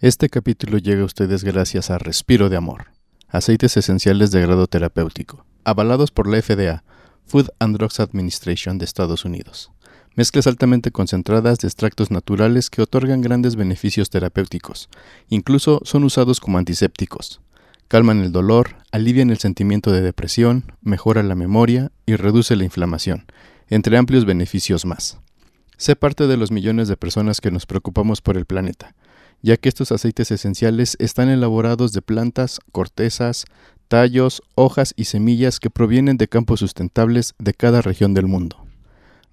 Este capítulo llega a ustedes gracias a Respiro de Amor, aceites esenciales de grado terapéutico, avalados por la FDA, Food and Drugs Administration de Estados Unidos. Mezclas altamente concentradas de extractos naturales que otorgan grandes beneficios terapéuticos, incluso son usados como antisépticos. Calman el dolor, alivian el sentimiento de depresión, mejora la memoria y reduce la inflamación, entre amplios beneficios más. Sé parte de los millones de personas que nos preocupamos por el planeta ya que estos aceites esenciales están elaborados de plantas, cortezas, tallos, hojas y semillas que provienen de campos sustentables de cada región del mundo.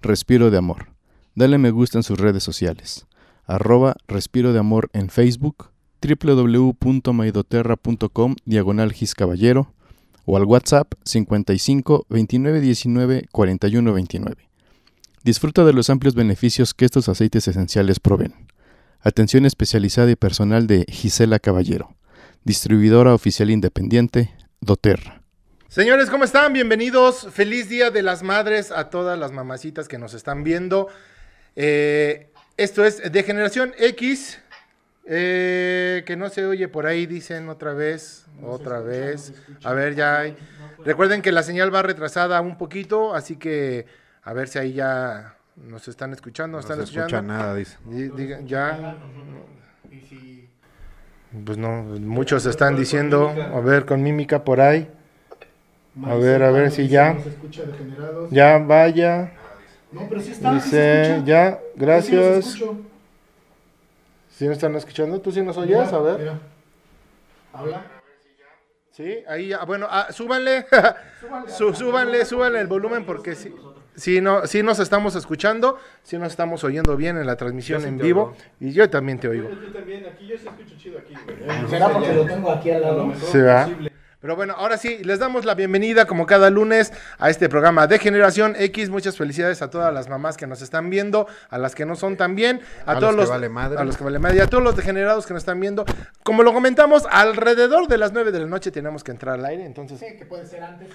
Respiro de Amor. Dale me gusta en sus redes sociales. Arroba Respiro de Amor en Facebook, www.maidoterra.com diagonal Caballero o al WhatsApp 55 29 19 41 29. Disfruta de los amplios beneficios que estos aceites esenciales proveen. Atención especializada y personal de Gisela Caballero, distribuidora oficial independiente, Doterra. Señores, ¿cómo están? Bienvenidos. Feliz Día de las Madres a todas las mamacitas que nos están viendo. Eh, esto es de Generación X. eh, que no se oye por ahí, dicen otra vez, otra vez. a ver, ya hay. Recuerden que la señal va retrasada un poquito, así que a ver si ahí ya nos están escuchando, No están se escuchando. escucha nada, dice. Di- diga- ya. Pues no, muchos están diciendo, a ver, con mímica por ahí. A ver, a ver si ya. Ya, vaya. No, pero sí está. Dice, ya, gracias. Yo sí los escucho. Si no están escuchando, tú sí nos Mira, oyes, a ver. mira. Habla. Sí, ahí ya. Bueno, ah, súbanle. Sú- súbanle, súbanle el volumen porque sí. Sí, no, sí nos estamos escuchando, sí nos estamos oyendo bien en la transmisión en vivo. Y yo también te oigo. Será porque lo tengo aquí al lado. Se va. Pero bueno, ahora sí, les damos la bienvenida como cada lunes a este programa de Generación X. Muchas felicidades a todas las mamás que nos están viendo, a las que no son también, a, A todos los que los vale madre. a los que vale madre, y a todos los degenerados que nos están viendo. Como lo comentamos, alrededor de las 9 de la noche tenemos que entrar al aire, entonces Que puede ser antes.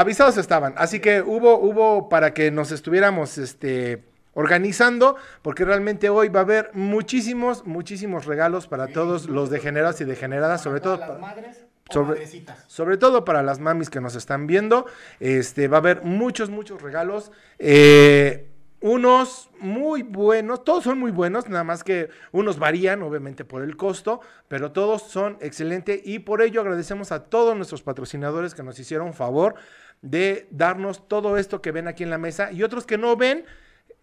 avisados estaban, así que hubo, hubo para que nos estuviéramos este, organizando, porque realmente hoy va a haber muchísimos, muchísimos regalos para todos los degenerados y degeneradas, sobre todo Las para, madres o sobre- madrecitas. sobre todo para las mamis que nos están viendo, este, va a haber muchos, muchos regalos. eh, unos muy buenos, todos son muy buenos, nada más que unos varían, obviamente, por el costo, pero todos son excelentes y por ello agradecemos a todos nuestros patrocinadores que nos hicieron favor de darnos todo esto que ven aquí en la mesa y otros que no ven,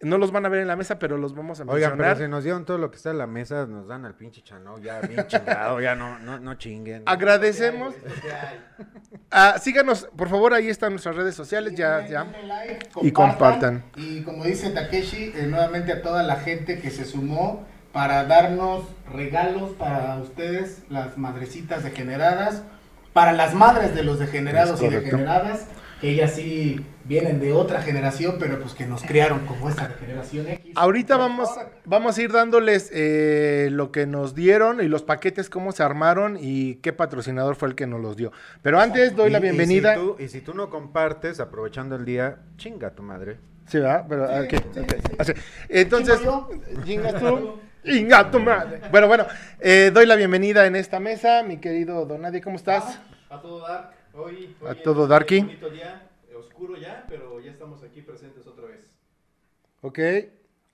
no los van a ver en la mesa, pero los vamos a mencionar. Oigan, pero si nos dieron todo lo que está en la mesa, nos dan al pinche chano, ya bien chingado, ya no, no, no chinguen. Agradecemos. Ah, síganos, por favor, ahí están nuestras redes sociales, ya, Denle- ya. denle like, Y compartan. Y como dice Takeshi, eh, nuevamente a toda la gente que se sumó para darnos regalos para ustedes, las madrecitas degeneradas, para las madres de los degenerados Es y correcto. degeneradas, que ellas sí vienen de otra generación, pero pues que nos criaron como esta de generación X. Ahorita vamos, vamos a ir dándoles eh, lo que nos dieron y los paquetes, cómo se armaron y qué patrocinador fue el que nos los dio. Pero antes doy la Y- y si bienvenida. tú- Y si, tú, no compartes, aprovechando el día, chinga tu madre. Sí, ¿verdad? Pero, ok, ok. Así. Entonces, chingas tú. Chinga tu madre. Bueno, bueno, eh, doy la bienvenida en esta mesa, mi querido Donadi, ¿cómo estás? A todo dar, hoy, A hoy es todo un darky. día bonito ya, eh, oscuro ya, pero ya estamos aquí presentes otra vez. Ok,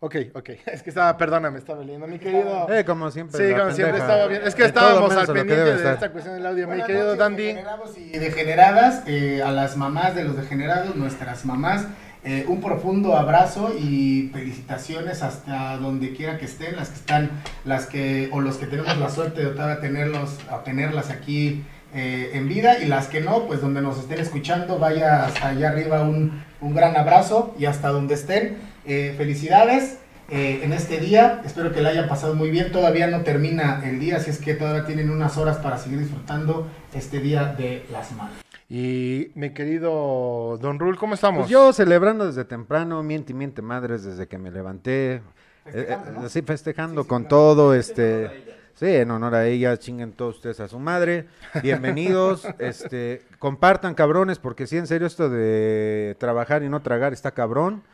ok, ok. Es que estaba, perdóname, estaba leyendo, mi querido. Eh, como siempre. Sí, la como siempre pendeja. estaba bien. Es que De todo estábamos menos al a lo que pendiente debe de estar. esta cuestión del audio, mi Buenas querido noches, Dandy. Degenerados y degeneradas, eh, a las mamás de los degenerados, nuestras mamás, eh, un profundo abrazo y felicitaciones hasta donde quiera que estén, las que están, las que, o los que tenemos la suerte de otra tenerlos, a tenerlas aquí eh, en vida, y las que no, pues donde nos estén escuchando, vaya hasta allá arriba un, un gran abrazo y hasta donde estén, eh, felicidades. eh, en este día, espero que la hayan pasado muy bien. Todavía no termina el día, así es que todavía tienen unas horas para seguir disfrutando este día de las madres. Y mi querido Don Rul, ¿cómo estamos? Pues yo celebrando desde temprano, miente y miente madres desde que me levanté. Festejando, eh, eh, ¿no? Sí, festejando sí, con claro. todo, este. Sí, en honor a ellas, chinguen todos ustedes a su madre. Bienvenidos, este, compartan cabrones, porque sí, en serio, esto de trabajar y no tragar está cabrón.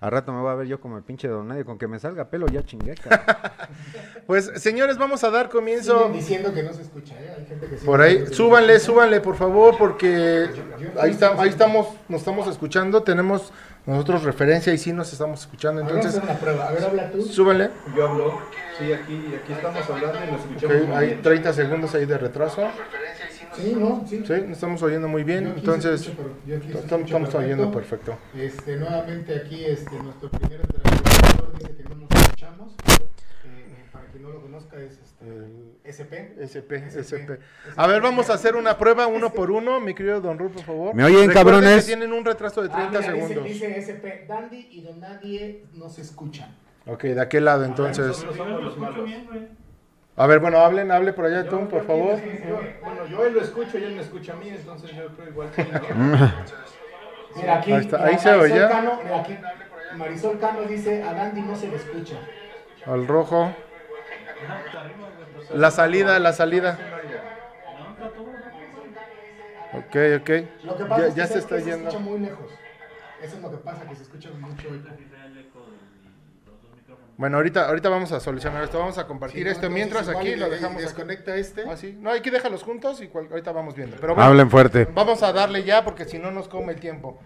Al rato me voy a ver yo como el pinche don nadie. Con que me salga pelo ya chingué, cabrón. Pues, señores, vamos a dar comienzo. Siguen diciendo que no se escucha, ¿eh? Hay gente que sí Por no ahí, escucha. súbanle, súbanle, por favor, porque ahí, está, ahí estamos, nos estamos escuchando, tenemos nosotros referencia y sí nos estamos escuchando, A ver, vamos a entonces, hacer una prueba. A ver, habla tú. súbanle. Yo hablo, sí, aquí, aquí estamos hablando y lo Ok, escuchamos muy hay bien. 30 segundos ahí de retraso, Sí, ¿no? Sí. sí, nos estamos oyendo muy bien, Yo aquí entonces, se escucha, pero yo aquí se estamos, escucha estamos oyendo perfecto. Este, nuevamente aquí este, nuestro primer traductor dice que no nos escuchamos. Eh, para quien no lo conozca es este, SP. SP, SP. A ver, vamos a hacer una prueba uno por uno, mi querido Don Ru, por favor. ¿Me oyen, Recuerden cabrones? que tienen un retraso de 30 Ah, mira, dice- segundos. Dice, SP, Dandy y Don Nadie no se escuchan. Ok, de aquel lado, entonces. Nosotros somos los malos. A ver, bueno, hablen, hable por allá, Tom, por favor. Yo- bueno, yo él lo escucho y él me escucha a mí, entonces yo creo igual que él, ¿no? Mira, aquí, Ahí está, mira, ahí se Marisol oía. Cano, mira, aquí, Marisol Cano dice, a Dandy no se le escucha. Al rojo. La salida, la salida. Ok, ok. Lo que Ya, pasa es que ya se ¿sabes está qué? yendo. escucha muy lejos. Eso es lo que pasa, que se escucha mucho eco. Bueno, ahorita, ahorita vamos a solucionar esto. Vamos a compartir Sí, esto. entonces este, Mientras igual aquí y- lo y dejamos. aquí. Desconecta este. Ah, sí. No, aquí déjalos juntos y cual- ahorita vamos viendo. Pero bueno, Hablen fuerte. Vamos a darle ya porque si no nos come el tiempo.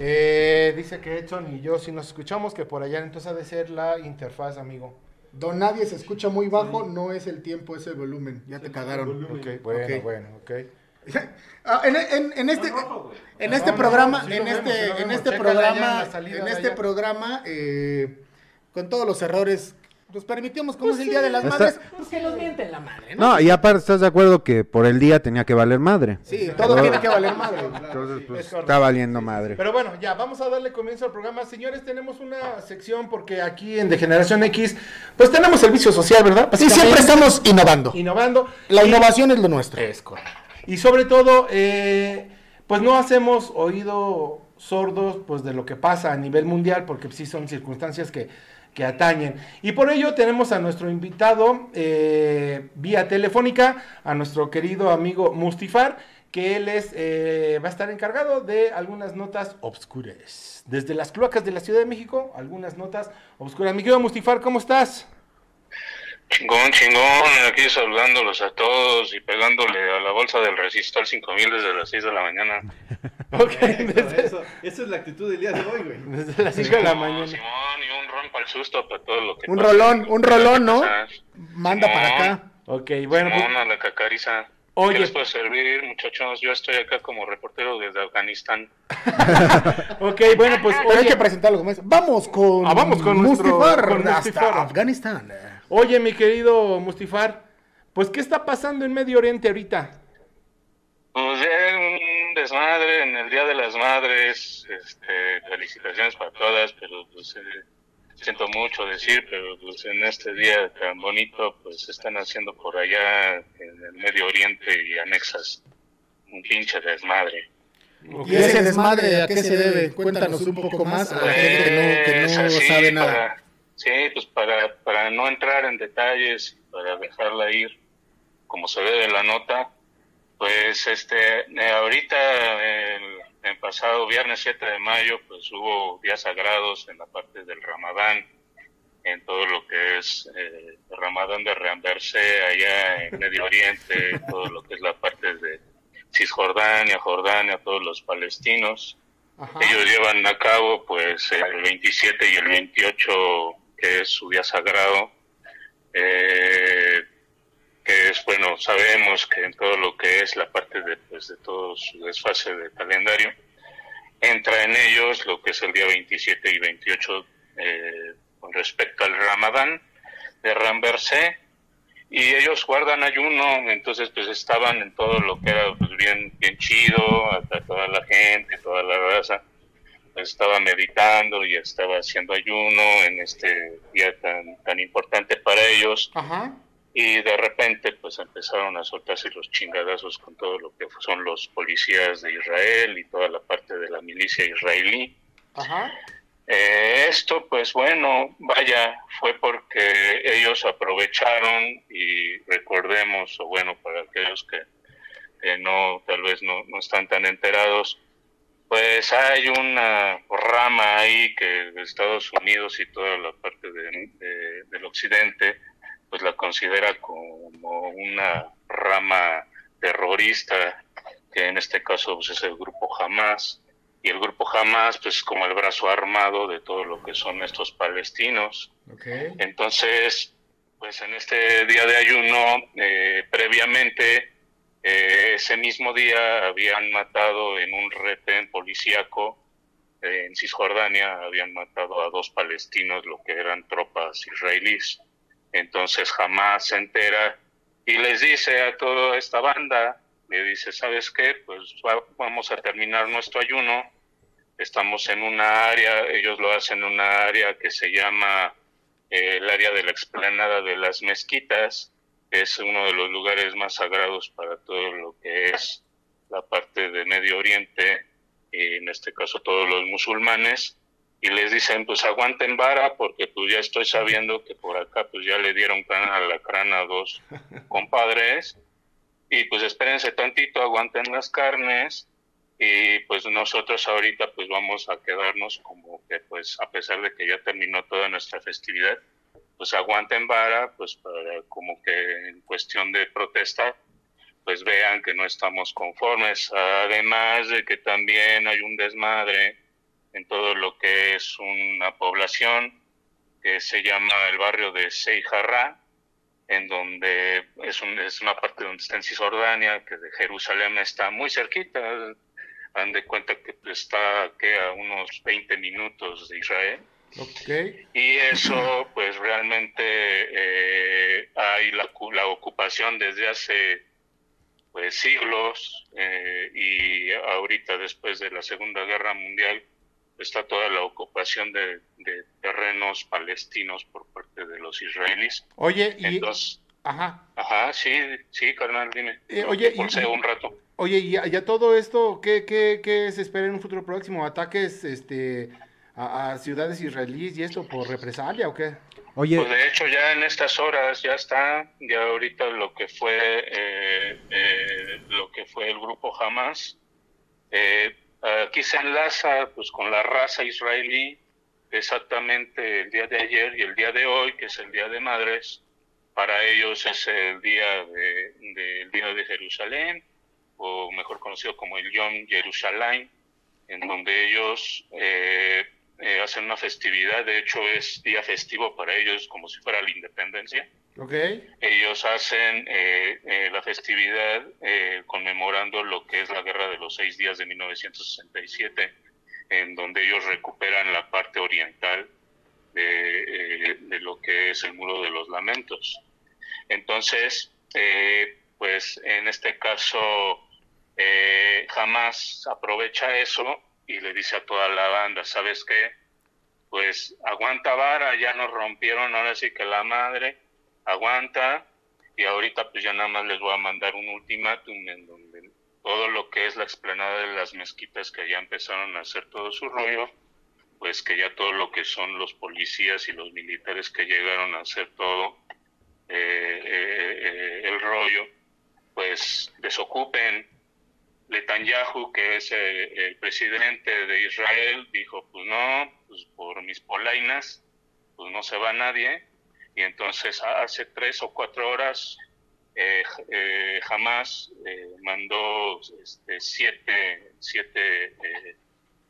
Eh, dice que Edson y yo si nos escuchamos que por allá entonces ha de ser la interfaz, amigo. Don Nadie se escucha muy bajo, no es el tiempo, es el volumen. Ya te cagaron. Ok, bueno, Ok. bueno, ok. Ah, en, en- en este, en este programa, sí lo en vemos, sí lo este, en vemos. este Chécala ya en programa, la salida en de este allá. programa, eh, con todos los errores, nos permitimos, como es el Día de las Está- Madres, pues que nos mienten la madre, ¿no? No, y aparte, ¿estás de acuerdo que por el día tenía que valer madre? Sí, todo tiene que valer madre. Entonces, pues, es correcto. está valiendo madre. Pero bueno, ya, vamos a darle comienzo al programa. Señores, tenemos una sección porque aquí en De Generación X, pues tenemos servicio social, ¿verdad? Sí, siempre estamos innovando. Innovando. La Y- innovación es lo nuestro. Y sobre todo, eh, pues no hacemos oído sordos pues de lo que pasa a nivel mundial, porque sí son circunstancias que, que atañen. Y por ello tenemos a nuestro invitado eh, vía telefónica, a nuestro querido amigo Mustifar, que él es, eh, va a estar encargado de algunas notas obscuras. Desde las cloacas de la Ciudad de México, algunas notas obscuras. Mi querido Mustifar, ¿cómo estás? Chingón, chingón, aquí saludándolos a todos y pegándole a la bolsa del resistor 5000 desde las 6 de la mañana. Ok, Eso, desde, eso- esa es la actitud del día de hoy, güey. desde las 5 de la mañana. Simón, y un ron para el susto, para todo lo que Un pasa. rolón, un rolón, ¿no? Ah, Manda para acá. Ok, bueno, pues, Simón, a la cacariza. Oye. ¿Qué les puedo servir, muchachos? Yo estoy acá como reportero desde Afganistán. ok, bueno, pues Pero hay oye, que presentarlo como es. Vamos con, Ah, vamos con nuestro- Mustifar con hasta Mustifar. Afganistán. Oye, mi querido Mustifar, pues ¿qué está pasando en Medio Oriente ahorita? Pues ya un desmadre en el Día de las Madres, este, felicitaciones para todas, pero pues eh, siento mucho decir, pero pues en este día tan bonito, pues están haciendo por allá en el Medio Oriente y anexas un pinche desmadre. Ok. Y ese desmadre, ¿a qué se debe? Cuéntanos un poco más a la gente que no, que Pues, no así, sabe nada. para- sí, pues para, para no entrar en detalles, para dejarla ir, como se ve de la nota, pues este, eh, ahorita el, el pasado viernes 7 de mayo, pues hubo días sagrados en la parte del Ramadán, en todo lo que es eh, el Ramadán de Reamberse, allá en Medio Oriente, todo lo que es la parte de Cisjordania, Jordania, todos los palestinos. Ellos llevan a cabo pues el 27 y el 28, que es su día sagrado, eh, que es, bueno, sabemos que en todo lo que es la parte de, pues, de todo su desfase del calendario, entra en ellos lo que es el día 27 y 28 eh, con respecto al Ramadán de Ramversé, y ellos guardan ayuno, entonces pues estaban en todo lo que era pues, bien, bien chido, hasta toda la gente, toda la raza, pues, estaba meditando y estaba haciendo ayuno en este día tan, tan importante para ellos Ajá. y de repente pues empezaron a soltarse los chingadazos con todo lo que son los policías de Israel y toda la parte de la milicia israelí. Ajá. Eh, esto, pues bueno, vaya, fue porque ellos aprovecharon y recordemos, o bueno, para aquellos que, que no, tal vez no, no están tan enterados, Pues hay una rama ahí que Estados Unidos y toda la parte de- de- del occidente pues la considera como una rama terrorista, que en este caso pues, es el grupo Hamas. Y el grupo Hamas pues como el brazo armado de todo lo que son estos palestinos. Entonces, pues en este día de ayuno, eh, previamente, eh, ese mismo día habían matado en un retén policíaco eh, en Cisjordania, habían matado a dos palestinos, lo que eran tropas israelíes. Entonces jamás se entera y les dice a toda esta banda, le dice, ¿sabes qué? Pues va- vamos a terminar nuestro ayuno. Estamos en una área, ellos lo hacen en una área que se llama eh, el área de la explanada de las mezquitas, que es uno de los lugares más sagrados para todo lo que es la parte de Medio Oriente, y en este caso todos los musulmanes, y les dicen, pues aguanten vara, porque pues ya estoy sabiendo que por acá pues ya le dieron cana a la crana a dos compadres, y pues espérense tantito, aguanten las carnes, y pues nosotros ahorita pues vamos a quedarnos como que pues a pesar de que ya terminó toda nuestra festividad, pues aguanten vara, pues para como que en cuestión de protesta, pues vean que no estamos conformes, además de que también hay un desmadre en todo lo que es una población que se llama el barrio de Seijarra, en donde es, un- es una parte donde está en Cisjordania, que de Jerusalén está muy cerquita, han de cuenta que está que a unos 20 minutos de Israel. Y eso, pues realmente eh, hay la, cu- la ocupación desde hace pues, siglos eh, y ahorita después de la Segunda Guerra Mundial está toda la ocupación de, de terrenos palestinos por parte de los israelíes. Oye, y. Entonces, Ajá. ajá, sí, sí, carnal, dime. Eh, oye, y- Pulsé y- un rato. Oye, ¿y a, y a todo esto qué, qué- qué se espera en un futuro próximo? ¿Ataques este, a, a ciudades israelíes y esto por represalia o qué? Oye, Pues de hecho ya en estas horas ya está, ya ahorita lo que fue eh, eh, lo que fue el grupo Hamas, eh, aquí se enlaza pues con la raza israelí exactamente el día de ayer y el día de hoy, que es el día de madres, para ellos es el día de, de- el día de Jerusalén, o mejor conocido como el Yom Jerusalén, en donde ellos eh, eh, hacen una festividad, de hecho es día festivo para ellos, como si fuera la independencia. ¿Ok? Ellos hacen eh, eh, la festividad eh, conmemorando lo que es la Guerra de los Seis Días de 1967, en donde ellos recuperan la parte oriental de, eh, de lo que es el Muro de los Lamentos. Entonces, eh, pues en este caso, eh, jamás aprovecha eso y le dice a toda la banda, ¿sabes qué? Pues aguanta vara, ya nos rompieron, ahora sí que la madre, aguanta y ahorita pues ya nada más les voy a mandar un ultimátum en donde todo lo que es la explanada de las mezquitas que ya empezaron a hacer todo su rollo, pues que ya todo lo que son los policías y los militares que llegaron a hacer todo eh, eh, eh, el rollo, pues desocupen. Netanyahu, que es eh, el presidente de Israel, dijo, pues no, pues por mis polainas, pues no se va nadie. Y entonces a- hace tres o cuatro horas eh, j- eh, Hamas eh, mandó este, siete, siete eh,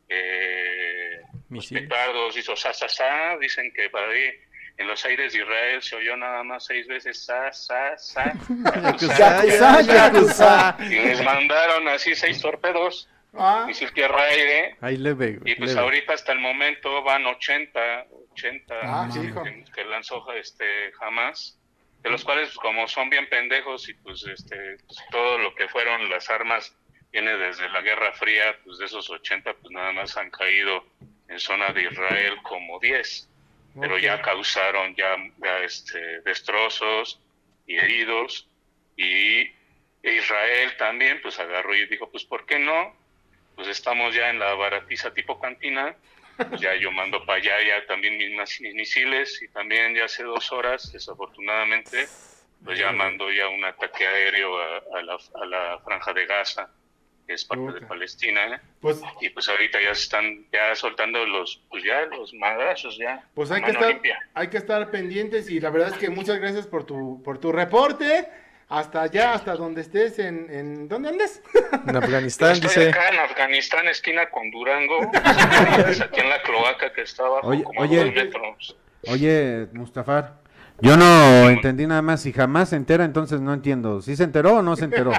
eh, pues, petardos, hizo sa, sa, sa, dicen que para ahí en los aires de Israel se oyó nada más seis veces sa, sa, sa, Yakuza, Yakuza, Yakuza. y les mandaron así seis torpedos, Ah, misil tierra-aire, Ahí leve, güey, y pues leve. ahorita hasta el momento van 80, 80 Ah, que- hijo. que, que lanzó este jamás, de los cuales pues, como son bien pendejos y pues este pues, todo lo que fueron las armas viene desde la Guerra Fría, pues de esos 80 pues nada más han caído en zona de Israel como 10, pero ya causaron ya, ya, este destrozos y heridos y Israel también pues agarró y dijo, pues ¿por qué no? pues estamos ya en la baratiza tipo cantina, pues ya yo mando para allá ya también mis, mas- mis misiles y también ya hace dos horas, desafortunadamente, pues ya mando ya un ataque aéreo a, a la, a la franja de Gaza que es parte de Puta. Palestina, Pues, y pues ahorita ya se están ya soltando los, pues ya los madrazos, ya. pues a hay, que mano estar, limpia. hay que estar pendientes y la verdad es que muchas gracias por tu, por tu reporte. Hasta allá, hasta donde estés, en, en ¿dónde andas? En Afganistán Estoy dice, acá en Afganistán, esquina con Durango, aquí en la cloaca que está abajo Oye, como oye. dos metros. Oye, Mustafar. Yo no entendí nada más. Si jamás se entera, entonces no entiendo. ¿Si se enteró o no se enteró?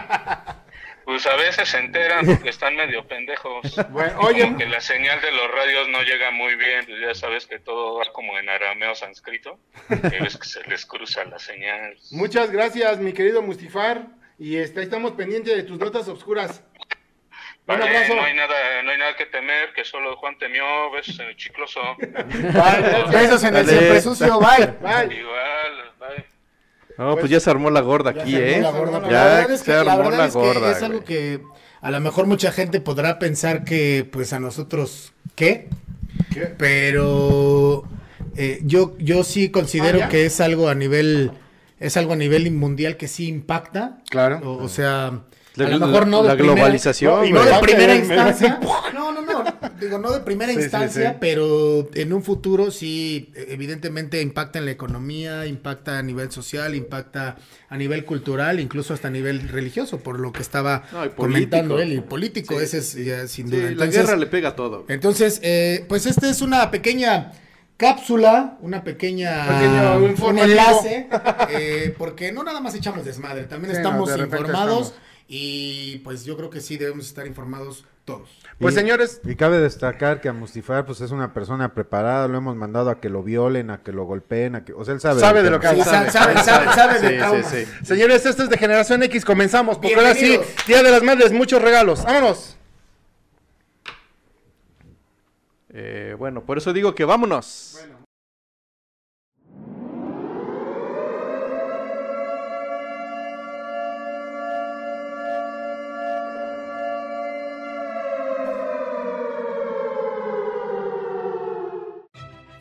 Pues a veces se enteran porque están medio pendejos. Bueno, Oye. oye, Como que la señal de los radios no llega muy bien, pues ya sabes que todo va como en arameo sánscrito, y ves que se les cruza la señal. muchas gracias, mi querido Mustifar. Y este, ahí estamos pendientes de tus notas obscuras. Un Vale, abrazo. no hay nada, no hay nada que temer, que solo Juan temió, ves, el chicloso. Besos en el Dale. siempre sucio, bye. Bye. Igual, bye. no, pues ya se armó la gorda Ya aquí, se armó ¿eh? la gorda, pero la Ya verdad es se que- la armó verdad la es que gorda. Es algo güey. que a lo mejor mucha gente podrá pensar que, pues a nosotros, ¿qué? Pero eh, yo, yo sí considero Ah, ya. que es algo a nivel, es algo a nivel mundial que sí impacta. Claro. O, o sea, La- a lo mejor no de la primera- globalización, no, y no güey. de primera Me va a hacer instancia. No, no, no. Digo, no de primera Sí, sí, instancia, sí. pero en un futuro sí, evidentemente impacta en la economía, impacta a nivel social, impacta a nivel cultural, incluso hasta a nivel religioso, por lo que estaba No, y político. comentando él, y político, Sí, ese es ya, sin Sí, duda. la Entonces, guerra le pega a todo. güey. entonces, eh, pues esta es una pequeña cápsula, una pequeña Pequeño un informativo. enlace, eh, porque no nada más echamos desmadre, también Sí, no, estamos de repente informados estamos. y pues yo creo que sí debemos estar informados todos. Pues Y- señores, Y cabe destacar que a Mustifar, pues es una persona preparada. Lo hemos mandado a que lo violen, a que lo golpeen, a que. O sea, él sabe. Sabe de del lo tema. que Sí, sabe, sabe, sabe, sabe, sabe de Sí, traumas. sí, sí. señores, esto es de Generación X, comenzamos, porque ahora sí, Bienvenidos. Día de las Madres, muchos regalos. Vámonos. Eh, bueno, por eso digo que vámonos.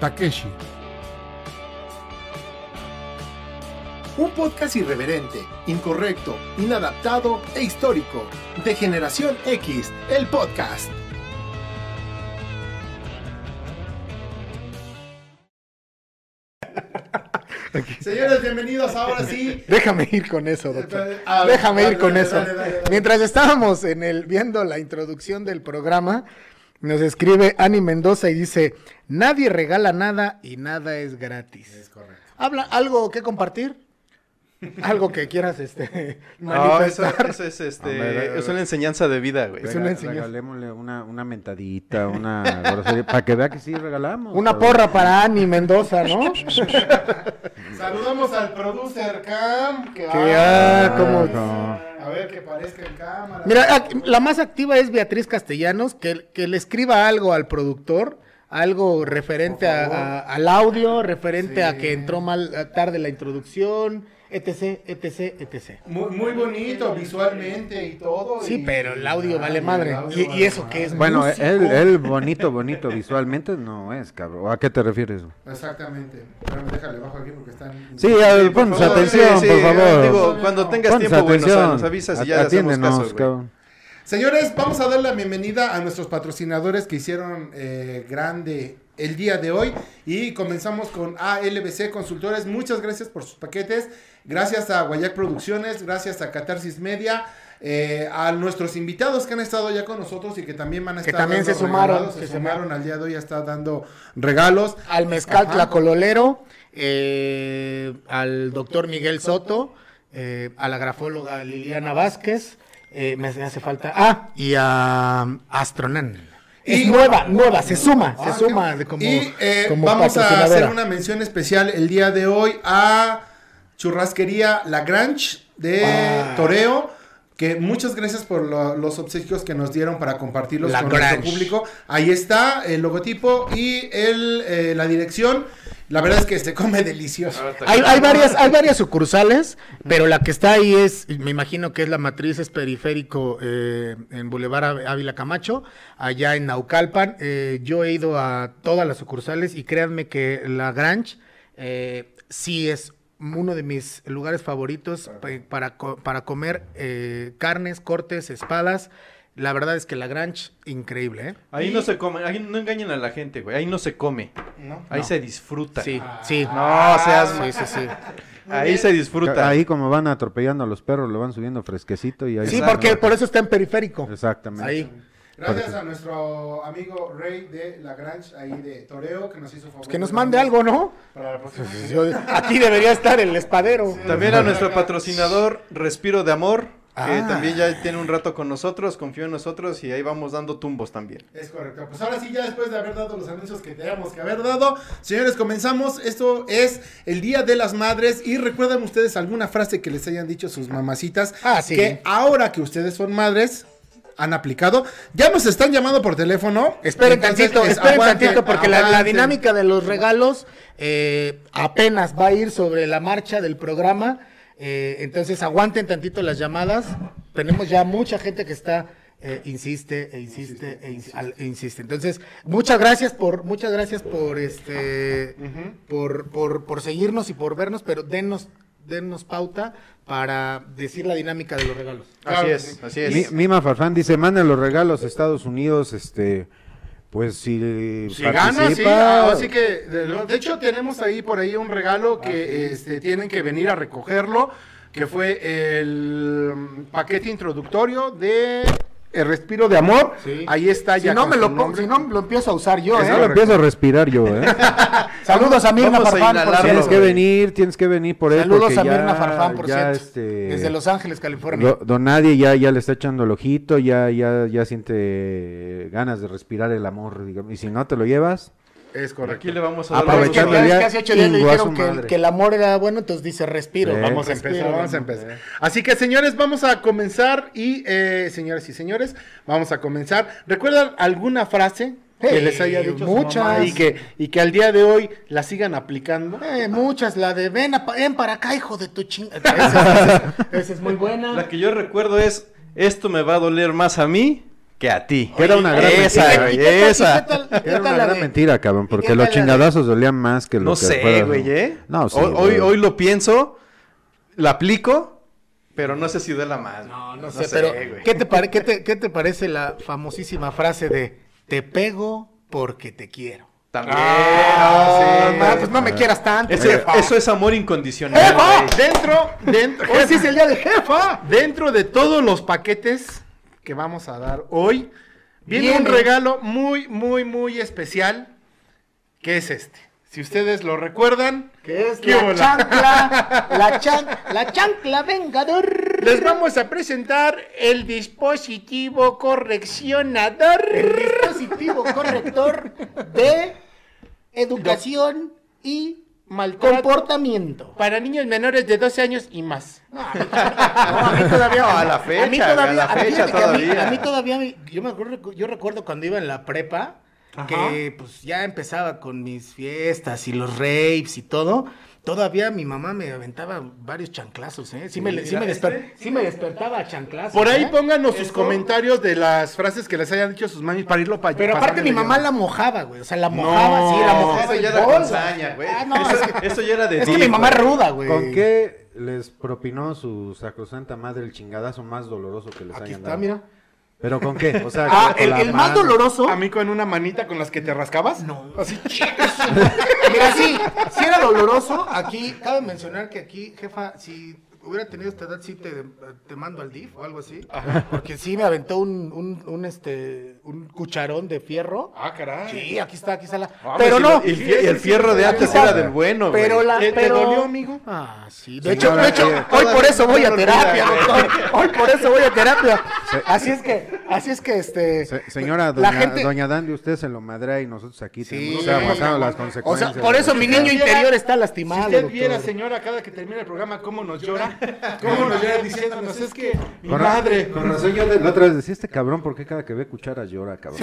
Takeshi. Un podcast irreverente, incorrecto, inadaptado e histórico. De Generación X, el podcast. Señores, bienvenidos ahora sí. Déjame ir con eso, doctor. a- Déjame dale, ir con dale, eso. dale, dale, dale. Mientras estábamos en el viendo la introducción del programa, nos escribe Ani Mendoza y dice, nadie regala nada y nada es gratis. Habla algo que compartir. Algo que quieras este, Ah, No, eso, manifestar. eso es, este, Hombre, es una enseñanza de vida, güey. Es una Rega- enseñanza. Regalémosle una, una mentadita, una grosería, para que vea que sí regalamos. Una cabrón. porra para Ani Mendoza, ¿no? Saludamos al producer Cam, que, Que, ah, como- no. a ver que parezca en cámara. Mira, ac- la más activa es Beatriz Castellanos, que, que le escriba algo al productor, algo referente a- a- al audio, referente a que entró mal a- tarde la introducción, etc, etc, etc. Muy, muy bonito visualmente y todo. Sí, y- pero el audio Ay, vale el madre. audio ¿Y, vale y eso madre. que es Bueno, músico. él, él bonito, bonito visualmente no es, cabrón. ¿A qué te refieres? Exactamente. Pero déjale bajo aquí porque están. Sí, a ver, ponnos favor, atención, sí, sí, por favor. Digo, cuando tengas Ponnos tiempo, güey, nos, atención. nos avisas y A- ya le hacemos atiéndenos, caso, güey. cabrón. Señores, vamos a dar la bienvenida a nuestros patrocinadores que hicieron eh, grande el día de hoy y comenzamos con ALBC Consultores. Muchas gracias por sus paquetes. Gracias a Guayac Producciones, gracias a Catarsis Media, eh, a nuestros invitados que han estado ya con nosotros y que también van a Que estar también dando se sumaron, regalos, se que se sumaron al día de hoy, ya está dando regalos. Al mezcal Ajá. tlacololero, eh, al doctor Miguel Soto, eh, a la grafóloga Liliana Vázquez, eh, me hace me hace falta, ah, y a Astronan. Es nueva, nueva, se suma, Ah, se suma qué- de como, y eh, como vamos a hacer patrocinadora. una mención especial el día de hoy a Churrasquería La Grange de Ah. Toreo. Que muchas gracias por lo- los obsequios que nos dieron para compartirlos La con nuestro Grange. público. Ahí está el logotipo y el, eh, la dirección. La verdad es que se come delicioso. Hay, hay varias, hay varias sucursales, pero la que está ahí es, me imagino que es la matriz, es periférico eh, en Boulevard Ave- Ávila Camacho, allá en Naucalpan. Eh, yo he ido a todas las sucursales y créanme que la Grange eh, sí es uno de mis lugares favoritos pa- para, co- para comer eh, carnes, cortes, espadas. La verdad es que la Grange, increíble, ¿eh? Ahí no se come, ahí no engañen a la gente, güey. Ahí no se come. ¿No? Ahí No. se disfruta. Ah. Sí, sí. No seas. Sí, sí, sí. Ahí se disfruta. Ahí como van atropellando a los perros, lo van subiendo fresquecito y ahí... Sí, porque por eso está en periférico. Exactamente. Ahí. Gracias a nuestro amigo Rey de La Grange, ahí de Toreo, que nos hizo favor. Que nos mande algo, ¿no? Para la próxima. Yo- aquí debería estar el espadero. También a nuestro patrocinador Respiro de Amor, que Ah. también ya tiene un rato con nosotros, confió en nosotros y ahí vamos dando tumbos también. Es correcto. Pues ahora sí, ya después de haber dado los anuncios que teníamos que haber dado, señores, comenzamos. Esto es el Día de las Madres. Y recuerdan ustedes alguna frase que les hayan dicho sus mamacitas. Ah, sí. Que ahora que ustedes son madres, han aplicado. Ya nos están llamando por teléfono. Esperen Entonces, tantito, es- esperen aguanten, tantito, porque la- la, aguanten. dinámica de los regalos eh, apenas va a ir sobre la marcha del programa. eh, entonces aguanten tantito las llamadas. Tenemos ya mucha gente que está eh, insiste e insiste e ins- al- e insiste. Entonces, muchas gracias por, muchas gracias por este por, por, por seguirnos y por vernos, pero dennos, dennos pauta para decir la dinámica de los regalos. Así es, así es. Mi- Mima Farfán dice, manda los regalos a Estados Unidos, este, pues si, Si participa, gana, sí. ah, Así que, de, lo- de hecho, tenemos ahí por ahí un regalo Ah, que este, tienen que venir a recogerlo, que fue el mm, paquete introductorio de El Respiro de Amor. Sí. Ahí está ya. Si no con me su lo pongo, nombre. si no lo empiezo a usar yo, Pues ¿eh? no lo empiezo a respirar yo, ¿eh? Saludos a Mirna Vamos a Farfán, por inhalarlo, cierto. tienes que venir, tienes que venir por él. Saludos porque a ya- Mirna Farfán, por Ah, ya, cierto. este, Desde Los Ángeles, California. do- don Nadie ya, ya le está echando el ojito, ya, ya, ya siente ganas de respirar el amor, digamos. Y si no te lo llevas, Es correcto. Aquí le vamos a dar Es que, Aprovechando los- el es día, que hace ocho días le chingó a dijeron su que, madre. que el amor era bueno, entonces dice respiro. Sí. Vamos a empezar, vamos a empezar. Así que señores, vamos a comenzar y eh, señoras y señores, vamos a comenzar. ¿Recuerdan alguna frase que Hey, les haya dicho su muchas. mamá y que y que al día de hoy la sigan aplicando? Eh, muchas, la de ven, a pa- ven para acá, hijo de tu ching... Esa, esa- esa es muy buena. La que yo recuerdo es esto me va a doler más a mí que a ti. que era una gran esa, mentira. güey, ¿Y qué tal- esa. y qué tal- y qué Era una tal la gran de- mentira, cabrón, ¿Y qué porque los tal la de- chingadazos dolían más que lo No que fuera, sé, ¿no? güey, ¿eh? No, sí, hoy, hoy, güey. hoy lo pienso, la aplico, pero no sé si duela más. No, no sé, pero ¿qué te, pare- qué te- ¿qué te parece la famosísima frase de te pego porque te quiero? También. Eh, Ah, no, sí. ma, pues no me quieras tanto. Ese- jefa. eso es amor incondicional. ¡Jefa! güey. Dentro, dentro, Hoy sí es el día de jefa. Dentro de todos los paquetes que vamos a dar hoy, viene Viene. un regalo muy, muy, muy especial, que es este. Si ustedes lo recuerdan, Que es ¿Qué la bola? chancla, la, chan, la chancla vengador. les vamos a presentar el dispositivo El correccionador. dispositivo corrector de educación y Maltrato comportamiento. para niños menores de 12 años y más. No, a mí todavía, a la fecha, a mí güey, todavía, a la fecha fíjate que a mí- todavía. a mí todavía me- yo me acuerdo, yo recuerdo cuando iba en la prepa, que pues ya empezaba con mis fiestas y los rapes y todo. Todavía mi mamá me aventaba varios chanclazos, ¿eh? Sí, me, le- sí me desper- sí me despertaba a chanclazos. Por ahí ¿eh? pónganos sus comentarios de las frases que les hayan dicho sus mamis para irlo para Pero aparte mi mamá la mojaba, güey. O sea, la mojaba, sí, la mojaba. Eso el ya era bol, consaña, güey. Ah, no, es eso, que, eso ya era de es que ti, mi mamá es güey. ruda, güey. ¿Con qué les propinó su sacrosanta madre el chingadazo más doloroso que les Aquí hayan está, dado? mira. ¿Pero con qué? O sea, Ah, con el, la el más mano. doloroso. ¿A mí con una manita con las que te rascabas? No. Así, Mira, sí, sí era doloroso. Aquí, cabe mencionar que aquí, jefa, si hubiera tenido esta edad, sí te, te mando al DIF o algo así. Porque sí me aventó un, un, un, este, un cucharón de fierro. Ah, caray. Sí, aquí está, aquí está la. Ah, pero pues, no. y el fie- y el fierro de antes Quizá- era del bueno, güey. Pero la. ¿Te- te pero- dolió, amigo? Ah, sí. Señora, De hecho, de hecho, eh, hoy por eso voy todavía a no terapia, olvida, doctor. Hoy por eso voy a terapia. Así es que, así es que este. Se- señora, la doña, gente- doña Dandy, usted se lo madrea y nosotros aquí tenemos que Sí, estar aguantando cabrón. las O consecuencias. sea, por eso mi niño interior está Si lastimado. usted viera, doctor. señora, cada que termina el programa, cómo nos llora. Cómo nos llora diciéndonos, es que mi Con ra- madre. Con razón, yo de- la otra vez decía, este cabrón, ¿por qué cada que ve cucharas llora, cabrón?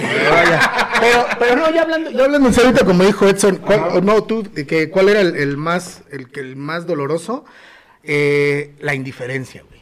Pero, pero no, ya hablando, ya hablando en serio, ahorita como dijo Edson, ¿cuál, o no, tú, de que, ¿cuál era el, el más, el, que- el más doloroso? Eh, la indiferencia, güey.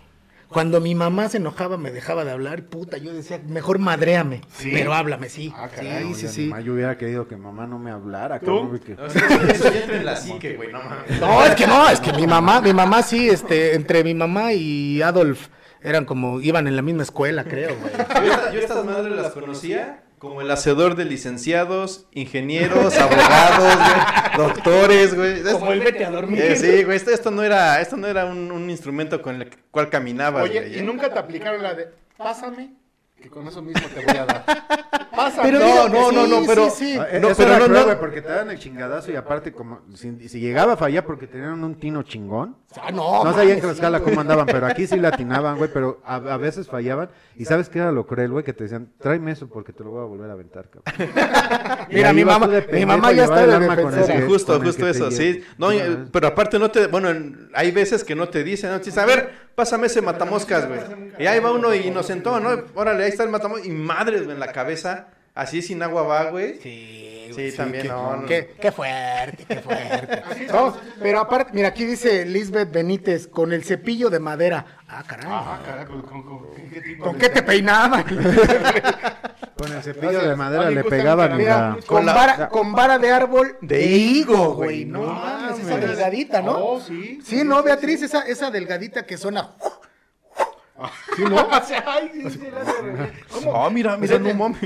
Cuando mi mamá se enojaba, me dejaba de hablar, puta, yo decía, mejor madréame, pero háblame, sí. No, sí, ya sí, sí. Ah, ni más, Yo hubiera querido que mamá no me hablara, cabrón. porque- Eso ya entra en la psique, güey, no mames. No, es que no, es que mi mamá, mi mamá sí, este, entre mi mamá y Adolf eran como, iban en la misma escuela, creo, güey. Yo, esta- yo estas madres las conocía como el hacedor de licenciados, ingenieros, abogados, güey, doctores, güey. Como el vete a dormir. Eh, sí, güey, esto, esto no era, esto no era un, un instrumento con el cual caminaba, ¿eh? ¿eh? Oye, ¿y nunca te aplicaron la de, pásame? Que con eso mismo te voy a dar. Pásame. Pero no, digo- no, no, no, sí, pero- sí, sí. Ah, eh, No, eso pero era no, cruel, no. güey, porque te dan el chingadazo y aparte, como si, si llegaba a fallar porque tenían un tino chingón. Ah, no, No sabía en mames, Tlaxcala sí, cómo andaban, pero aquí sí latinaban, güey, pero a, a veces fallaban. ¿Y sabes qué era lo cruel, güey? Que te decían, tráeme eso porque te lo voy a volver a aventar, cabrón. Mira, mi mamá- mi mamá ya está de defensora. Sí, justo, justo eso, sí. No, y- pero aparte no te, bueno, en- hay veces que no te dicen, no te dicen, a ver, pásame ese matamoscas, güey. Y ahí va uno y nos sentó, ¿no? Órale, ahí está el matamoscas. Y madres, güey, en la cabeza, así sin agua va, güey. Sí, Sí, también, Qué, no, no. qué- qué fuerte, qué fuerte. No, pero aparte, mira, aquí dice Lisbeth Benítez, con el cepillo de madera. Ah, caray. Ah, caray, ¿con, con, con, con qué tipo ¿Con de- qué te peinaban? Con el cepillo de madera A mí le justamente pegaban. había mira. un- con, la- vara, con vara de árbol de higo, güey. No, No mames, Ah, esa mames. delgadita, ¿no? Oh, sí. Sí, no, Beatriz, esa, esa delgadita que suena. ¿Sí, no? O sea, ay, sí, sí, la de- Ah, mira, mira, no mames.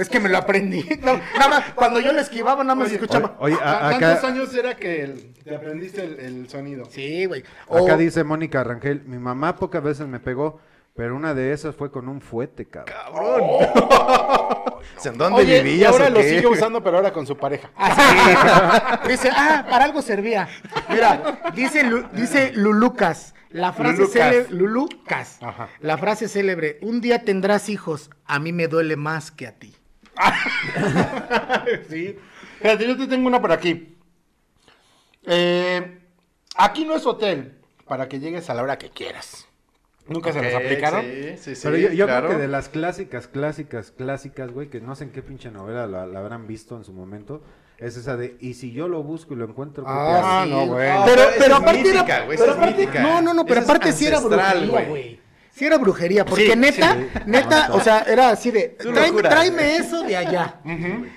Es que me lo aprendí. No, nada más, cuando yo la esquivaba, nada más escuchaba. Oye, a- acá, ¿Cuántos años era que el- te aprendiste el, el sonido? Sí, güey. O- acá dice Mónica Rangel, mi mamá pocas veces me pegó, pero una de esas fue con un fuete, cabrón. "Oh". ¿En dónde Oye, y vivías ahora o lo qué? sigue usando, pero ahora con su pareja. Ah, sí. Dice, ah, para algo servía. Mira, dice, Lu- dice Lulucas, la frase Lulucas. célebre, Lulucas, Ajá. la frase célebre, un día tendrás hijos, a mí me duele más que a ti. sí. Fíjate, yo te tengo una por aquí. Eh, aquí no es hotel para que llegues a la hora que quieras. Nunca se las Ok, aplicaron. Sí, sí, sí. Pero yo, yo claro. creo que de las clásicas, clásicas, clásicas, güey, que no sé en qué pinche novela la, la habrán visto en su momento, es esa de, y si yo lo busco y lo encuentro, ¿qué te Ah, haces?" no, güey. Ah, Pero, esa pero es aparte era- mítica, güey, esa pero es aparte- mítica. no, no, no, pero Esa es aparte sí era ancestral, brujería, güey. Sí era brujería, porque Sí, neta, neta, o sea, era así de, Tu "Tráeme- locura". tráeme eso de allá.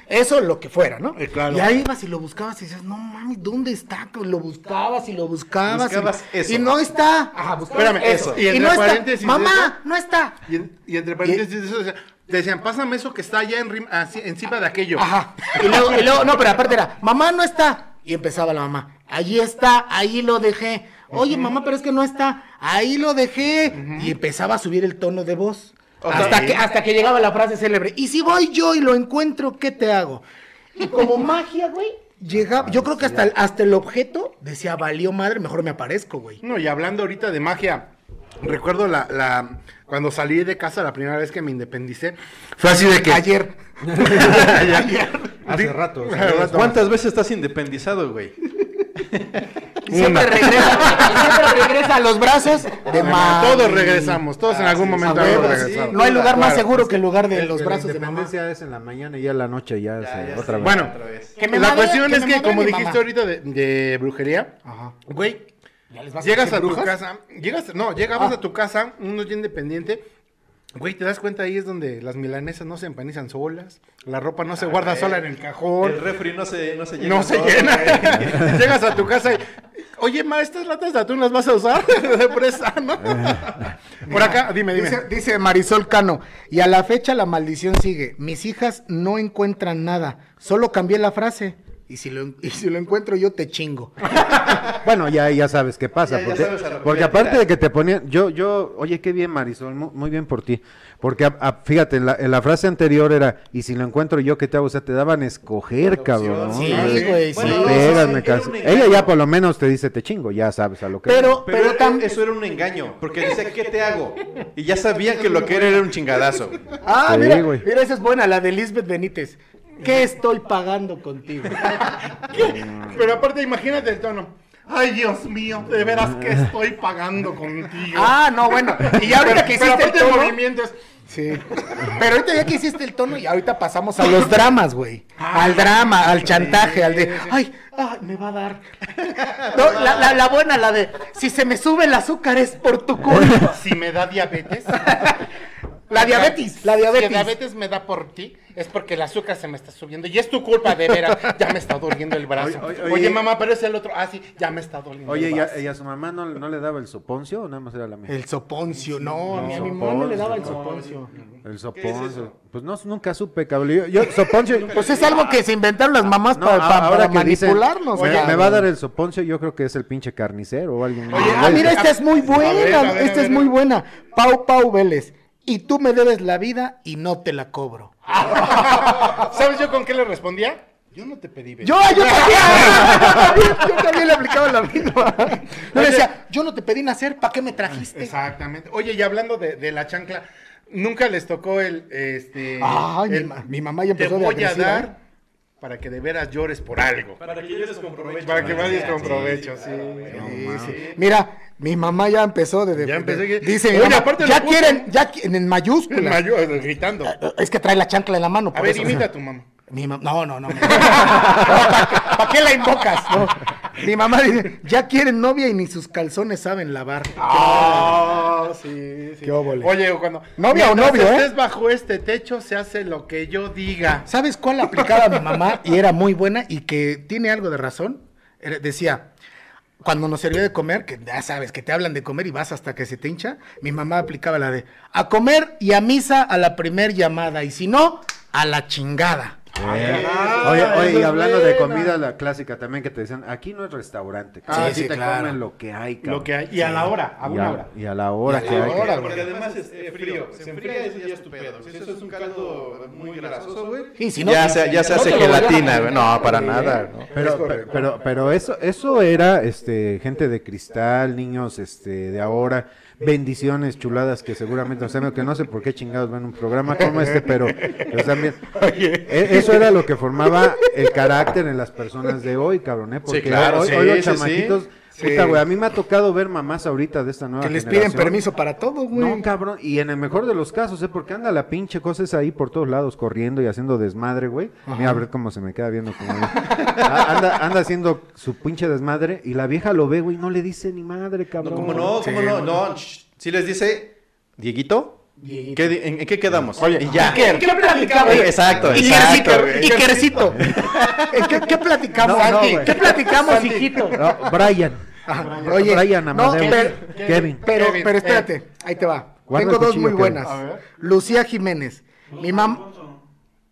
Eso lo que fuera, ¿no? Eh, claro. Y ahí ibas y lo buscabas y dices, no mames, ¿dónde está? Lo buscabas y lo buscabas. Buscabas y, eso. y no está. Ajá, buscabas Espérame, eso. eso. Y Y, entre no está. paréntesis, Mamá, no está. Y, en- y entre paréntesis, eso decía- te decían, pásame eso que está allá en rim- así- encima de aquello. Ajá. Y luego, y luego, no, pero aparte era, mamá no está. Y empezaba la mamá, allí está, ahí lo dejé. Oye, mamá, pero es que no está, ahí lo dejé. Y empezaba a subir el tono de voz. Ok. Hasta, que, hasta que llegaba la frase célebre, y si voy yo y lo encuentro, ¿qué te hago? Y como magia, güey, llegaba, yo creo que hasta, el- hasta el objeto decía, valió madre, mejor me aparezco, güey. No, y hablando ahorita de magia, recuerdo la, la- cuando salí de casa la primera vez que me independicé, fue así de que... Ayer. Ayer. Hace rato. o sea, Hace rato. ¿Cuántas veces estás independizado, güey? Y siempre regresa, y siempre regresa a los brazos de mamá. Todos regresamos, todos en Ah, Ah, algún momento a algo huevo, regresamos. No hay lugar más Claro. seguro que el lugar de es los que brazos la de mamá. independencia es en la mañana y ya en la noche ya, se- otra vez. Bueno, Otra vez. Que me la madre- cuestión que es me que, madre como mi dijiste mamá. ahorita de, de brujería, güey, llegas a tu casa, llegas, no, Ah. llegabas a tu casa, uno ya independiente, güey, te das cuenta ahí es donde las milanesas no se empanizan solas, la ropa no se Ah, Ah, eh, guarda sola en el cajón. El refri no se, no se llena. No se todo, llena. güey. Llegas a tu casa y Oye, ma, estas latas de atún las vas a usar de presa, ¿no? Por acá, dime, dime. Ah, Dice, dice Marisol Cano, y a la fecha la maldición sigue. Mis hijas no encuentran nada, solo cambié la frase. Y si lo, y si lo encuentro yo te chingo. Bueno, ya, ya sabes qué pasa. Ya- ya porque sabes a lo que porque voy a aparte tirar. de que te ponían. Yo, yo, oye, qué bien, Marisol. mu- Muy, bien por ti. Porque, a- a- fíjate, la, en la frase anterior era: Y si lo encuentro yo, ¿qué te hago? O sea, te daban escoger, cabrón. sí, ¿no? sí. güey, Sí, sí. no, pégame, era un casi. engaño. Ella ya por lo menos te dice: Te chingo, ya sabes a lo que. Pero, Pero, pero, era- tam- eso era un engaño, porque decía, ¿qué te hago? Y ya sabían que lo que era era un chingadazo. Ah, Sí, mira, güey. mira, esa es buena, la de Lisbeth Benítez. ¿Qué estoy pagando contigo? Pero aparte, imagínate el tono. Ay, Dios mío, de veras que estoy pagando contigo. ah, no, bueno. Y ya ahorita que Pero hiciste el aparte el tono. movimiento es. Sí. Pero ahorita ya que hiciste el tono, y ahorita pasamos a los dramas, güey. al drama, al chantaje, al de, ay, ay, me va a dar. No, la, la- la buena, la de, si se me sube el azúcar es por tu culpa. Si me da diabetes. La diabetes, la Si la diabetes. diabetes me da por ti, es porque el azúcar se me está subiendo. Y es tu culpa, de veras. Ya me está doliendo el brazo. Oye, Oye, oye, oye. mamá, pero es el otro. Ah, sí, ya me está doliendo Oye, el ¿y brazo. a, y a su mamá no, no le daba el soponcio o nada más era la mía? El soponcio, no, No, ni a mi mamá no le daba el eh, soponcio. soponcio. El soponcio. pues no, nunca supe, cabrón. Yo, yo- soponcio. Pues es algo que se inventaron las mamás No, pa- pa- a- ahora para que dicen, manipularnos. me, cabrón. me va a dar el soponcio, yo creo que es el pinche carnicero o alguien. Oye, Ah, mira, esta es muy A ver, a buena. ver, a Esta ver. es muy buena. Pau Pau Vélez. Y tú me debes la vida y no te la cobro. ¿Sabes yo con qué le respondía? Yo no te pedí Yo, yo también. yo también le aplicaba la misma. Yo le decía, yo no te pedí nacer, ¿para qué me trajiste? Exactamente. Oye, y hablando de, de la chancla, nunca les tocó el este. Ay, mi el- ma- mi mamá ya Te empezó de voy a agresiva, dar ¿eh? para que de veras llores por algo. Para que yo les comprovecho. Para que vayas con provecho, sí. Sí, sí. Mira, mi mamá ya empezó de. de- Ya empezó que- Dice, mi Oye, mamá, aparte lo ya puso- quieren, ya qui- en El mayúsculas. mayor, gritando. Es que trae la chancla en la mano. A Ah, por ver, eso. imita a tu mamá. Mi mam- no, no, no. ¿Para, qué la invocas? No. Mi mamá dice, ya quieren novia y ni sus calzones saben lavar. Ah, sí, sí. Qué óvole. Oye, o cuando. Novia o Mientras novio, ¿eh? estés bajo este techo, se hace lo que yo diga. ¿Sabes cuál aplicaba mi mamá y era muy buena y que tiene algo de razón? Era- Decía, cuando nos servía de comer, que ya sabes que te hablan de comer y vas hasta que se te hincha, mi mamá aplicaba la de a comer y a misa a la primer llamada y si no, a la chingada. Oye, oye, eso y es hablando de buena. comida, la clásica también que te decían, aquí no es restaurante. Sí, cabrón, aquí sí, te claro. comen lo que hay, cabrón. Lo que hay. Y a la hora, a Y una hora. y a la hora que hay. hora, Porque además es eh, frío. Se enfría y ya es tu pedo. Si eso es un caldo muy grasoso, güey. Y si no, Ya se, ya se hace te lo voy a- gelatina, güey. No, para nada. ¿no? Pero, pero, pero, pero eso, eso era, este, gente de cristal, niños, este, de ahora, bendiciones chuladas que seguramente, o sea, que no sé por qué chingados ven un programa como este, pero, o sea, bien, e- eso era lo que formaba el carácter en las personas de hoy, cabrón, ¿eh? Porque claro, hoy, sí, hoy los sí, chamaquitos, puta, güey, a mí me ha tocado ver mamás ahorita de esta nueva que les piden generación. permiso para todo, güey. No, cabrón, y en el mejor de los casos, ¿eh? Porque anda la pinche cosa esa ahí por todos lados corriendo y haciendo desmadre, güey. Mira, a ver cómo se me queda viendo como... Ah, anda, anda haciendo su pinche desmadre y la vieja lo ve, güey, y no le dice ni madre, cabrón. ¿Cómo no? ¿Cómo no? No, shh. si les dice, Dieguito, ¿qué di- en, en qué quedamos? Y ya. ¿En qué platicamos? Oye, exacto, Y exacto, quercito, güey. Y quercito. ¿En qué, qué platicamos, No, no, Santi? güey. ¿Qué platicamos, hijito? No, Brian. Ah, Oye, Brian no, Amadeo. pero, eh. Kevin. pero, Kevin, pero espérate, ahí te va. Guarda Tengo el dos cuchillo, muy Kevin. buenas. A Lucía Jiménez. Mi mamá.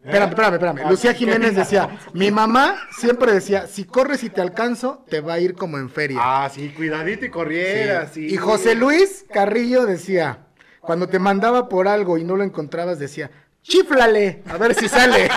Espérame, espérame, espérame. Lucía Jiménez decía, mi mamá siempre decía, si corres y te alcanzo, te va a ir como en feria. Ah, sí, cuidadito y corriera, sí. Y José Luis Carrillo decía, cuando te mandaba por algo y no lo encontrabas, decía, chiflale, a ver si sale.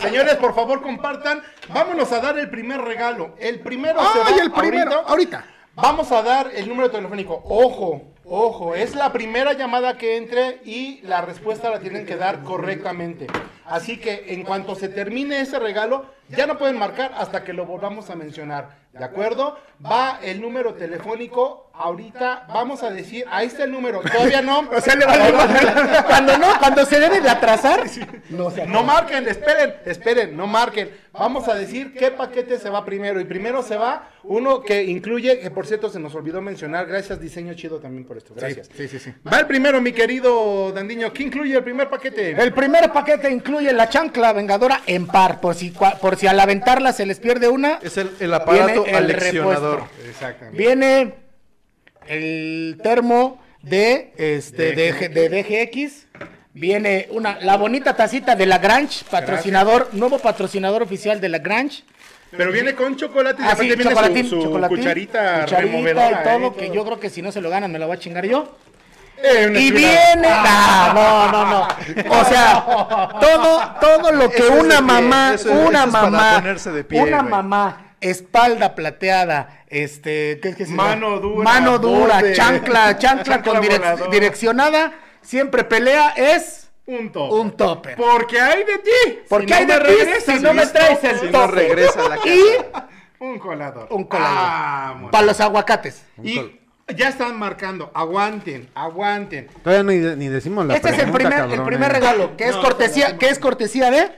Señores, por favor, compartan. Vámonos a dar el primer regalo. El primero se ¡Ay, da el primero! ahorita. Ahorita. Vamos a dar el número telefónico. Ojo, ojo, es la primera llamada que entre y la respuesta la tienen que dar correctamente. Así que en cuanto se termine ese regalo, ya no pueden marcar hasta que lo volvamos a mencionar. ¿De acuerdo? Va el número telefónico. Ahorita vamos a decir, ahí está el número. Todavía no. O sea, le vale madre. Cuando no, cuando se debe de atrasar. No, se No marquen, esperen, esperen, no marquen. Vamos a decir qué paquete se va primero. Y primero se va uno que incluye, que por cierto se nos olvidó mencionar. Gracias, diseño chido también por esto. Gracias. Sí, sí, sí. Va el primero, mi querido Dandiño. ¿Qué incluye el primer paquete? El primer paquete incluye la chancla vengadora en par, por si, cua- por por si al aventarla se les pierde una, Es el, el aparato Viene el aleccionador. Exactamente. viene el termo de este de, de DGX, viene una la bonita tacita de La Grange, patrocinador, nuevo patrocinador oficial de La Grange. Pero viene con chocolate y Ah, sí, aparte viene chocolatín, su, su chocolatín, cucharita, cucharita removedora. y todo, ¿eh? que yo creo que si no se lo ganan me la voy a chingar yo. Eh, una Y chulada. Ah. viene. ah, No, no, no, no. O sea, todo, todo lo que Eso es de una pie, mamá, eso es- eso una es para mamá, ponerse de pie, una güey. mamá, espalda plateada, este, ¿qué, qué se llama? Mano dura, mano dura, borde. chancla, chancla con direc- voladora. direccionada, siempre pelea es Un tope. un topper. Porque hay de ti. Porque Si hay no me de ti regresas si no me listo, traes el Si no topper. regresa a la casa. y Un colador. un colador. Vámonos. para los aguacates. Y ya están marcando. Aguanten, aguanten. Todavía ni, ni decimos la este es el pregunta, primer, el cabrón, primer eh. regalo, que es No, cortesía, que es cortesía de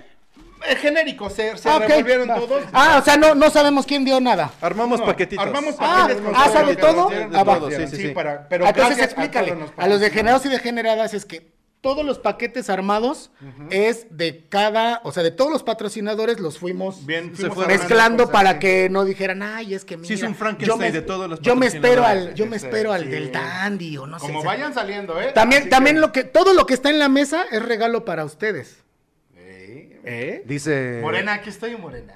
Es genérico, se, se Ah, ok. revolvieron Ah, todos. Ah, o sea, no, no sabemos quién dio nada. Armamos No, paquetitos. Armamos Ah, paquetes con ah, todo ¿sabe lo que todo? nos dieron, Ah, nos va. dieron, Sí, sí, sí, sí. para- pero Entonces gracias a explícale, todos a, los degenerados y degeneradas es que todos los paquetes armados es de cada, o sea, de todos los patrocinadores los fuimos Bien, Se fuimos fue armando mezclando cosas, para sí. que no dijeran, ay, es que mira, es un yo Frankenstein me, de todos los yo me espero al, patrocinadores, yo me este, espero al sí. del dandy o no sé. Como o sea, vayan saliendo, ¿eh? También, Así también que- lo que, todo lo que está en la mesa es regalo para ustedes. ¿Eh? Dice. Morena, aquí estoy, Morena.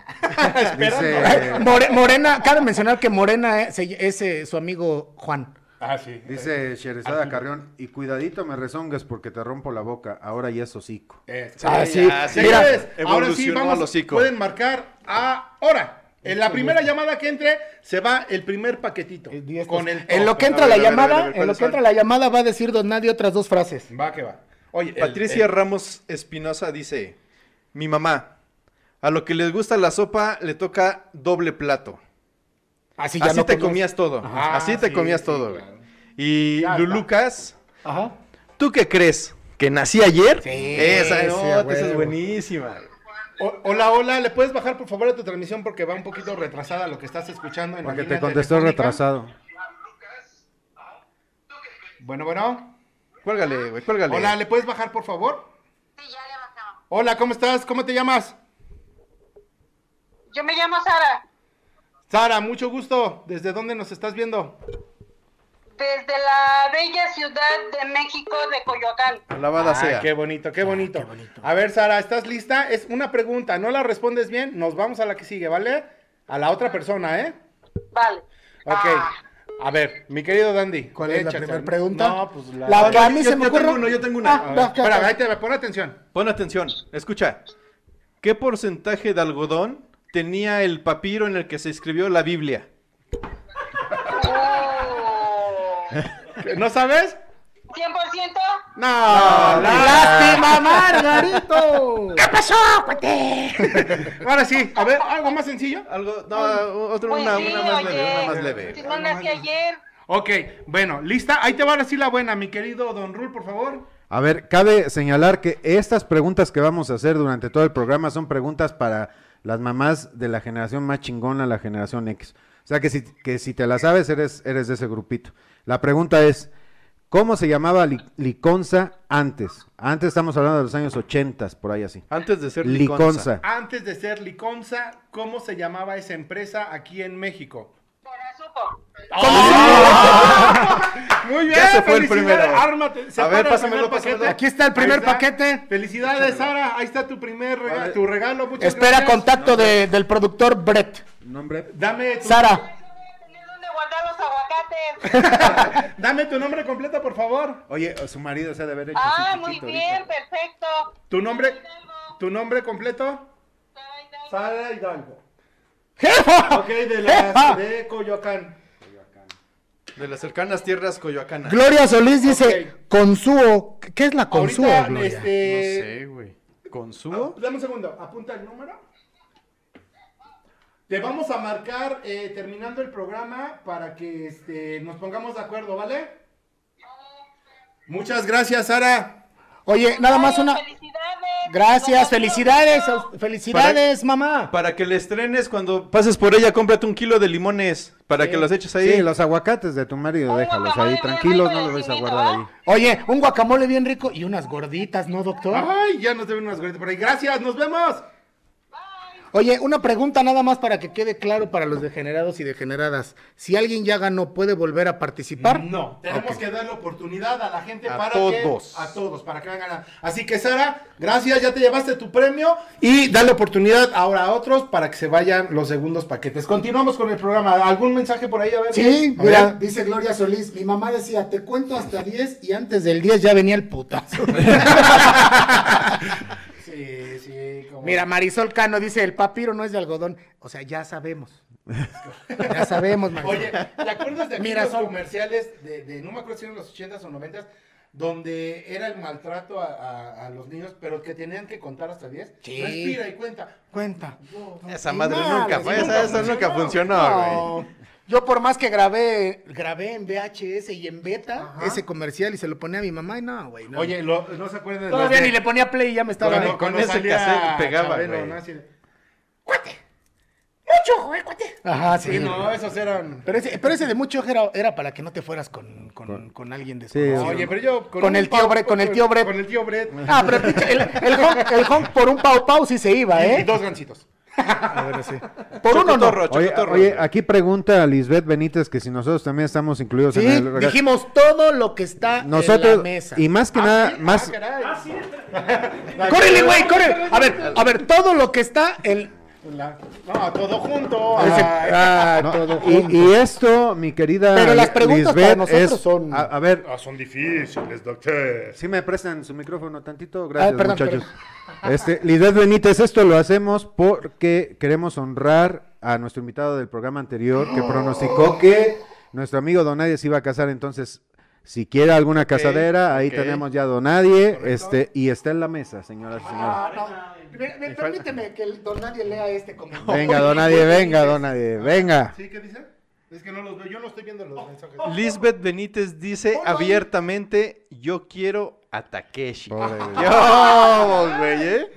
Dice. More- Morena, cabe mencionar que Morena eh, se- es eh, su amigo Juan. Ah, sí. Dice Sherezada Carrión, y cuidadito me rezongas porque te rompo la boca, ahora ya es hocico. Eh, Ah, sí. sí. Mira, Señores, ahora sí evolucionó al vamos, hocico. pueden marcar ahora. En la primera llamada que entre, se va el primer paquetito. Con el pues, En lo que A entra ver, la a ver, a ver, a ver, llamada, en lo ¿cuáles que entra son? la llamada va a decir Don Nadie otras dos frases. Va que va. Oye, el- Patricia el- Ramos Espinosa dice: Mi mamá, a lo que les gusta la sopa le toca doble plato. Así Así te comías comías. todo. Ajá, Así te sí, comías sí, todo, güey. claro. Y Ya está. Lulucas, Ajá. ¿tú qué crees? ¿Que nací ayer? esa sí, nota, a esa es huevo. buenísima. o- hola, hola, ¿le puedes bajar por favor a tu transmisión porque va un poquito retrasada lo que estás escuchando? En la Porque línea te contestó telefónica? retrasado. Bueno, bueno. Cuélgale, güey, cuélgale. Hola, ¿le puedes bajar por favor? Hola, ¿cómo estás? ¿Cómo te llamas? Yo me llamo Sara, Sara, mucho gusto. ¿Desde dónde nos estás viendo? desde la bella ciudad de México de Coyoacán. Alabada Ah, sea. qué bonito, qué bonito. A ver, Sara, ¿estás lista? Es una pregunta, no la respondes bien, nos vamos a la que sigue, ¿vale? A la otra persona, ¿eh? Vale. Ok. Ah, A ver, mi querido Dandy. ¿Cuál es la échate. primera pregunta? No, pues la... La que a Yo- mí yo- se me yo ocurre. tengo una, yo tengo una. Ah, A ver, va, va, espera, va. ahí te pon atención. Pon atención, escucha. ¿Qué porcentaje de algodón tenía el papiro en el que se escribió la Biblia? oh. ¿No sabes? 100%. No, ¡Ah! ¡Lástima, Margarito! ¿Qué pasó, Ahora sí, a ver, algo más sencillo. Algo, no, otra, Pues una, sí, una más oye. leve, una más leve. Si no nací ayer. Ok, bueno, lista. Ahí te va a decir la buena, mi querido Don Rul, por favor. A ver, cabe señalar que estas preguntas que vamos a hacer durante todo el programa son preguntas para las mamás de la generación más chingona, la generación X. O sea que si, que si te la sabes, eres, eres de ese grupito. La pregunta es, ¿cómo se llamaba li- Liconza antes? Antes estamos hablando de los años 80, por ahí así. Antes de ser liconza. Liconza. Antes de ser Liconza, ¿cómo se llamaba esa empresa aquí en México? Corazuco. Muy bien, Ya se fue el felicidades, primero. ármate, se A ver, para el pásamelo, primer pásamelo. paquete. Aquí está el primer Ahí está. paquete. Felicidades, Sara. Ahí está tu primer regalo, tu regalo. Muchas Espera gracias. contacto de- del productor Brett. ¿Nombre? Dame tu, Sara. Yo voy a tener donde guardar los aguacates. dame tu nombre completo, por favor. Oye, su marido se ha de haber hecho Ah, muy bien, perfecto. Tu nombre, tu nombre completo. Sara Hidalgo. Sara Hidalgo. ¡Jefa! Ok, de la ¡Jefa! de Coyoacán. De las cercanas tierras coyoacanas. Gloria Solís dice, Ok. consuo. ¿Qué es la consuo, Ahorita, Gloria? No este. sé, güey. ¿Consumo? Dame un segundo, apunta el número. Te vamos a marcar eh, terminando el programa para que este, nos pongamos de acuerdo, ¿vale? Muchas gracias, Sara. Oye, nada más Ay, una... Felicidades. Gracias, Don Ramiro, felicidades, mucho. a- felicidades, Ah. mamá. Para que le estrenes cuando pases por ella, cómprate un kilo de limones para que los eches ahí. Sí, los aguacates de tu marido, Un déjalos guacamole ahí, bien tranquilos, rico no y los vais a encimita, guardar ¿va? ahí. Oye, un guacamole bien rico y unas gorditas, ¿no, doctor? Ay, ya nos deben unas gorditas por ahí. Gracias, nos vemos. Oye, una pregunta nada más para que quede claro para los degenerados y degeneradas. Si alguien ya ganó, ¿puede volver a participar? No, tenemos que darle oportunidad a la gente A para todos. que a todos, para que hagan ganar. Así que Sara, gracias, ya te llevaste tu premio y dale oportunidad ahora a otros para que se vayan los segundos paquetes. Continuamos con el programa. ¿Algún mensaje por ahí a ver? Sí, A mira, ver. dice Gloria Solís, mi mamá decía, te cuento hasta 10 y antes del 10 ya venía el putazo. Sí, sí, como- Mira, Marisol Cano dice, el papiro no es de algodón. O sea, ya sabemos. ya sabemos, Marisol. Oye, ¿te acuerdas de Mira, aquellos son- comerciales de, de- no me acuerdo si eran los 80s o 90s, donde era el maltrato a, a- a los niños, pero que tenían que contar hasta 10? Sí. Respira y cuenta. Cuenta. Esa madre Ah, Nada, nunca sí, fue, nunca esa, esa nunca funcionó, No. Yo por más que grabé, grabé en VHS y en beta ese comercial y se lo ponía a mi mamá y no, güey. no. Oye, lo- no se acuerdan de todavía los de- ni le ponía play y ya me estaba... cuando- con ese salía cassette pegaba, Chabelo, güey. ¿no? Así de- Mucho, güey, cuate. Ajá, Ah, sí. Sí, no, esos eran... Pero ese, pero ese de mucho ojo era, era para que no te fueras con, con, con alguien de Oye, pero yo... Con un el tío pau- Brett, con el tío Brett. Con el tío Brett. Ah, pero el, pinche- el, el honk- el honk por un pau pau sí se iba, Y ¿eh? Ah, dos gancitos. Por uno no. Chocotorro, Oye, chocotorro. oye, aquí pregunta Lisbeth Benítez que si nosotros también estamos incluidos Sí, en el regalo. dijimos todo lo que está en la Nosotros, mesa. y más que Ah, nada, más, Ah, ¡Córrele, güey! ¡Córrele! A ver, a ver, todo lo que está el. No, todo junto. Ay, Ah, No, todo y, junto. y esto, mi querida. Pero las preguntas para Lisbeth, nosotros es- son- A, a ver, Ah, son difíciles, doctor. si me prestan su micrófono tantito, gracias, Ah, perdón, muchachos. Este, Lisbeth Benítez, esto lo hacemos porque queremos honrar a nuestro invitado del programa anterior que pronosticó que nuestro amigo Donadie se iba a casar. Entonces, si quiere alguna casadera, ahí ok. tenemos ya a Donadie. Este, y está en la mesa, señoras y señores. Ah, no. Me- me- permíteme que el don nadie lea este comentario. Venga, Donadie, venga, Donadie, Ah. venga. ¿Sí? ¿Qué dice? Es que no los veo. Yo no estoy viendo los mensajes. güey. Lisbeth Benítez dice abiertamente, yo quiero a Takeshi. Pobre, güey. Oh, Yo, güey, ¿eh?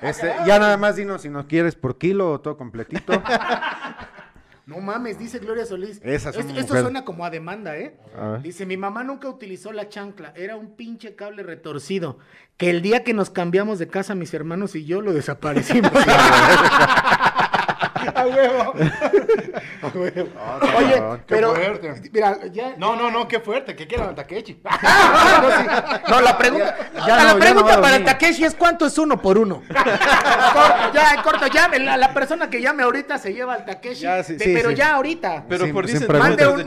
Este, ya nada más dinos si nos quieres por kilo o todo completito. No mames, dice Gloria Solís. Esa es Es- una esto mujer. suena como a demanda, ¿eh? A ver. Dice, mi mamá nunca utilizó la chancla, era un pinche cable retorcido, que el día que nos cambiamos de casa, mis hermanos y yo lo desaparecimos. Ah, ¡A huevo! Oye, Ah, cabrón, qué pero, fuerte. mira, ya... No, no, no, qué fuerte, que quieran a Takechi. No, la pregunta, Ya- ya la no, ya pregunta no va a para dormir. Takeshi es cuánto es uno por uno. corto, ya, corto, llame, la, la persona que llame ahorita se lleva al Takeshi, Ya, sí, de- sí, pero sí. ya ahorita. Pero Sin- por sin dicen preguntas.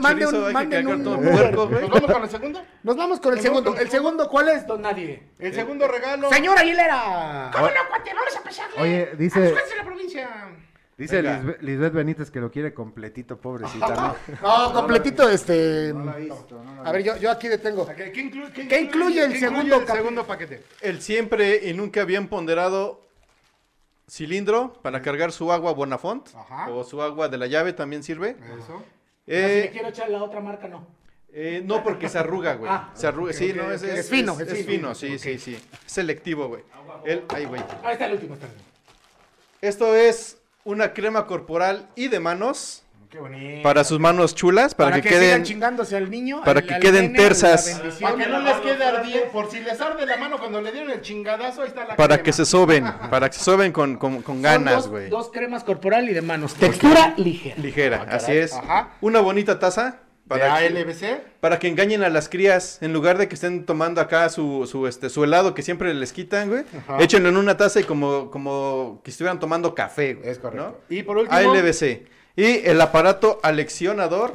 "Mándenos de Mande un- chorizo, hay que manden cagar un- todo manden puerco, un- güey". ¿Nos vamos con el segundo? Nos vamos con el segundo. ¿El segundo cuál es, don Nadie? El segundo regalo. Señora Eh, Aguilera. Ah, ¿Cómo no, cuate? Vamos a pasarle. Oye, dice- ¿Cuál es la provincia? Dice Lisbe- Lisbeth Benítez que lo quiere completito, pobrecita. ¿no? No, completito, este. A ver, yo, yo aquí detengo. Ok, ¿Qué, inclu- ¿Qué incluye el qué segundo el segundo paquete? El siempre y nunca bien ponderado cilindro para cargar su agua Bonafont Ajá. o su agua de la llave también sirve. Eso. Eh, quiero echar la otra marca, no. eh, no, porque se arruga, güey. se arruga, sí, no, es, ok. Es fino, es es, fino. fino, sí, sí, sí. Es selectivo, güey. El, ay, güey. Ahí está el último, está el último. Esto es una crema corporal y de manos Qué bonito. para sus manos chulas, para, que, sigan queden chingándose al niño. para al- que al queden nene, la tersas. bendición. Para que no les quede ardiente. Por si les arde la mano cuando le dieron el chingadazo, ahí está la para que crema. se soben, para que se soben con, con- con Son ganas, dos- güey. Dos cremas corporal y de manos. Textura ligera. Ligera, así es. Ajá. Una bonita taza ¿De para que- ALBC? Para que engañen a las crías, en lugar de que estén tomando acá su, su, este, su helado que siempre les quitan, güey, échenlo en una taza y como, como que estuvieran tomando café, güey. Es correcto. ¿no? Y por último- ALBC. Y el aparato aleccionador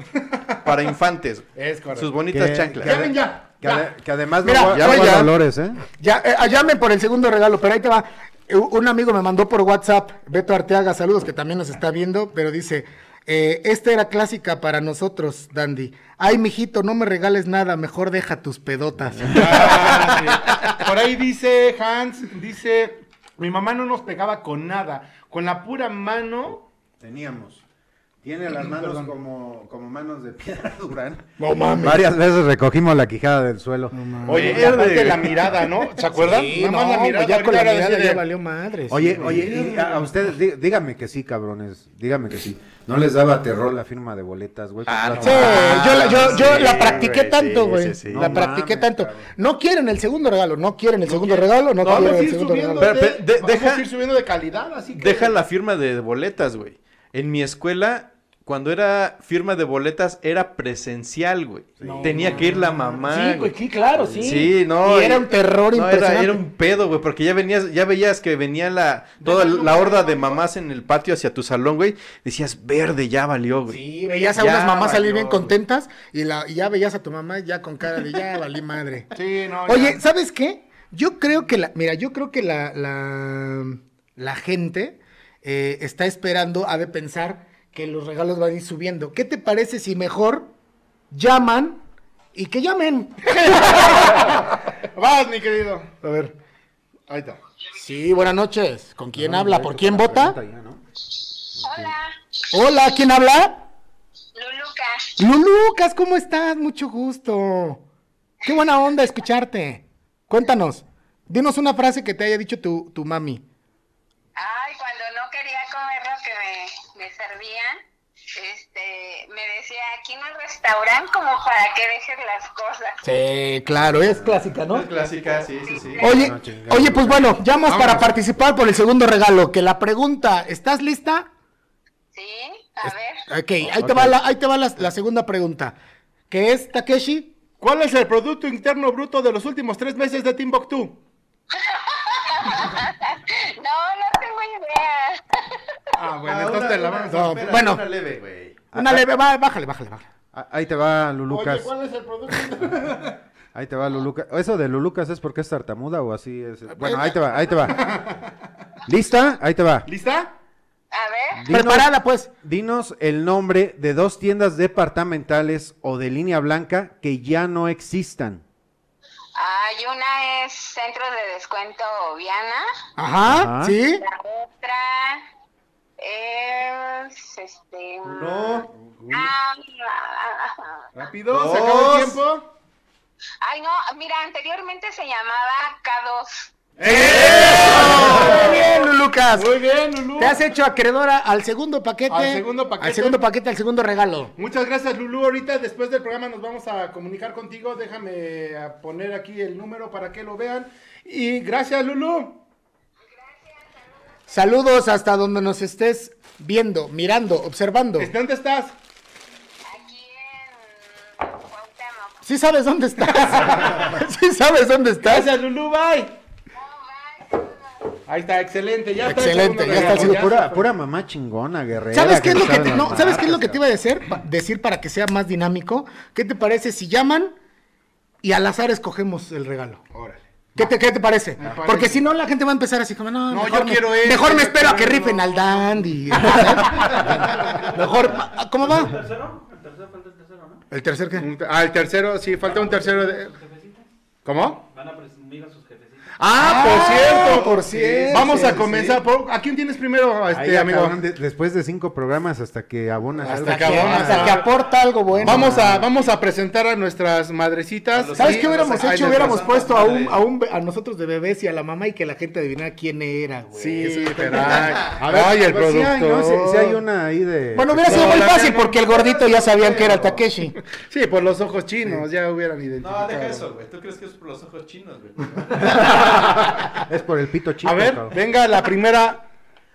para infantes. güey. Es correcto. Sus bonitas Que- chanclas. que- Llamen ya. Que, ade- que además Mira, no gua- ya no voy guarda ya. olores, ¿eh? Ya, eh, llamen por el segundo regalo, pero ahí te va. Eh, Un amigo me mandó por WhatsApp, Beto Arteaga, saludos, que también nos está viendo, pero dice, eh, esta era clásica para nosotros, Dandy. Ay, mijito, no me regales nada, mejor deja tus pedotas. Ah, sí. Por ahí dice Hans, dice, mi mamá no nos pegaba con nada, con la pura mano Teníamos. Tiene las manos como, como manos de piedra Durán. No mames. Varias veces recogimos la quijada del suelo. Mm. Oye, Y era aparte de la la mi- mirada, ¿no? ¿Se acuerdan? Sí, Nada más no, la mirada. pues ya con ahorita la era mirada así de- ya valió madre. sí, Oye, güey. oye, y a, a ustedes, dí- díganme que sí, cabrones, díganme que sí. ¿No les daba terror la firma de boletas, güey? Pues, Ah, Sí, Ah, yo, la- yo, yo sí, la practiqué güey, tanto, sí, güey. sí, sí. La No practiqué mames, tanto. No quieren el segundo regalo, no quieren el segundo regalo, no, No, quieren vamos a el ir segundo subiendo, regalo. Pero- pero de- de- deja- vamos a ir subiendo de calidad, así que... Deja la firma de boletas, güey. En mi escuela, cuando era firma de boletas, era presencial, güey. Tenía que ir la mamá. Sí, güey, sí, claro, sí. Sí, no. Y era un terror no, era, impresionante. era un pedo, güey, porque ya venías, ya veías que venía la, toda la horda de mamás en el patio hacia tu salón, güey. Decías, verde, ya valió, güey. Sí, veías a Ya unas mamás salir valió, bien güey. contentas y, la, y ya veías a tu mamá ya con cara de ya valí madre. Sí, no, ya. Oye, ¿sabes qué? Yo creo que la, mira, yo creo que la, la, la gente eh, está esperando, ha de pensar que los regalos van a ir subiendo. ¿Qué te parece si mejor llaman y que llamen? Vas, mi querido. A ver. Ahí está. Sí, buenas noches. ¿Con quién habla? ¿Por quién vota? Hola, Hola, ¿quién habla? Luluca. Lulucas, ¿cómo estás? Mucho gusto. Qué buena onda escucharte. Cuéntanos, dinos una frase que te haya dicho tu, tu mami. Ay, cuando no quería comer lo que me, me servían, este, me decía, aquí no hay restaurante como para que dejes las cosas. Sí, claro, es clásica, ¿no? Clásica, sí, sí, sí. Oye, No, chingada, oye, pues Luluca. bueno, llamas para participar por el segundo regalo, que la pregunta, ¿estás lista? Sí, a ver. Ok, ahí te va la, ahí te va la, la segunda pregunta, que es Takeshi. ¿Cuál es el Producto Interno Bruto de los últimos tres meses de Timbuktu? No, no tengo idea. Ah, bueno, entonces te la vamos no, bueno. Una leve, güey. Una leve, va- bájale, bájale, bájale. Ah, Ahí te va, Oye, Lulucas. ¿cuál es el Producto Interno? Ahí te va, Lulucas. ¿Eso de Lulucas es porque es tartamuda o así Eh, es? Bueno, ahí te va, ahí te va. ¿Lista? Ahí te va. ¿Lista? A ver. Dinos- Preparada, pues. Dinos el nombre de dos tiendas departamentales o de línea blanca que ya no existan. Hay una es Centro de Descuento Viana, Ajá, Ajá. sí. la otra es, este... No. ah, ah, ah, ah. Rápido, se acabó el Dos. tiempo. Ay, no, mira, anteriormente se llamaba K2. Muy bien, Lulucas. Ah, Muy bien, Lulu. Te has hecho acreedora al segundo paquete. Al segundo paquete. Al segundo paquete, al segundo regalo. Muchas gracias, Lulu. Ahorita, después del programa, nos vamos a comunicar contigo. Déjame a poner aquí el número para que lo vean. Y gracias, Lulu. Saludos hasta donde nos estés viendo, mirando, observando. Este, ¿Dónde estás? Aquí en Cuauhtémoc. Sí sabes dónde estás. sí sabes dónde estás. Gracias, Lulu. Bye. No, va, Ahí está, excelente. Ya está. Excelente, segundo ya está el regalo, segundo. ya se Pura, fue. pura mamá chingona, guerrera. ¿Sabes qué es lo que sabe te, las no, ¿sabes qué es lo que marcas, te iba a decir? Pa- decir para que sea más dinámico? ¿Qué te parece si llaman y al azar escogemos el regalo? Órale. ¿Qué te, qué te parece? parece. Porque si no, la gente va a empezar así como, no, No, mejor yo me, quiero este, mejor me yo espero a que quiero- rifen al dandy. mejor, ah, ¿cómo va? ¿El tercero? ¿El tercero falta el tercero, ¿no? ¿El tercer qué? Un te- Ah, el tercero, sí, falta un tercero de... ¿Cómo? Van a presumir a sus jefecitas. Ah, por cierto, por cierto. Vamos a comenzar. Por... ¿A quién tienes primero, Ahí, este, amigo? Este cabrón, de- después de cinco programas hasta que abonas Hasta que, algo. hasta que aporta algo bueno. Vamos a, vamos a presentar a nuestras madrecitas. ¿Sabes Y- qué hubiéramos Ay, hecho? nuestras Hubiéramos santas puesto a, un, madres. a, un, be- a nosotros de bebés y a la mamá y que la gente adivinara quién era, güey. Sí, Eso- pero... Ay, A ver, ay, el pues, sí productor. hay, ¿no? Sí- sí hay una ahí de... Bueno, hubiera sido No, muy la fácil mía no. porque el gordito ya sabían que era el Takeshi. Sí, por los ojos chinos, ya hubieran identificado. No, deja eso, güey. ¿Tú crees que es por los ojos chinos, güey? Es por el pito chico. A ver, cabrón. venga la primera...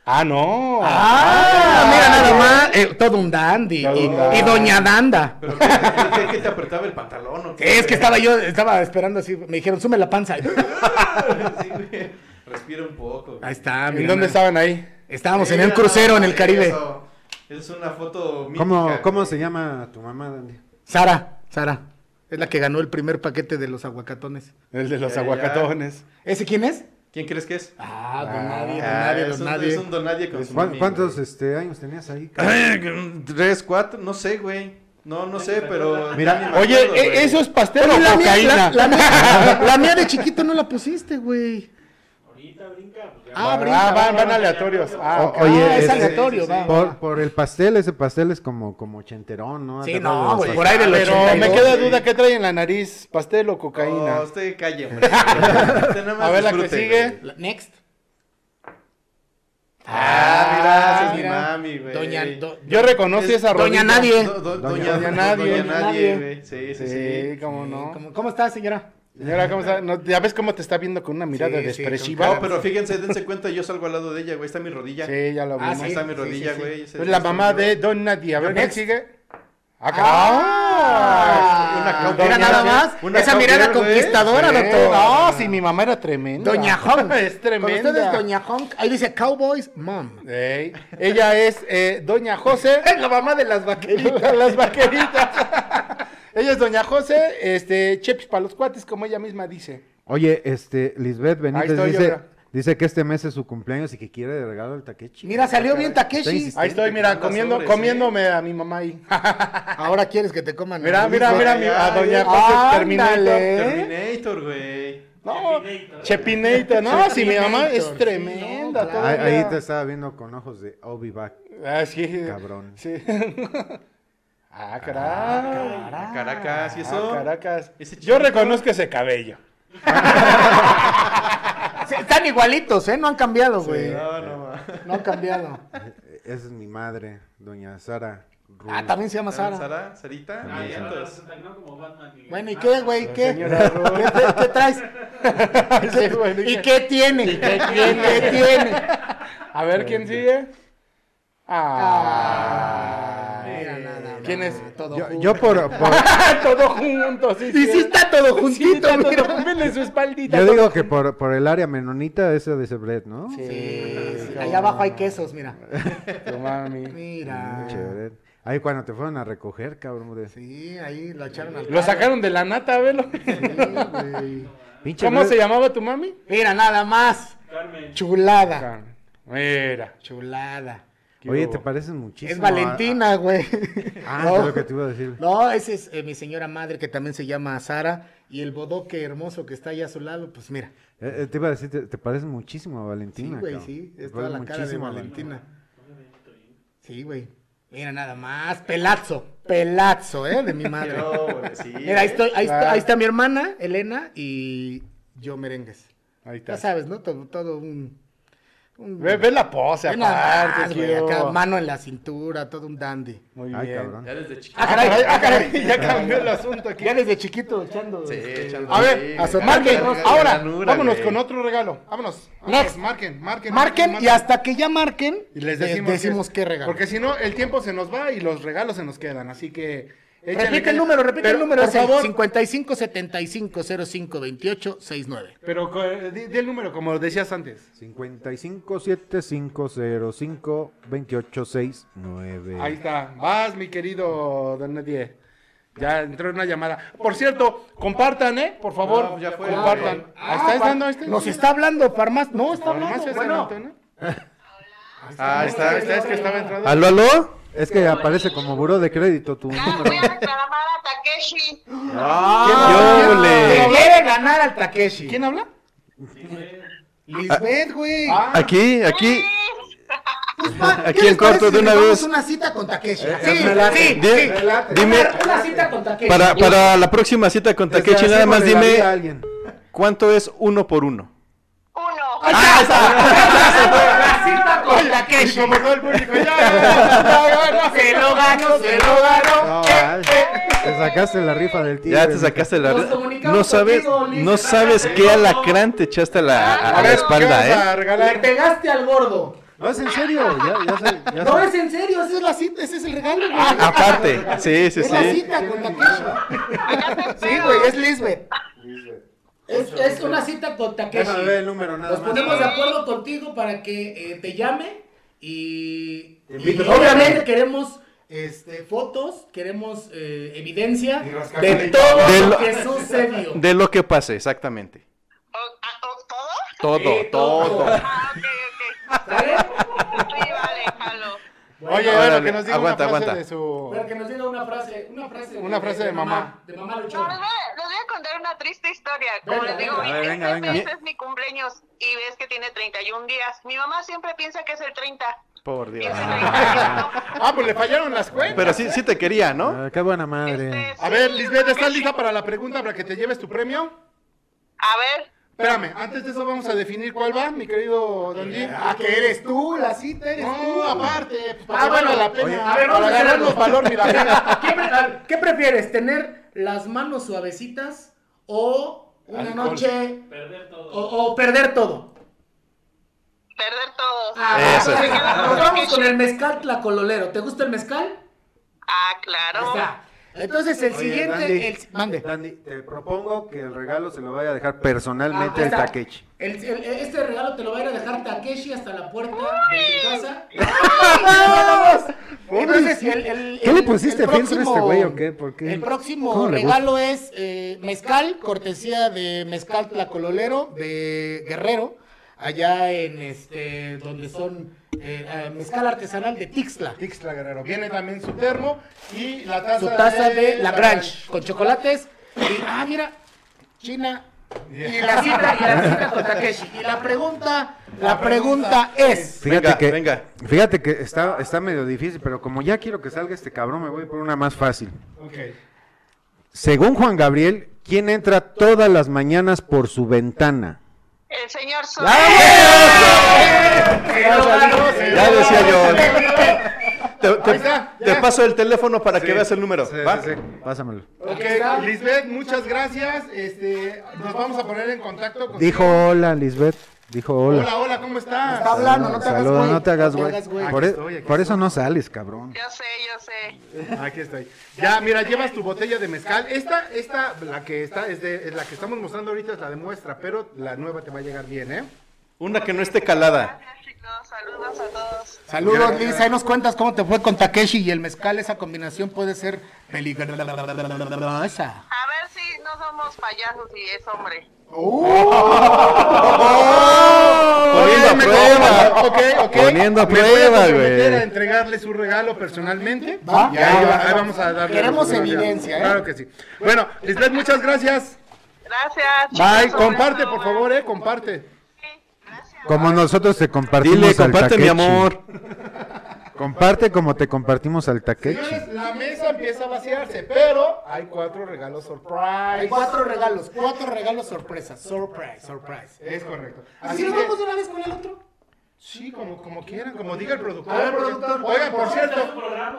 Ah, no. Ah, mira nada más, eh, todo un dandy Todo y, un dandy. y doña Danda. Pero ¿qué, qué te apretaba el pantalón o qué? Es que estaba yo, estaba esperando así, me dijeron, sume la panza. Sí, güey. Respira un poco. Ahí está, ¿En mira. dónde nada. estaban ahí? Estábamos en un crucero en el Caribe. Eso. Es una foto mítica. ¿Cómo, cómo güey. se llama tu mamá, Dani? Sara, Sara, es la que ganó el primer paquete de los aguacatones. El Eh, de los Ya, ya, ya. aguacatones. ¿Ese quién es? ¿Quién crees que es? Ah, don nadie, don Ah, nadie, es don un- nadie. Es un donadie con su ¿Cuán- mami, ¿Cuántos güey. este, años tenías ahí? Mm, Tres, cuatro, no sé, güey. No, no sé, pero. Mira, ya ni me Oye, eh, acuerdo, ¿e- güey. ¿eso es pastel o Pero la mía, cocaína? la- la mía- la mía de chiquito no la pusiste, güey. pues, Ah, brinca, van, brinca. van aleatorios. Ah, O- ok. oye, Ah, este, es aleatorio, va. va. Por, por el pastel, ese pastel es como, como chenterón, ¿no? Sí, Agarrado no, de- güey, por ahí del Pero 82. me queda duda qué trae en la nariz, pastel o cocaína. No, usted calle, hombre. Este Usted nada más A ver la que disfrute, sigue. güey. La- Next. Ah, mira, esa es mi mira. mami, güey. Doña, do- Yo reconocí Es esa rodilla. Doña Nadie. Do- do- Doña- doña, Doña Nadie. Nadie. Doña Nadie, Nadie. güey. Sí, sí, sí. Sí, cómo no. ¿Cómo, cómo está, señora? Señora, ¿cómo está? No, ya ves cómo te está viendo con una mirada Sí, sí, despreciva. con No, pero fíjense, dense cuenta, yo salgo al lado de ella, güey. Está mi rodilla. Sí, ya lo Ah, vimos. Ahí sí. está mi rodilla, sí, sí. güey. Se- Es la se- mamá yo- de Don Nadie. A ver, ¿quién Next. sigue? Ah, Ah, una cowgirl, mira nada güey. más. Una Esa mirada cowgirl, güey. conquistadora, cabrón. doctor. No, si Ah, mi mamá era tremenda. Doña Honk. es tremenda. Con ustedes, Doña Honk. Ahí dice Cowboys Mom. Ey, Ella es eh, Doña José. Es la mamá de las vaqueritas. las vaqueritas. ella es Doña José, este, Chepis para los cuates, como ella misma dice. Oye, este, Lisbeth Benítez estoy yo, dice, mira. dice que este mes es su cumpleaños y que quiere de regalo al Takechi. Mira, salió bien Está Takeshi. insistente. ¿eh? Ahí estoy, mira, manda comiendo, sobres, comiéndome a mi mamá ahí. Ahora quieres que te coman. Mira, el mira, hijo. mira a mi- a Doña José Ándale. Terminator. Terminator, güey. No, Chepinator. No, si mi mamá es Chepinator. tremenda. Sí, no, Ahí, todavía. ahí te estaba viendo con ojos de I'll be back. Ah, sí. Cabrón. Sí. ah, caray. A Caracas, ¿y eso? Ah, Caracas. Ese Yo chiquito. reconozco ese cabello. Sí, Están igualitos, ¿eh? No han cambiado, güey. No, no, ma. eh, No han cambiado. Eh, Esa es mi madre, doña Sara. Ruiz. Ah, también se llama Sara. Sara. Sara, Sarita. Ah, entonces. Bueno, ¿y qué, güey? ¿Qué? ¿Qué, te- qué traes? ¿Y qué tiene? ¿Y qué tiene? ¿Qué tiene? A ver quién sigue. Ah. Mira, nada más. ¿Quién es? Todo Yo, junto. yo por, por- todo junto, sí. Y sí está todo Sí, juntito, está todo mira. junto, vele su espaldita. yo todo. digo que por, por el área menonita esa de Sebret, ¿no? Sí, sí, Allá abajo hay quesos, mira. Tu mami. Mira. Chévere. Ahí cuando te fueron a recoger, cabrón. de- Sí, ahí lo echaron al Lo sacaron de la nata, velo. Sí, güey. Pinche ¿Cómo Brett- se llamaba tu mami? Mira, nada más. Chulada. Mira. Chulada. Oye, te parecen muchísimo. Es a- Valentina, güey. Ah, No. es lo que te iba a decir. No, esa es eh, mi señora madre que también se llama Sara y el bodoque hermoso que está ahí a su lado, pues mira, Eh, eh, te iba a decir, te, te pareces muchísimo a sí, Valentina. güey, cabrón. sí, Te es toda la pareces cara de muchísimo a Valentina. Sí, güey. Mira nada más, pelazo, pelazo, eh, de mi madre. No, güey, sí. ¿eh? Mira, ahí estoy, ahí, está- Claro. ahí está mi hermana, Elena, y yo merengues. Ahí está. Ya sabes, ¿no? Todo, todo un. un- Ve, ve la pose Ve nada aparte, más, güey, tío. acá, mano en la cintura, todo un dandy. Muy Ay, bien. cabrón. Ya desde chiquito. Ah, caray, ah, caray. Ya cambió el asunto aquí. Ya desde chiquito echando. Sí, este, echando- A Sí, ver, güey. marquen. Ganura, Ahora, ganura, vámonos güey. con otro regalo. Vámonos. Next. Marquen, marquen. Marquen y hasta que ya marquen, eh, Y les decimos, qué regalo. Porque si no, el tiempo se nos va y los regalos se nos quedan. Así que. échenle repite el caña. número, repite Pero, el número, Por es el favor. 55 75 05 28 69. Pero co- eh, di, di el número, como decías antes. 55 7505 286 Ahí está. Vas, mi querido Don Nadie. Ya entró una llamada. Por cierto, compartan, ¿eh? Por favor. No, ya fue. Compartan. Ah, Ahí está, ahí está, Far- no, ahí está. Nos está hablando Farmac. No, está hablando. Farmacia San bueno. Antonio. Ah, ahí está, ahí está, Es que estaba entrando. ¿Aló, aló? Es que aparece como buró de crédito tu Ah, voy número. a reclamar a Takeshi. Ah, Ah. Se quiere ganar al Takeshi. ¿Quién habla? Ah, Lisbeth, güey. Aquí, aquí, Sí. ¿Qué aquí les en corto parece de si una le damos vez. Eh, una cita con Takeshi. me sí, late. sí, Di- sí. dime- Una, una cita con Takeshi. Para, para la próxima cita con Takechi, nada más Dale a dime alguien. cuánto es uno por uno. Uno. La cita con Takeshi. Como todo el público, ya, Se lo ganó, se lo ganó. No, ay, te sacaste la rifa del tío. Ya te sacaste la... Nos No comunicamos sabes, contigo, Liz. no sabes qué alacrán te echaste a la, a- a la ver, espalda, ¿eh? Le pegaste al gordo. No, es en serio. Ya, ya sé, ya No sé. Ah, es en serio, esa es la cita, ese es el regalo, güey. Aparte, sí, sí, es la sí. cita con Takeshi. Sí, güey, es Lisbeth. Es, es una cita con Takeshi. Déjame ver el número nada Nos más. ponemos de acuerdo contigo para que eh, te llame y, Te invito y a comer. obviamente queremos este, fotos, queremos eh, evidencia rascarle de el- todo De lo, lo- que sucedió. De lo que pase, exactamente. O- a- o- ¿Todo? Todo, Sí, todo. Ah, ok, ok. ¿Sale? Sí, vale, jalo. Oye, a ver, Órale, que nos diga aguanta, una frase aguanta. de su... Para que nos diga una frase, una frase, Una frase de mamá. De mamá No, les luchona. voy, a- les voy a contar una triste historia. Como Venga, les digo, venga, a ver, 26 venga, venga. meses es mi cumpleaños y ves que tiene 31 días. Mi mamá siempre piensa que es el 30. Por Dios. Ah, pues le fallaron las cuentas. Pero sí, sí te quería, ¿no? Ah, qué buena madre. Este A ver, Lisbeth, ¿estás lista para la pregunta para que te lleves tu premio? A ver, Espérame, antes de eso vamos a definir cuál va, mi querido Dandy. Ah, que eres tú, la cita eres tú. No, aparte, pues, para Ah, que bueno, valga la pena. a ver, para vamos a ganarnos hacer algo. valor, mira. venga. ¿Qué, pre- a- qué prefieres? ¿Tener las manos suavecitas o una Alcohol. noche. O, o perder todo. perder todo. Ah, Eso. venga, Nos vamos con el mezcal tlacololero. ¿Te gusta el mezcal? Ah, Ahí claro. está. Entonces el siguiente. el- mande. Dandy, te propongo que el regalo se lo vaya a dejar personalmente Ah, al está. Takechi. El- el- este regalo te lo va a ir a dejar Takeshi hasta la puerta de tu casa. Entonces, el, el- ¿Qué le el- pusiste el filtro a este próximo- güey o qué? ¿Por qué? El próximo ¿Cómo le gusta? regalo es eh, mezcal, cortesía de Mezcal Tlacololero de Guerrero, allá en este, donde son eh, eh, mezcal artesanal de Tixla. Ixtla Guerrero. Viene también su termo y la taza, Su taza de Lagrange con chocolates. Y, ah, mira, China. Y la cita, y la cita con Takeshi. Y la pregunta, la pregunta es. Fíjate Pues, Venga, que, venga. Fíjate que está, está medio difícil, pero como ya quiero que salga este cabrón, me voy por una más fácil. Según Juan Gabriel, ¿quién entra todas las mañanas por su ventana? El señor Sol. Ya decía yo. Te, te- te paso el teléfono para que veas el número. ¿va? Pásamelo. Ok, Lisbeth, muchas gracias. Este, nos vamos a poner en contacto con Dijo hola, Lisbeth. Dijo hola. Hola, hola, ¿cómo estás? Está hablando, no te hagas Saluda, güey. no te hagas No te hagas güey. Por, e- por eso no sales, cabrón. Yo sé, yo sé. Aquí estoy. Ya, mira, llevas tu botella de mezcal. Esta, esta, la que está, es de, es la que estamos mostrando ahorita es la de muestra, pero la nueva te va a llegar bien, ¿eh? Una que no esté calada. Gracias, chicos. Saludos a todos. Saludos, Liz. Ahí nos cuentas cómo te fue con Takeshi y el mezcal. Esa combinación puede ser peligrosa. A ver si no somos payasos y es hombre. ¡Oh! Poniendo a prueba. Ok, ok. Poniendo a Me voy prueba, comprometer güey. a entregarle su regalo personalmente. ¿Va? Y ahí, va- ahí vamos a darle. Queremos su regalo. evidencia, ¿eh? Claro que sí. Bueno, Lisbeth, muchas gracias. Gracias. chicos. Un Bye. Comparte, beso. por favor, ¿eh? Comparte. Sí, Gracias. Como nosotros te compartimos Dile, al comparte mi Takechi. amor. Comparte como te compartimos al Takechi. Señores, la mesa empieza a vaciarse, pero hay cuatro regalos Hay surprise. cuatro regalos, cuatro regalos sorpresa. Surprise, surprise. Es correcto. Así nos que- vamos de una vez con el otro. Sí, como, como quieran, como diga el productor. Oigan, por cierto,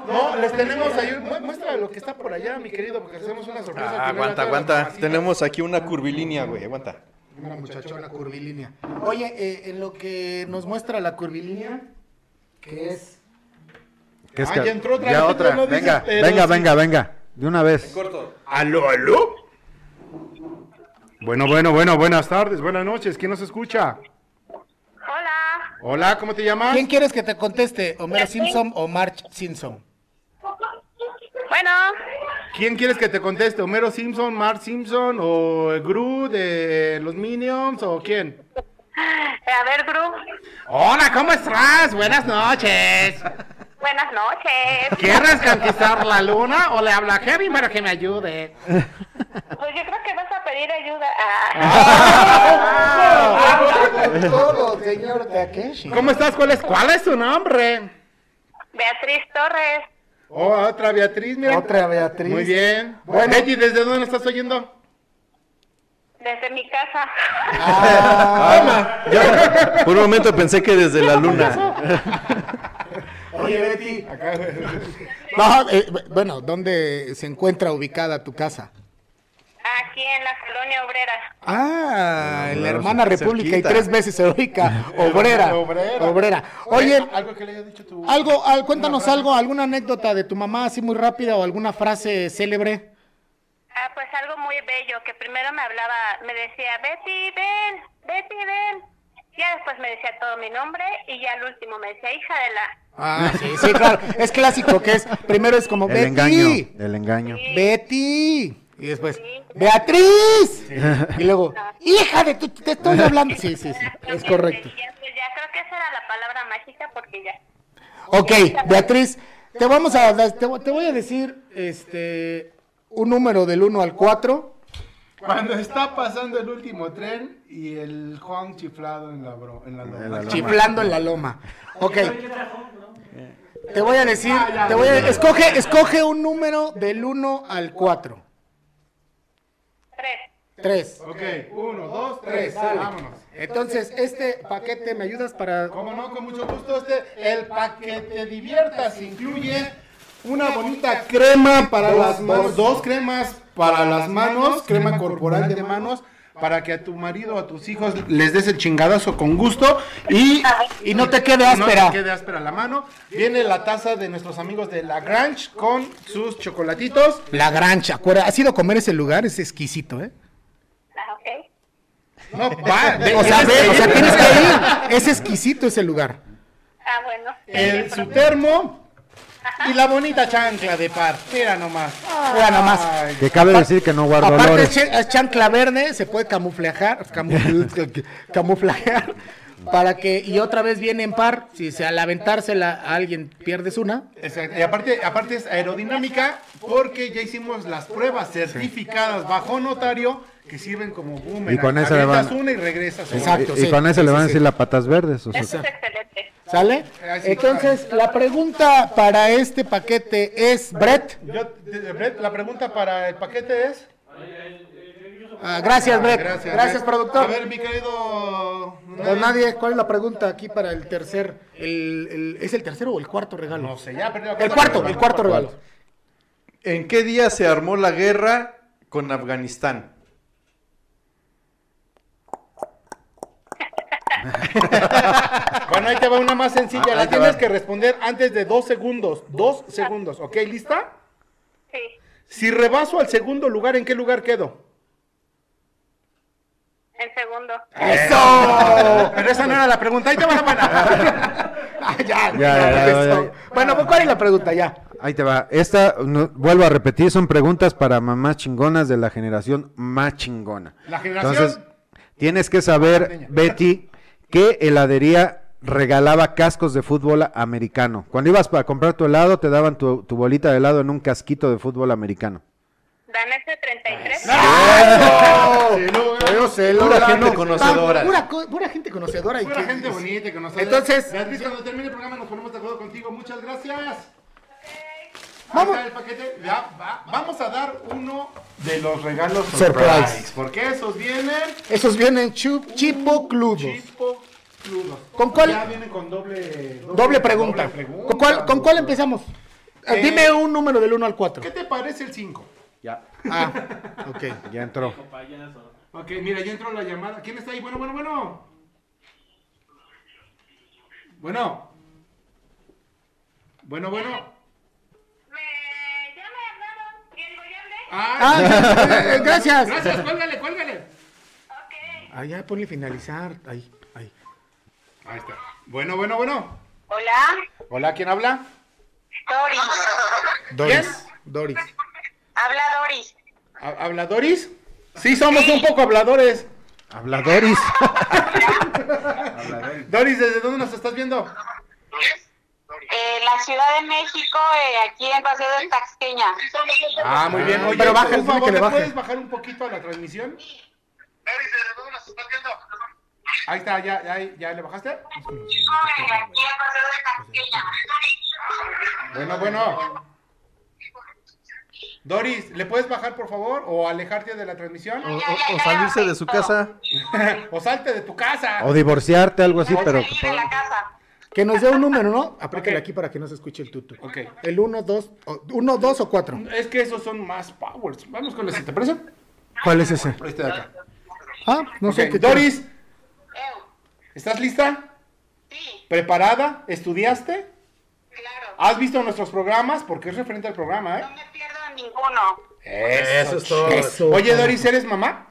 no, les tenemos ahí, mu- muestra lo que está por allá, mi querido, porque hacemos una sorpresa. Ah, aguanta, primero a todas las aguanta. mamacitas. Tenemos aquí una curvilínea, güey. Aguanta. Una muchachona curvilínea. Oye, eh, en lo que nos muestra la curvilínea, que es. Que es Ah, que- ya entró otra ya vez, otra. no dices, venga, pero venga, sí. venga, venga. De una vez. ¿Aló, aló? Bueno, bueno, bueno, buenas tardes, buenas noches, ¿quién nos escucha? Hola. Hola, ¿cómo te llamas? ¿Quién quieres que te conteste? ¿Homero Este, Simpson o March Simpson? Bueno, ¿Quién quieres que te conteste? ¿Homero Simpson, Mark Simpson o Gru de eh, los Minions o quién? eh, a ver, Gru. Hola, ¿cómo estás? Buenas noches. Buenas noches. ¿Quieres conquistar la luna o le habla a Kevin para que me ayude? Pues yo creo que vas a pedir ayuda. Ah. Ah, Ah. Todo, señor Takeshi. ¿Cómo estás? ¿Cuál es, ¿Cuál es tu nombre? Beatriz Torres, Oh, otra Beatriz, mira. Otra Beatriz. Muy bien. Bueno. ¿desde dónde nos estás oyendo? desde mi casa. Ah, Yo Ah, por un momento pensé que desde la luna. Oye, Betty. No, eh, bueno, ¿dónde se encuentra ubicada tu casa? Aquí en la colonia obrera. Ah, en la claro, hermana cerquita. república y tres veces heroica, obrera, Obrera. obrera. Oye, algo que le haya dicho tu. algo, al- cuéntanos algo, alguna anécdota de tu mamá así muy rápida o alguna frase célebre. Ah, pues algo muy bello, que primero me hablaba, me decía, Betty, ven, Betty, ven. Ya después me decía todo mi nombre y ya al último me decía, hija de la... Ah, sí, sí, claro, es clásico que es, primero es como El Betty, engaño. El engaño. Betty, y después, Beatriz, y luego, hija de tu, te estoy hablando. Sí, sí, sí, es Exactamente, correcto. y ya, pues ya creo que esa era la palabra mágica porque ya... Ok, Beatriz, te vamos a te, te voy a decir este un número del 1 al 4 Cuando está pasando el último tren y el Juan chiflado en la, bro- en la loma. En la loma. Chiflando en la loma. Ok. Eh, Te voy a decir, te voy a- escoge, escoge un número del 1 al 4. 3. Ok, uno, dos, tres, Dale. vámonos. Entonces, este paquete, ¿me ayudas para...? Como no, con mucho gusto este, el paquete diviertas incluye una bonita crema para las manos, dos cremas para las manos, crema corporal de manos, para que a tu marido o a tus hijos les des el chingadazo con gusto y, Y no te quede No áspera. te quede áspera la mano. Viene la taza de nuestros amigos de La Grange con sus chocolatitos. La grancha, acuerda. ¿Has ido a comer ese lugar? Es exquisito, ¿eh? Ah, ok. No, va, ve- O sea, tienes ve, que o sea, ir. tienes que ir. Es exquisito ese lugar. Ah, bueno. el, su termo y la bonita chancla de par. Mira nomás. Mira nomás. Ay, Que cabe decir que no guardo Aparte olores. es ch- es chancla verde, se puede camuflajar, camufl- camuflajear para que y otra vez viene en par, si se al aventársela a alguien pierdes una. Exacto. Y aparte, aparte es aerodinámica porque ya hicimos las pruebas certificadas bajo notario que sirven como boomerang. Y con esa le Avientas van- una y regresas. otra. Exacto. y, y sí, con eso sí, le van a sí, decir las patas verdes. o sea. Eso es excelente. ¿Sale? Entonces, la pregunta para este paquete es Brett. Yo, de- de- Brett, la pregunta para el paquete es. Ah, gracias, Brett. Gracias, Brett. A productor. ver, mi querido. Don Nadie, ¿cuál es la pregunta aquí para el tercer el, el- es el tercero o el cuarto regalo? No sé, ya perdí la El cuarto, el cuarto regalo. ¿En qué día se armó la guerra con Afganistán? Bueno, ahí te va una más sencilla. Ah, ahí la te tienes va. que responder antes de dos segundos. Dos segundos, ¿ok? ¿Lista? Sí. Si rebaso al segundo lugar, ¿en qué lugar quedo? El segundo. ¡Eso! Pero esa no era la pregunta. Ahí te va la buena. Ah, ya, Ya, ya, ya, empezó. ya. Bueno, pues ¿cuál es la pregunta ya? Ahí te va. Esta, no- vuelvo a repetir, son preguntas para mamás chingonas de la generación más chingona. La generación- Entonces, tienes que saber, Betty, qué heladería regalaba cascos de fútbol americano. Cuando ibas para comprar tu helado, te daban tu, tu bolita de helado en un casquito de fútbol americano. Dan ese 33. Yo sé, Pura gente conocedora. Pura, co- pura gente conocedora. y Pura que- gente bonita que nos habla. Entonces- Beatriz, cuando termine el programa nos ponemos de acuerdo contigo. Muchas gracias. Vamos. Vamos. El paquete. Ya, va- Vamos a dar uno de los regalos Surprise. surprise. Porque esos vienen Esos vienen chup, chipo clubos. chipo crudos. ¿Con cuál? Ya vienen con doble, Doble pregunta. doble pregunta. ¿Con cuál, con cuál empezamos? Eh, Eh, Dime un número del 1 al 4. ¿Qué te parece el 5? Ah, ok. Ya entró. Ok, mira, ya entró la llamada. ¿Quién está ahí? Bueno, bueno, bueno. Bueno. Bueno, bueno. Me... Ya me hablaron. ¿Y el goyable? Ah, Ah, eh, gracias. gracias, cuélgale, cuélgale. Ok. Ah, ya ponle finalizar. Ahí, ahí. Ahí está. Bueno, bueno, bueno. Hola. Hola, ¿quién habla? Doris. Doris. Doris. Habla Doris. Ha- ¿Habla Doris? Sí, somos un poco habladores. Habladores. Doris, ¿desde dónde nos estás viendo? Eh, la Ciudad de México, eh, aquí en Paseo de Taxqueña. Ah, muy bien. Oye, pero baja, por dile favor, que le ¿te baje. puedes bajar un poquito a la transmisión? Ahí está, ya, ya, ya le bajaste. Aquí en Paseo de Taxqueña. Bueno, bueno. Doris, ¿le puedes bajar, por favor? ¿O alejarte de la transmisión? O, o- o salirse de su casa. ¿O salte de tu casa? O divorciarte, algo así, Voy a pero... salir de pues, la casa. Que nos dé un número, ¿no? Aprétale Ok. aquí para que no se escuche el tuto. Ok. El 1, 2, 1, 2 o 4. Es que esos son más powers. Vamos con la siguiente, ¿te parece? ¿Cuál es ese? Este de acá. Ah, no sé. Ok, qué- Doris, Eu, ¿estás lista? sí, ¿Preparada? ¿Estudiaste? claro. ¿Has visto nuestros programas? Porque es referente al programa, No ¿eh? me pierdo en ninguno. Eso, es todo. Eso. Oye, Doris, ¿eres mamá?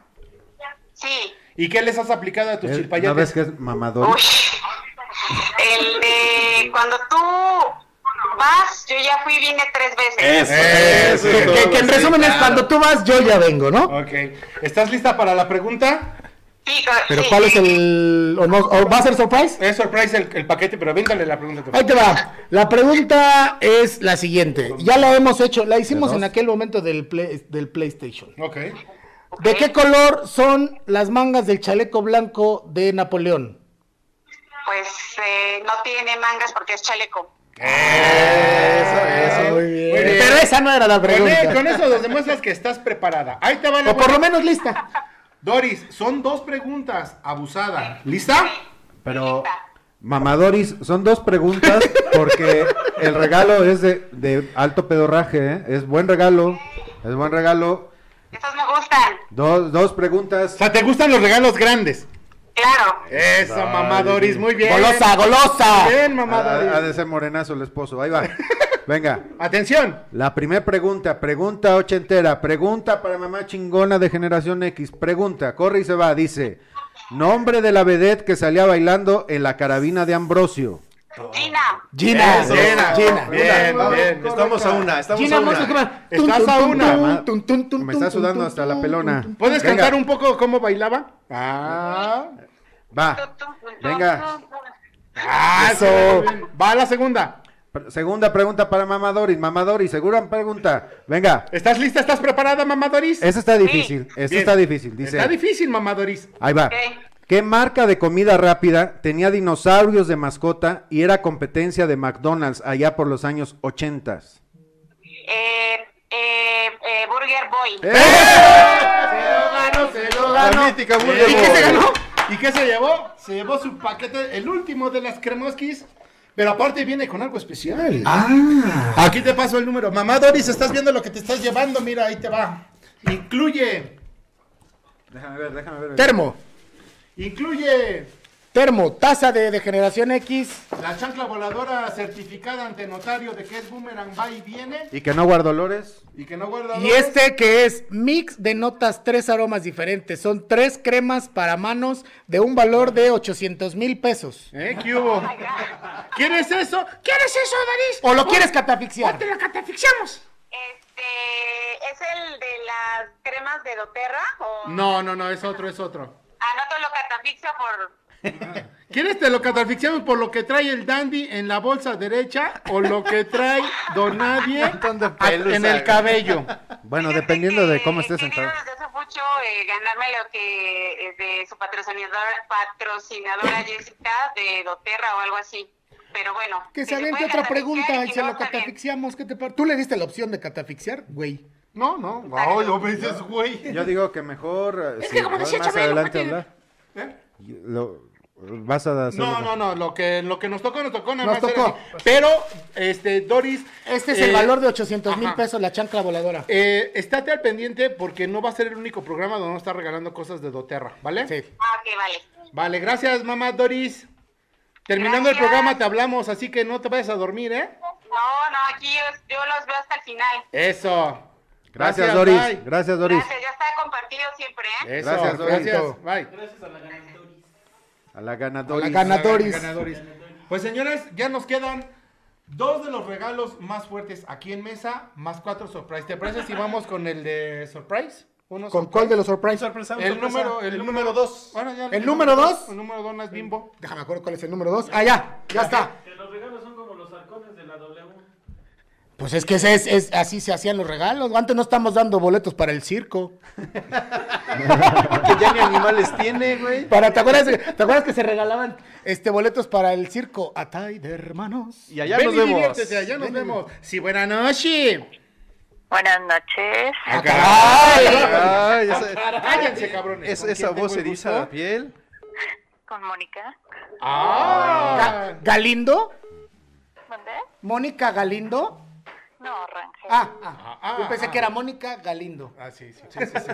Sí. ¿Y qué les has aplicado a tus ¿eh? ¿No ves chilpayates? que es mamador? Uy. El de Eh, cuando tú vas, yo ya fui y vine tres veces. Eso es Que, que- todo, que en sí, resumen es claro. cuando tú vas, yo ya vengo, ¿no? Ok. ¿Estás lista para la pregunta? Sí, Pero sí. ¿cuál es el. o, no- o va a ser surprise? Es surprise el, el paquete, pero véntale la pregunta. por Ahí te va. La pregunta es la siguiente. Ya la hemos hecho, la hicimos ¿De dos? en aquel momento del, play- del PlayStation. favor. Ok. ¿De qué color son las mangas del chaleco blanco de Napoleón? Pues eh, no tiene mangas porque es chaleco. Eso, Ah, eso, muy bien. Pero esa no era la Con, e- pregunta. con eso nos demuestras que estás preparada. Ahí te va la O por buena. lo menos lista. Doris, son dos preguntas, abusada. ¿Lista? Pero, mamadoris, son dos preguntas porque el regalo es de, de alto pedorraje, ¿eh? Es buen regalo, es buen regalo. Esas me gustan. Dos, dos preguntas. O sea, ¿te gustan los regalos grandes? Claro. Eso, mamá Doris, muy bien. Golosa, golosa. Muy Bien, Ha, mamá Doris. ha- ha de ser morenazo el esposo, ahí va. Venga, Atención. la primera pregunta, pregunta ochentera, pregunta para mamá chingona de generación X, pregunta, corre y se va, dice, nombre de la vedette que salía bailando en la carabina de Ambrosio. Gina. Gina. Eso. Gina. Gina. Bien, Una, bien. una, Estamos a una, estamos a una. Montes, ¿qué más? Tun, Estás tun, a tun, una, tun, ma- tun, tun, tun, me está tun, sudando tun, hasta la tun, pelona. tun, tun. ¿Puedes Venga. cantar un poco cómo bailaba? Ah. Va, venga. Ah, Eso. eso. Va a la segunda. Pre- Segunda pregunta para Mamadoris. Mamadoris, segura pregunta. Venga, ¿Estás lista? ¿Estás preparada, mamá Doris? esa está difícil. Esa Bien. está difícil. Dice. Está difícil, mamá Doris. Ahí va. Ok. ¿Qué marca de comida rápida tenía dinosaurios de mascota y era competencia de McDonald's allá por los años 80? Eh, eh, eh, Burger Boy. La mítica Burger ¿Y qué se Boy. ganó? ¿Y qué se llevó? Se llevó su paquete, el último de las cremoskis. Pero aparte viene con algo especial. Aquí te paso el número. Mamá Doris, estás viendo lo que te estás llevando. Mira, ahí te va. Incluye. Déjame ver, déjame ver. Termo. Incluye Termo. Taza de, de generación X. la chancla voladora certificada ante notario de que es boomerang, va y viene. Y que no guardo olores. Y que no guarda. Y olores. este que es mix de notas, tres aromas diferentes. Son tres cremas para manos de un valor de 800 mil pesos. ¿Eh? ¿Qué hubo? ¿Quieres eso? Oh. ¿Quieres eso, Daris? Oh ¿O lo quieres catafixiar? lo catafixiamos? Este, ¿es el de las cremas de doTERRA o No, no, no, es otro, es otro. anoto lo catafixio por ¿Quieres te lo catafixiamos por lo que trae el dandy en la bolsa derecha o lo que trae don nadie montón de a- pelusa, en el güey. cabello? Bueno, Fíjate dependiendo que de cómo estés he querido sentado. desde hace mucho eh, ganarme lo que eh, de su patrocinadora, patrocinadora Jessica de doTERRA o algo así. Pero bueno. Que si se aviente puede otra catafixiar pregunta y si se no, lo está bien. catafixiamos. ¿Qué te par- ¿Tú le diste la opción de catafixiar, güey? No, no, wow, lo dices, güey. Yo digo que mejor. eh, si vas más adelante hablar. Lo- vas a hacer. No, no, no, lo que, lo que nos tocó, nos tocó nada Nos más era tocó. así. Pero, este, Doris. Este es el eh, valor de 800 mil ajá. pesos la chancla voladora. eh, estate al pendiente porque no va a ser el único programa donde vamos a estar regalando cosas de doTERRA, ¿vale? Sí. Ah, ok, vale. Vale, gracias, mamá Doris. Terminando el Gracias. programa te hablamos, así que no te vayas a dormir, ¿eh? No, no, aquí yo, yo los veo hasta el final. Eso. Gracias, Doris. bye. Gracias, Doris. Gracias, ya está compartido siempre, ¿eh? Eso, Gracias, gracias, Doris. Bye. A la ganadora. Ganadoris. Ganadores. Pues señores, ya nos quedan dos de los regalos más fuertes aquí en mesa, más cuatro surprise. ¿Te parece si vamos con el de surprise? Uno ¿Con surprise. cuál de los surprise? Sorpresa, El sorpresa. número, el, número dos. Bueno, ya- ¿El número dos? El número dos no es bimbo. Déjame acuerdo cuál es el número 2. Ah, ya, ya está. Pues es que ese es, es- así se hacían los regalos. Antes no estamos dando boletos para el circo. Que ya ni animales tiene, güey. Para, ¿te, acuerdas, de- ¿Te acuerdas que se regalaban este boletos para el circo? Atay de hermanos. Y allá Ven nos y vemos. diviértete, allá nos vemos. Sí, buena noche. Ah, Buenas noches. Ay, esa, Cállense, cabrones. es- Ah, ¿Con esa quién tengo voz el eriza gusto? la piel. Con Mónica. Ah. Ga- ¿Galindo? ¿Dónde? ¿Mónica Galindo? No, Rangel. Ah, ah, Ah, yo pensé ah. que era Mónica Galindo. Ah, sí, sí, sí, sí, sí.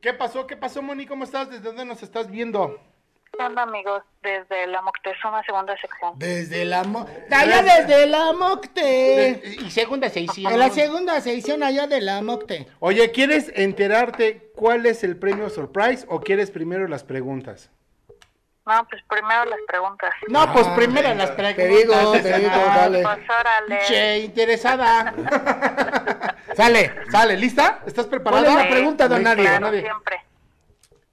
¿Qué pasó? ¿Qué pasó, Moni? ¿Cómo estás? ¿Desde dónde nos estás viendo? amigos? Desde la Moctezuma, segunda sección. Desde la mo allá desde la Mocte. Y segunda se En la segunda sección allá de la Mocte. Oye, ¿quieres enterarte cuál es el premio surprise o quieres primero las preguntas? No, pues primero las preguntas. No, pues primero las preguntas. Ah, Te digo, te digo, dale. Pues órale. Che, interesada. Sale. Sale, ¿lista? ¿Estás preparada? ¿Cuál es la pregunta, don Lista, Nadie? Claro, nadie. siempre.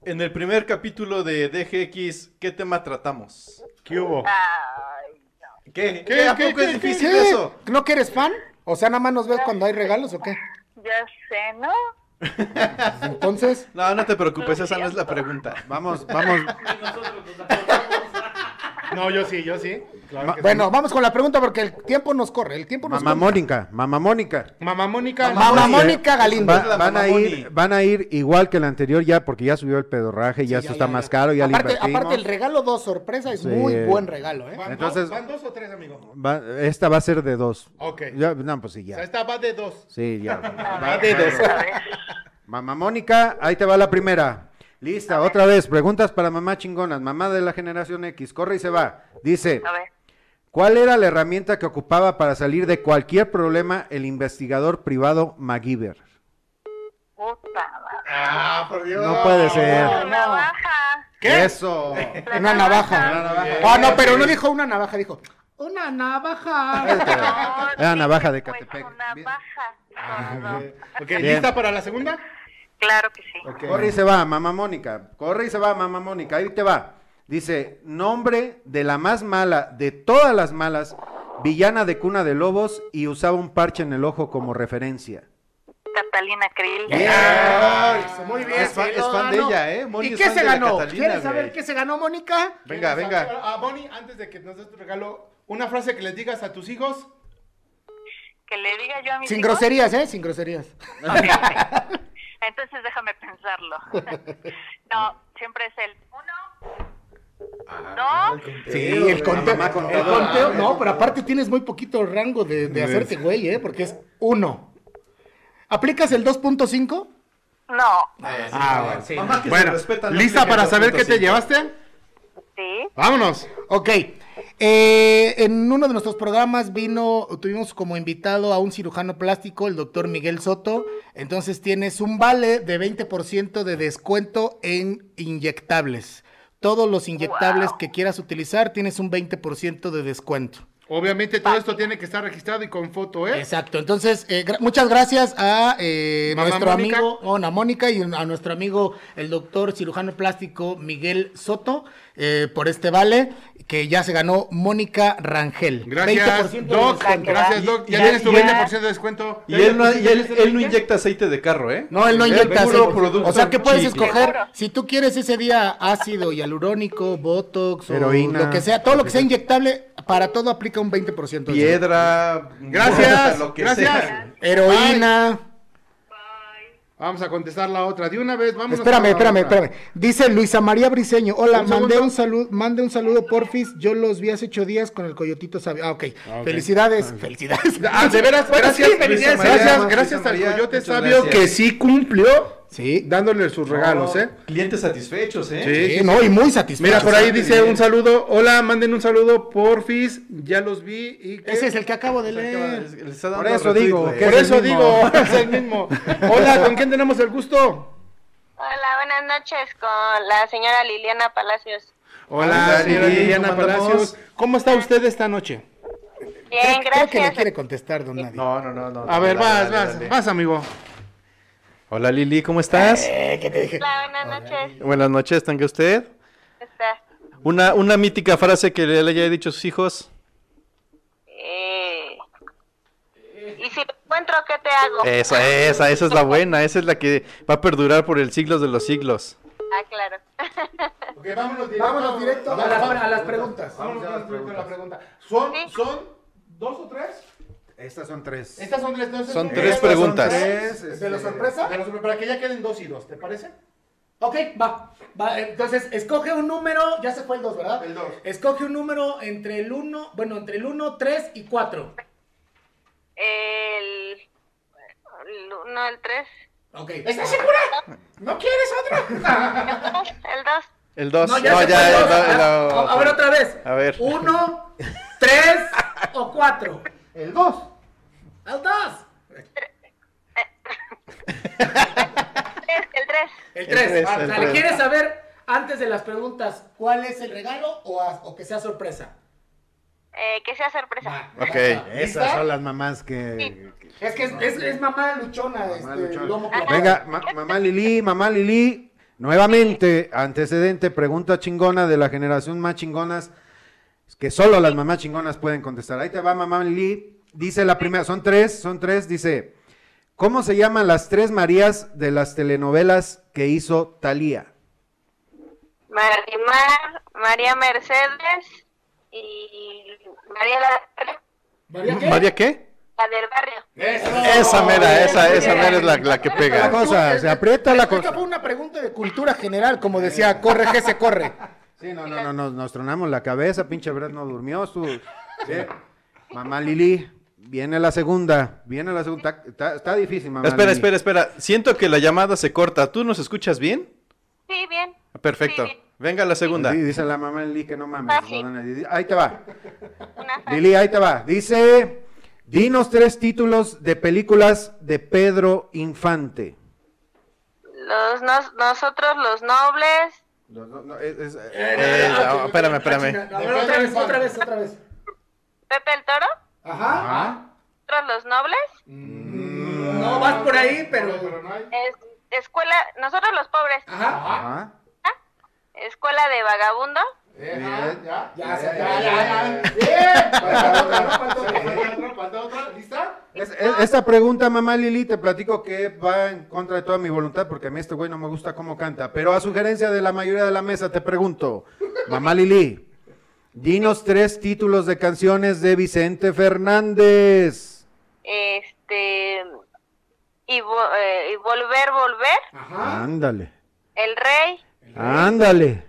En el primer capítulo de DGX, ¿qué tema tratamos? ¿Qué hubo? Ay, ¿Qué? ¿Qué? ¿Qué, ¿A qué, poco qué, es qué, difícil ¿Qué? eso? ¿No que eres fan? O sea, nada más nos ves cuando hay regalos o qué. ya sé, ¿no? Entonces, No, no te preocupes, esa no es la pregunta. Vamos, vamos. No, yo sí, yo sí. Claro que sí. bueno, vamos con la pregunta porque el tiempo nos corre, el tiempo nos Mamá corre. Mónica, mamá Mónica. Mamá Mónica. Mamá Mónica Galindo. Va- Es la van, mamá a Moni. ir, van a ir igual que el anterior ya, porque ya subió el pedorraje, ya esto está más caro, ya le aparte, invertimos. aparte el regalo dos sorpresa es Sí. muy buen regalo, ¿eh? ¿Van Entonces- dos, ¿Van dos o tres, amigo? Va- esta va a ser de dos. Ok. Ya- no, pues sí, O sea, ya. esta va de dos. Sí, ya. Va de dos. A ver. Mamá Mónica, ahí te va la primera. Lista, otra vez. Preguntas para mamá chingonas. Mamá de la generación X, corre y se va. Dice, A ver. ¿cuál era la herramienta que ocupaba para salir de cualquier problema el investigador privado MacGyver? Puta madre. Ah, por Dios. No puede ser. Una navaja. ¿Qué? Eso. La Una navaja. Ah, no, pero no dijo una navaja, dijo una navaja. No, Era sí, navaja de pues, Catepec. Ah, Una navaja. No, no. Ok, Bien. ¿lista para la segunda? Claro que sí. Corre y se va, mamá Mónica. Corre y se va, mamá Mónica. Ahí te va. Dice, nombre de la más mala, de todas las malas, villana de cuna de lobos y usaba un parche en el ojo como referencia. Catalina Krill. Ah. Muy bien. Es fan, es fan de ella, ¿eh? Moni ¿Y es qué fan se de la ganó? Catalina, ¿Quieres saber güey. qué se ganó Mónica? Ah, Venga, venga. A Bonnie, antes de que nos des tu regalo, una frase que les digas a tus hijos. Que le diga yo a mis Sin hijos. groserías, ¿eh? Sin groserías. Ok. Entonces déjame pensarlo. No, siempre es el uno, Ah, dos, Sí, el conteo. mamá el contadora. conteo, no, pero aparte tienes muy poquito rango de, de hacerte güey, ¿eh? Porque es uno. ¿Aplicas el 2.5? no. Eh, Ah, sí. Bueno, ¿Lista para saber qué te llevaste? Sí, Vámonos. Ok. Eh, en uno de nuestros programas vino, tuvimos como invitado a un cirujano plástico, el doctor Miguel Soto. Entonces tienes un vale de 20% de descuento en inyectables. Todos los inyectables Wow. que quieras utilizar tienes un 20% de descuento. Obviamente todo esto tiene que estar registrado y con foto, ¿eh? Exacto, entonces eh, gra- muchas gracias a eh, Mamá nuestro Mónica. amigo, bueno, a Mónica y a nuestro amigo el doctor cirujano plástico Miguel Soto eh, por este vale que ya se ganó Mónica Rangel. Gracias, 20% de Doc. descuento. Gracias, Doc. Ya y- tienes tu y- 20% de descuento. Y él no, y él, él no inyecta aceite de carro, ¿eh? No, él no Él inyecta puro aceite. producto O sea que puedes chicle. escoger, Seguro. si tú quieres ese día ácido hialurónico, botox, o Heroína. lo que sea, todo lo que sea inyectable, para todo aplica un 20% de descuento. Piedra. Gracias, lo que gracias. sea. Heroína. Vamos a contestar la otra de una vez. Vamos. Espérame, espérame, espérame. Dice Luisa María Briseño, hola, mandé un saludo, mande un saludo porfis, yo los vi hace ocho días con el Coyotito Sabio. Ah, ok. Felicidades, felicidades. Ah, de veras, Bueno, gracias, sí, Luisa felicidades. María. gracias, Luisa gracias al María, Coyote muchas Sabio gracias. que sí cumplió Sí, dándole sus regalos, ¿eh? Clientes satisfechos, ¿eh? Sí. sí, no, y muy satisfecho. Mira, por ahí bastante dice bien. un saludo. Hola, manden un saludo, porfis. Ya los vi. Y que- Ese es el que acabo de leer. Por Por eso digo, que- Por es el eso mismo. digo, es el mismo. Hola, ¿con quién tenemos el gusto? Hola, buenas noches con la señora Liliana Palacios. Hola, Hola, señora sí, Liliana ¿cómo andamos? Palacios. ¿Cómo está usted esta noche? Bien, Creo que le gracias. quiere contestar, don Nadie. No, no, no, no. A ver, Dale, vas, dale, vas, dale. vas, amigo. Hola Lili, ¿cómo estás? Eh, Hola, buenas noches. Buenas noches, tenga usted. ¿Cómo estás? Una, una mítica frase que le haya dicho a sus hijos. Eh, Y si lo encuentro, ¿qué te hago? Esa, esa, esa es la buena, esa es la que va a perdurar por el siglo de los siglos. Ah, claro. Vámonos directo a las, preguntas. ¿Son, Sí. son dos o tres? Estas son tres. Estas son tres. entonces Son son tres tres. preguntas. ¿De la sorpresa? Pero sobre- Para que ya queden dos y dos, ¿te parece? Ok, va. va. Entonces, escoge un número. Ya se fue el 2, ¿verdad? El dos. Escoge un número entre el 1, bueno, entre el 1, 3 y 4. El. el uno, el tres. Ok. ¿Estás segura? ¿No quieres otra? El dos. El 2. No, ya, se fue el dos, ¿verdad? A- A ver, otra vez. A ver. Uno, tres o cuatro. El dos. El dos. Tres, El tres. El tres, tres. Ah, el dale, tres. ¿Quieres saber, antes de las preguntas, cuál es el regalo o, a- o que sea sorpresa? Eh, que sea sorpresa. Ok. Esas son las mamás que... Es que es, es- es mamá luchona. este, luchona. lomo plateado. Venga, ma- mamá Lili, mamá Lili, nuevamente, antecedente, pregunta chingona de la generación más chingonas, que solo las mamás chingonas pueden contestar. Ahí te va mamá Lili, dice la primera, son tres, son tres, dice, ¿Cómo se llaman las tres Marías de las telenovelas que hizo Talía? Marimar, María Mercedes y María la, ¿María qué? la del barrio. Esa mera, esa, esa mera es la, la que La pega. cosa, se aprieta la Esta cosa. fue una pregunta de cultura general, como decía, corre que se corre. Sí, no, no, no, nos, nos tronamos la cabeza, pinche Brad no durmió. Su, sí. Mamá Lili, viene la segunda, viene la segunda. Está, está difícil, mamá. Espera, Lili. espera, espera. Siento que la llamada se corta. ¿Tú nos escuchas bien? Sí, bien. Perfecto. Sí, Venga la segunda. Sí, dice la mamá Lili que no mames. Ah, sí. no, Ahí te va. una fácil. Lili, ahí te va. Dice, dinos tres títulos de películas de Pedro Infante. Los nos- nosotros los nobles. Eh, no, espérame, espérame. A ver, otra vez, otra vez, otra vez. Pepe el Toro. Nosotros los nobles. No, vas por ahí, pero... Es, escuela. Nosotros los pobres. Ajá. Escuela de vagabundo. Ya, se- ya, ya, ya. Es- es- esta pregunta, mamá Lili, te platico que va en contra de toda mi voluntad porque a mí este güey no me gusta cómo canta. Pero a sugerencia de la mayoría de la mesa, te pregunto, mamá Lili, dinos tres títulos de canciones de Vicente Fernández. Este. Y, vo- eh, y volver, volver. Ándale, El rey. ándale.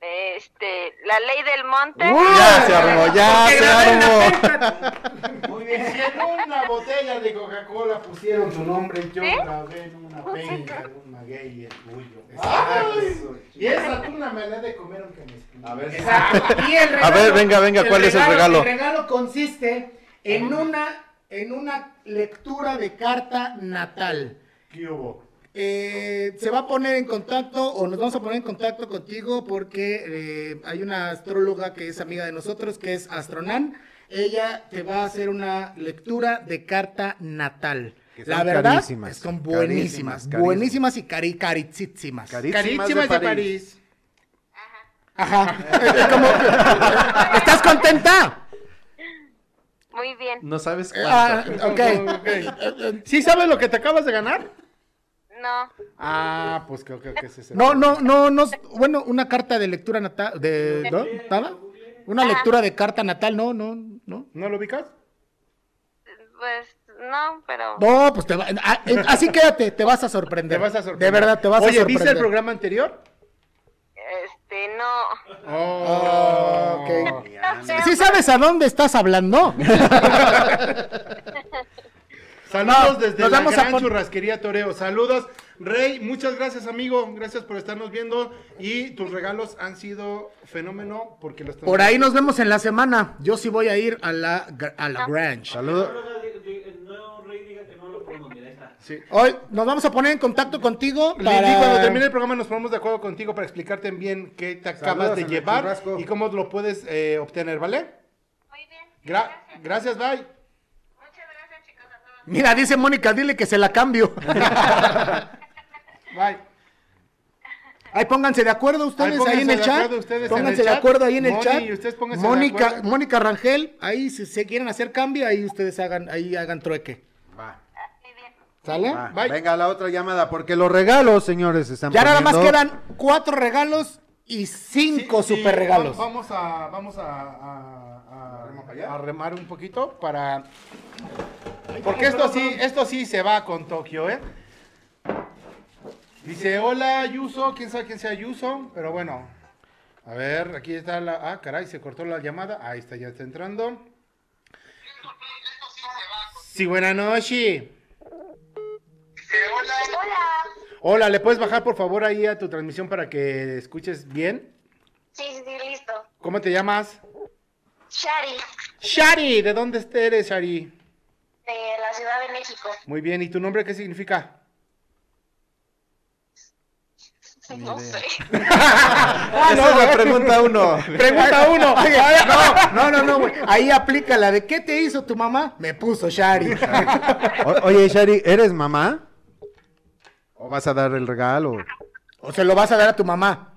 Este. La ley del monte. Ya se armó, ya se armó. Si en una botella de Coca-Cola pusieron tu nombre, yo ¿Sí? grabé en una peña, en un maguey y el tuyo. Exacto. Y esa tuna me la he de comer aunque me espine. A ver, Y el A ver, venga, venga, ¿cuál es el regalo? El regalo consiste en una, en una lectura de carta natal. ¿Qué hubo? Eh, se va a poner en contacto o nos vamos a poner en contacto contigo porque eh, hay una astróloga que es amiga de nosotros, que es Astronan. Ella te va a hacer una lectura de carta natal. Que son La verdad, carísimas, es- son buenísimas, carísimas, buenísimas y cari caritsísimas. Carísimas de París. Ajá. Como- ¿Estás contenta? Muy bien. No sabes Ah, cuánto. ok. ¿Sí sabes lo que te acabas de ganar? No. Ah, pues creo que, que es ese. No, no, no, no. Bueno, una carta de lectura natal. De, ¿no? ¿Nada? Una Ah. lectura de carta natal, no, no, no. ¿No lo ubicas? Pues no, pero. No, pues te va- ah, eh, así quédate, te vas a sorprender. Te vas a sorprender. De verdad, te vas Oye, a ¿viste sorprender. el programa anterior? Este, no. Oh, ¿Sí sabes a dónde estás hablando? Saludos No, desde nos la vamos a gran pon- churrasquería Toreo. Saludos, Rey. Muchas gracias, amigo. Gracias por estarnos viendo. Y tus regalos han sido fenómeno porque lo están Por ahí nos vemos en la semana. Yo sí voy a ir a la, gr- a la Grange. Saludos. Hoy nos vamos a poner en contacto contigo Lili, para... cuando termine el programa nos ponemos de acuerdo contigo para explicarte bien qué te acabas Saludos de en el llevar churrasco. y cómo lo puedes eh, obtener, ¿vale? Muy bien. Gra- gracias, bye. Muchas gracias, chicos. a todos. Mira, dice Mónica, dile que se la cambio. Bye. Ahí pónganse de acuerdo ustedes Ahí ahí, pónganse en el de chat. acuerdo ustedes en pónganse el de chat. acuerdo ahí en el Moni, chat. y ustedes pónganse de Mónica, acuerdo. Mónica Rangel, ahí si se quieren hacer cambio, ahí ustedes hagan, ahí hagan trueque. Muy bien. ¿Sale? Ah, Bye. Venga la otra llamada porque los regalos, señores, están Ya nada más poniendo- quedan cuatro regalos y cinco Sí, super sí, regalos. va- Vamos a, vamos a, a- a- a remar un poquito para. Porque esto sí, esto sí se va con Tokio, ¿eh? Dice, hola Yuso, quién sabe quién sea Yuso, pero bueno. A ver, aquí está la. Ah, caray, se cortó la llamada. Ahí está, ya está entrando. Sí, buena noche. Hola. Hola, ¿le puedes bajar por favor ahí a tu transmisión para que escuches bien? Sí, sí, sí, listo. ¿Cómo te llamas? Shari, Shari, ¿de dónde est- eres, Shari? de la Ciudad de México. Muy bien, ¿y tu nombre qué significa? No sé. Ah, Esa eh. es la pregunta uno. Pregunta uno. Oye, no, no, no, no, güey. Ahí aplica la de ¿qué te hizo tu mamá? Me puso Shari. O- oye, Shari, ¿eres mamá? ¿O vas a dar el regalo? o se lo vas a dar a tu mamá.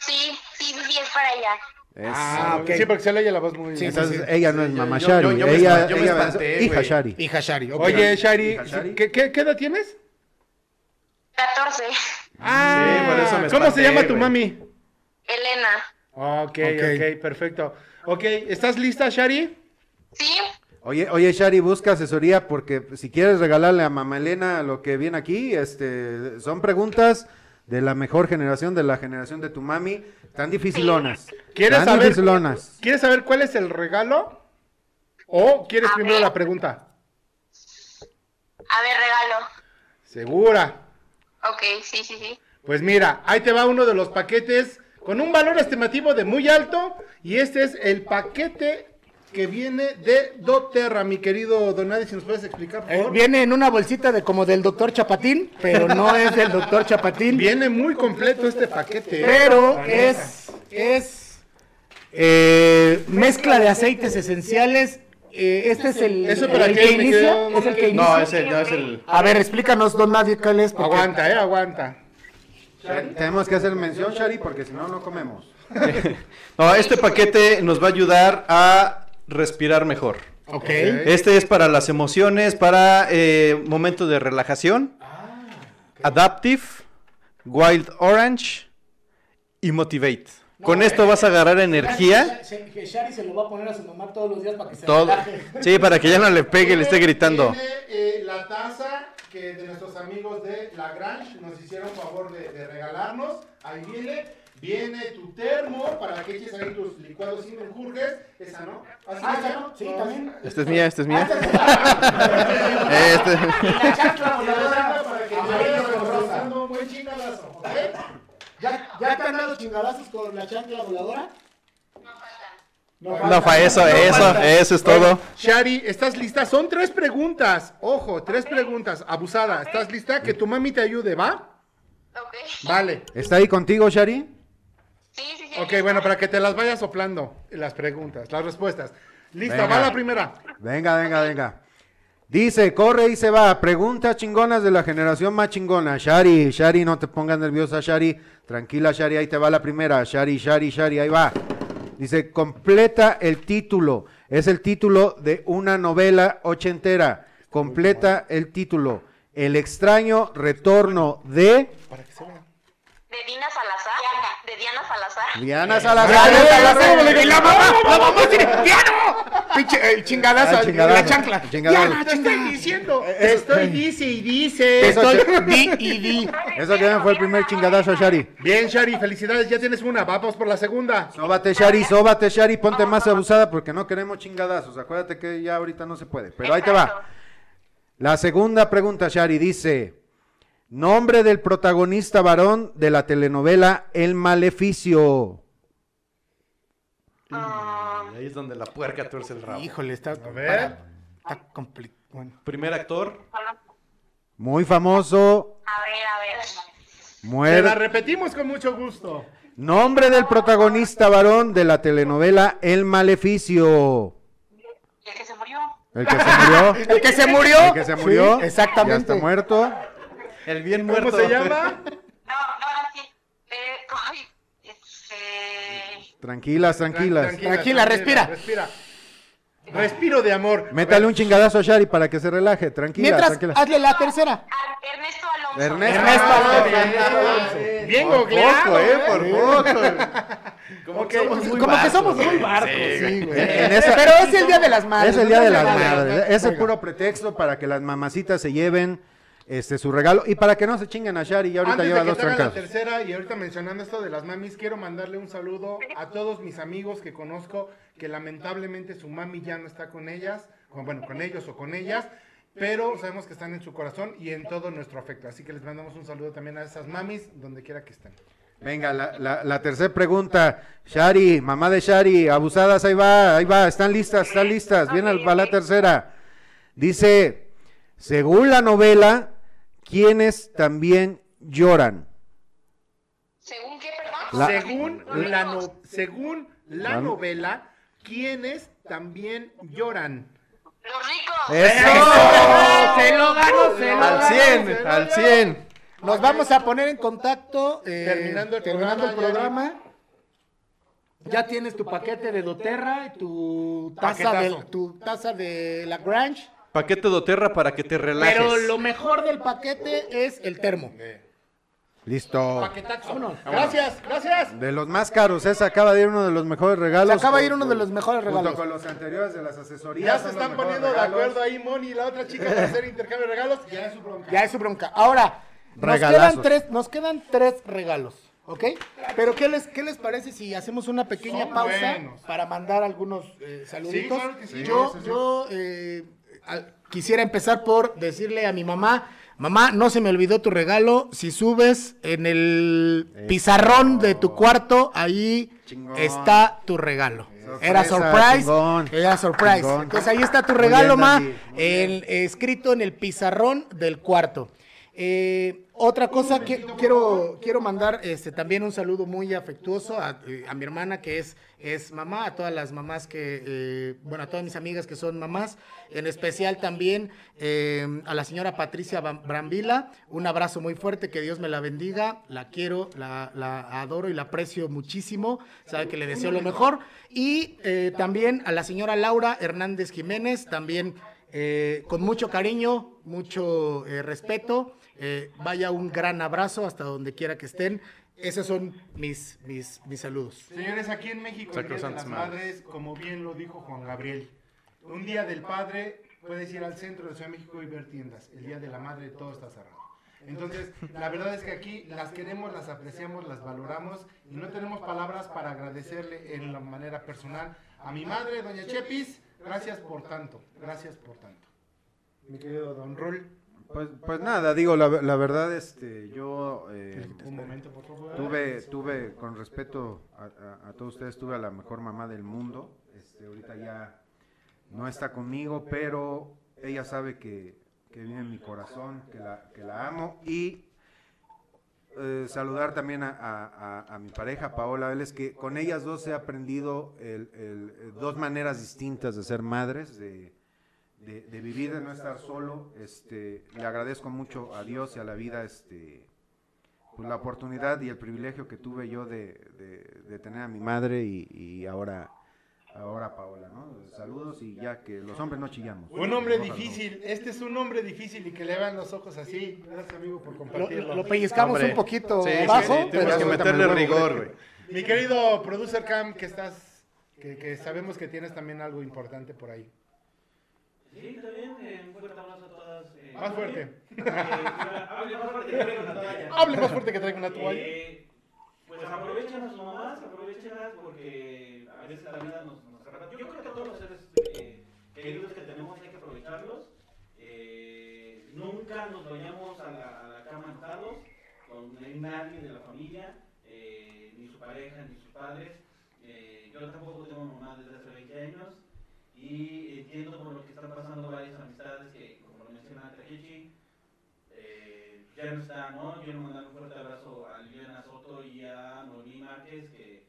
Sí, sí, sí, sí, es para allá. Ah, ok. Sí, porque se le oye la voz muy... Sí, Entonces, sí, sí. ella no es mamá yo- Shari. yo- yo me ella, espan- yo me ella es espanté, hija güey. Shari. Hija Shari, ok. Oye, Shari, ¿qué, qué, qué edad tienes? 14. Ah, por eso me ¿cómo se espanté, llama tu güey. mami? Elena. Ok, ok, perfecto. Ok, ¿estás lista, Shari? Sí, Oye, oye, Shari, busca asesoría porque si quieres regalarle a mamá Elena lo que viene aquí, este, son preguntas de la mejor generación, de la generación de tu mami, tan dificilonas. ¿Quieres tan saber? dificilonas. ¿Quieres saber cuál es el regalo? ¿O quieres A primero ver. la pregunta? a ver, regalo. Segura. Ok, sí, sí, sí. Pues mira, ahí te va uno de los paquetes con un valor estimativo de muy alto. Y este es el paquete que viene de doTERRA, mi querido Donadi, si nos puedes explicar, por Eh, favor. viene en una bolsita de como del doctor Chapatín, pero no es del doctor Chapatín. Viene muy completo este paquete. ¿eh? Pero es, es eh, mezcla de aceites esenciales. Eh, este es el, ¿Eso para el qué, que mi inicia. querido? ¿Es el que inicia? No, es el, no, es el... A ver, explícanos, don Nadie, cuál es. porque- Aguanta, eh, aguanta. Shari, Tenemos que hacer mención, Shari, porque si no, no comemos. No, este paquete nos va a ayudar a respirar mejor. Ok. Este es para las emociones, para eh, momentos de relajación. Ah, Adaptive, Wild Orange y Motivate. Con eh. esto vas a agarrar energía. Shari se lo va a poner a su mamá todos los días para que se Todo. Sí, para que ya no le pegue y le esté gritando. Viene, eh, la taza que de nuestros amigos de Lagrange nos hicieron favor de, de regalarnos. Ahí viene. Viene tu termo para que eches ahí tus licuados sin menjurjes. Esa no. Así Ah, es, esa no, sí, también. Esta es mía, esta es mía. Ah, Este- ¿Ya, te han dado chingadazos con la chancla voladora? No, fue eso, eso, eso es todo. Shari, ¿estás lista? Son tres preguntas. Ojo, tres preguntas. Abusada, ¿estás lista? Que tu mami te ayude, ¿va? Ok. Vale. ¿Está ahí contigo, Shari? Sí, sí, sí. Ok, bueno, para que te las vayas soplando, las preguntas, las respuestas. Lista, Venga. va la primera. Venga, venga, venga. Dice, corre y se va. Preguntas chingonas de la generación más chingona. Shari, Shari, no te pongas nerviosa, Shari. Tranquila, Shari, ahí te va la primera. Shari, Shari, Shari, ahí va. Dice, completa el título. Es el título de una novela ochentera. Completa el título. El extraño retorno de ¿De Dina Salazar? ¿De Diana Salazar? Eh, Diana Salazar. eh, Y la mamá, la mamá tiene piano. Pinche eh, chingadazo, Ah, chingadazo. la chancla. Chingadazo. Diana, Te chingada. estoy diciendo, te estoy dice y dice. Eso Estoy que- di y di. Eso que fue el primer chingadazo, Shari. Bien, Shari, felicidades, ya tienes una. Vamos por la segunda. Sóbate, Shari, sóbate, Shari, ponte más abusada porque no queremos chingadazos. Acuérdate que ya ahorita no se puede. Pero ahí te va. La segunda pregunta, Shari, dice: Nombre del protagonista varón de la telenovela El Maleficio. Ahí es donde la puerca tuerce el rabo. Ah. Híjole, está, ver. está complicado. Bueno. Primer actor. Muy famoso. A ver, a ver. Te la Muerto. repetimos con mucho gusto. Nombre del protagonista varón de la telenovela El Maleficio. ¿Y el que se murió? El que se murió. El que se murió. El que se murió. Sí, exactamente. Ya está muerto. El bien muerto. ¿Cómo se llama? No, no, no, sí. Eh, ay, este... Tranquilas, tranquilas. Tranquila, respira. Respira. Respiro de amor. Métale un chingadazo a Shari para que se relaje. Tranquila, Mientras, tranquila. hazle la tercera. Al- Ah, Ernesto Alonso. Ernesto. Ernesto Alonso. Bien Por poco, googleado. eh, por poco. Ok. Como que somos muy barcos, sí, güey. En esa- Pero es el día de las madres. Es el día de las Entonces, madres. Es el puro pretexto para que las mamacitas se lleven este su regalo y para que no se chinguen a Shari. Y ahorita Antes lleva de dos que te haga la trancazos. tercera y ahorita mencionando esto de las mamis, quiero mandarle un saludo a todos mis amigos que conozco que lamentablemente su mami ya no está con ellas, con- bueno, con ellos o con ellas, pero sabemos que están en su corazón y en todo nuestro afecto. Así que les mandamos un saludo también a esas mamis donde quiera que estén. Venga, la, la, tercera pregunta. Shari, mamá de Shari, abusadas, ahí va, ahí va, están listas, están listas. Viene al- va la tercera. Dice, según la novela, quienes también lloran? ¿Según qué, perdón? La- según, la no- según la La- novela, quienes también lloran. Los ricos. Ah, Se lo gano, se lo Al gano. 100, al 100. Nos vamos a poner en contacto eh, Terminando el terminando el programa, programa. Ya tienes tu paquete de doTERRA, y tu taza de, tu taza de la Grange. Paquete doTERRA para que te relajes. Pero lo mejor del paquete es el termo. Listo. Paquetazo. Vámonos. Gracias, gracias. De los más caros, ese acaba de ir uno de los mejores Se regalos. acaba de ir uno de los mejores regalos. Junto con los anteriores de las asesorías. Ya son se los están mejores poniendo de regalos. acuerdo ahí Moni y la otra chica para hacer intercambio de regalos. Ya es su bronca. Ya es su bronca. Ahora, nos quedan, Regalazos. tres, nos quedan tres regalos, ¿ok? Pero ¿qué les, qué les parece si hacemos una pequeña Son pausa buenos. para mandar algunos eh, saluditos? claro que sí. yo Sí, sí, sí. yo eh, al- quisiera empezar por decirle a mi mamá, mamá, no se me olvidó tu regalo, si subes en el pizarrón de tu cuarto, ahí Chingón. está tu regalo. Sorpresa, Era surprise, chingón. era surprise. Chingón. Entonces ahí está tu Muy regalo, bien, ma. Andy. El- escrito en el pizarrón del cuarto. Eh, otra cosa que quiero, quiero mandar este, también un saludo muy afectuoso a, eh, a mi hermana que es, es mamá, a todas las mamás que, eh, bueno, a todas mis amigas que son mamás, en especial también eh, a la señora Patricia Bam- Brambila, un abrazo muy fuerte, que Dios me la bendiga, la quiero, la, la adoro y la aprecio muchísimo, sabe que le deseo lo mejor, y eh, también a la señora Laura Hernández Jiménez, también eh, con mucho cariño, mucho eh, respeto. eh, vaya un gran abrazo hasta donde quiera que estén. Esos son mis, mis, mis saludos. Señores, aquí en México, el Día de Sacrosantas las Madres, como bien lo dijo Juan Gabriel, un día del padre puedes ir al centro de Ciudad de México y ver tiendas. El día de la madre todo está cerrado. Entonces, la verdad es que aquí las queremos, las apreciamos, las valoramos y no tenemos palabras para agradecerle en la manera personal a mi madre, doña Chepis. Gracias por tanto, gracias por tanto. Mi querido Don Rol, Pues, pues nada, digo, la, la verdad, este, yo eh, un momento, por favor. tuve, tuve, con respeto a, a- a todos ustedes, tuve a la mejor mamá del mundo. Este, ahorita ya no está conmigo, pero ella sabe que, que vive en mi corazón, que la, que la amo. Y eh, saludar también a, a- a- a mi pareja, Paola Vélez, que con ellas dos he aprendido el- el- eh, dos maneras distintas de ser madres, de, de, de vivir, de no estar solo. Este, le agradezco mucho a Dios y a la vida este, pues, la oportunidad y el privilegio que tuve yo de, de- de tener a mi madre y, y ahora, ahora a Paola. ¿no? Saludos y ya que los hombres no chillamos. Un hombre Ojalá. difícil, este es un hombre difícil y que le vean los ojos así. Gracias amigo por Lo, compartirlo. lo pellizcamos Hombre. un poquito Sí, sí, abajo, sí, tenemos pero que meterle rigor, güey. Mi querido producer Cam, que estás, que, que sabemos que tienes también algo importante por ahí. Sí, también eh, un fuerte abrazo a todas. eh, Más fuerte. eh, hable más fuerte que traigo una toalla. Hable más fuerte que traigo una toalla. Eh, pues aprovechen a sus mamás, aprovechenlas porque a veces la vida nos, nos arrebata. Yo creo que todos los seres eh, queridos que tenemos hay que aprovecharlos. Eh, nunca nos vayamos a la, a la cama enojados con nadie de la familia, eh, ni su pareja, ni sus padres. Eh, yo tampoco tengo mamá desde hace 20 años y entiendo por lo que están pasando varias amistades que, como lo menciona Takechi, eh, ya no está, ¿no? Quiero mandar un fuerte abrazo a Liliana Soto y a Noemí Márquez, que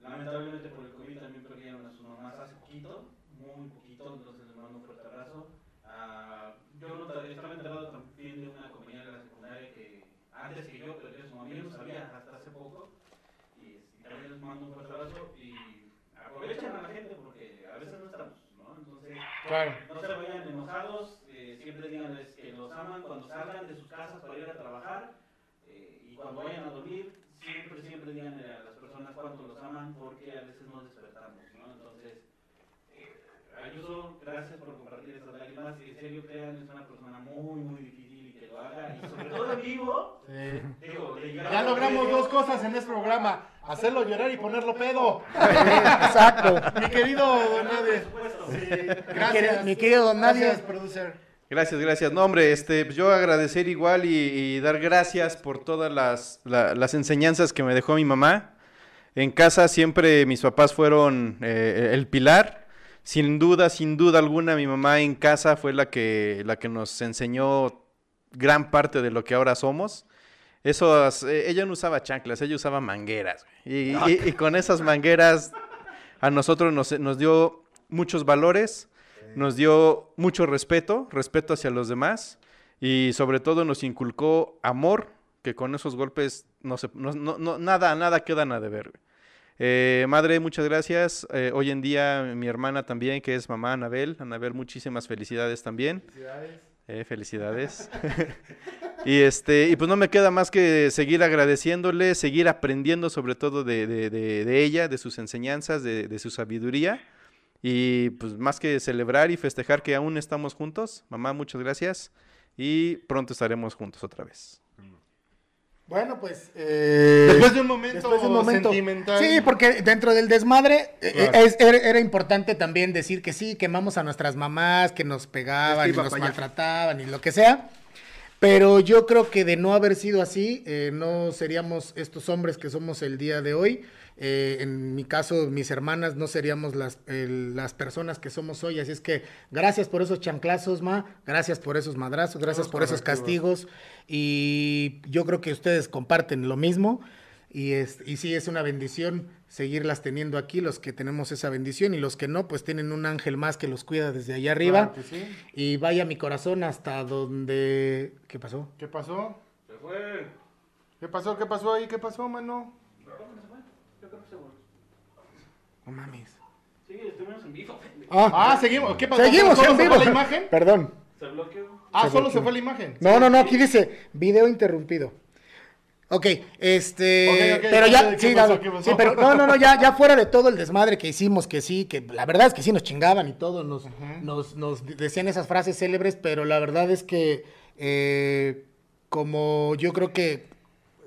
lamentablemente por el COVID también perdieron a sus mamás hace poquito, muy poquito, entonces les mando un fuerte abrazo. Ah, yo no ta- estaba enterado también de una compañera de la secundaria que antes que yo perdió a su mamá, yo no sabía hasta hace poco, y, este, también les mando un fuerte abrazo y aprovechan a la gente porque a veces no estamos, ¿no? Entonces... Claro. No se vayan enojados, eh, siempre díganles que los aman cuando salgan de sus casas para ir a trabajar eh, y cuando vayan a dormir, siempre, siempre díganle a las personas cuánto los aman porque a veces nos despertamos, ¿no? Entonces, eh, Ayuso, gracias por compartir esas lágrimas y en serio crean, es una persona muy, muy difícil y que lo haga y sobre todo en vivo, digo, le llegaron Ya logramos premios. dos cosas en este programa, hacerlo llorar y ponerlo pedo. exacto. Mi querido Donade, Por supuesto. gracias. Mi querido Don Nadie. Gracias, producer. Gracias, gracias. No, hombre, este, pues, yo agradecer igual y, y dar gracias por todas las, la- las enseñanzas que me dejó mi mamá. En casa siempre mis papás fueron eh, el pilar. Sin duda, sin duda alguna, mi mamá en casa fue la que, la que nos enseñó gran parte de lo que ahora somos. Esas, eh, ella no usaba chanclas, ella usaba mangueras. güey. Y, y- y con esas mangueras a nosotros nos, nos dio muchos valores, nos dio mucho respeto, respeto hacia los demás y sobre todo nos inculcó amor, que con esos golpes no se, no, no- no- nada, nada quedan a deber. güey. Eh, madre, muchas gracias. Eh, hoy en día mi hermana también, que es mamá Anabel. Anabel, muchísimas felicidades también. Eh, felicidades. y este, y pues no me queda más que seguir agradeciéndole, seguir aprendiendo sobre todo de, de- de- de ella, de sus enseñanzas, de, de su sabiduría. Y pues más que celebrar y festejar que aún estamos juntos. Mamá, muchas gracias. Y pronto estaremos juntos otra vez. Bueno, pues. Después de un momento sentimental. Sí, porque dentro del desmadre eh, Claro. eh, es- era, era importante también decir que sí, quemamos a nuestras mamás, que nos pegaban, Es y que iba nos para allá. maltrataban y lo que sea. Pero yo creo que de no haber sido así, eh, no seríamos estos hombres que somos el día de hoy. Eh, en mi caso, mis hermanas no seríamos las, el- las personas que somos hoy. Así es que gracias por esos chanclazos, Ma. Gracias por esos madrazos. Gracias por esos castigos. Y yo creo que ustedes comparten lo mismo. Y, es, y sí, es una bendición seguirlas teniendo aquí, los que tenemos esa bendición. Y los que no, pues tienen un ángel más que los cuida desde allá arriba. Claro que sí. Y vaya mi corazón hasta donde... ¿Qué pasó? ¿Qué pasó? Se fue. ¿Qué pasó? ¿Qué pasó ahí? ¿Qué pasó, mano? Yo creo que se volvió. No mames. Sí, estuvimos en vivo. pendejo. Ah, Ah, seguimos. ¿Qué pasó? Seguimos ¿Solo en se vivo. fue la imagen? Perdón. Se bloqueó. Ah, Se solo se bloqueó. fue la imagen. No, no, no, aquí dice video interrumpido. Ok, este, Ok, ok, pero ya sé ya, de sí, qué pasó, dado- qué pasó. sí, pero no, no, no, ya, ya fuera de todo el desmadre que hicimos, que sí, que la verdad es que sí nos chingaban y todo, nos, nos, nos decían esas frases célebres, pero la verdad es que, eh, como yo creo que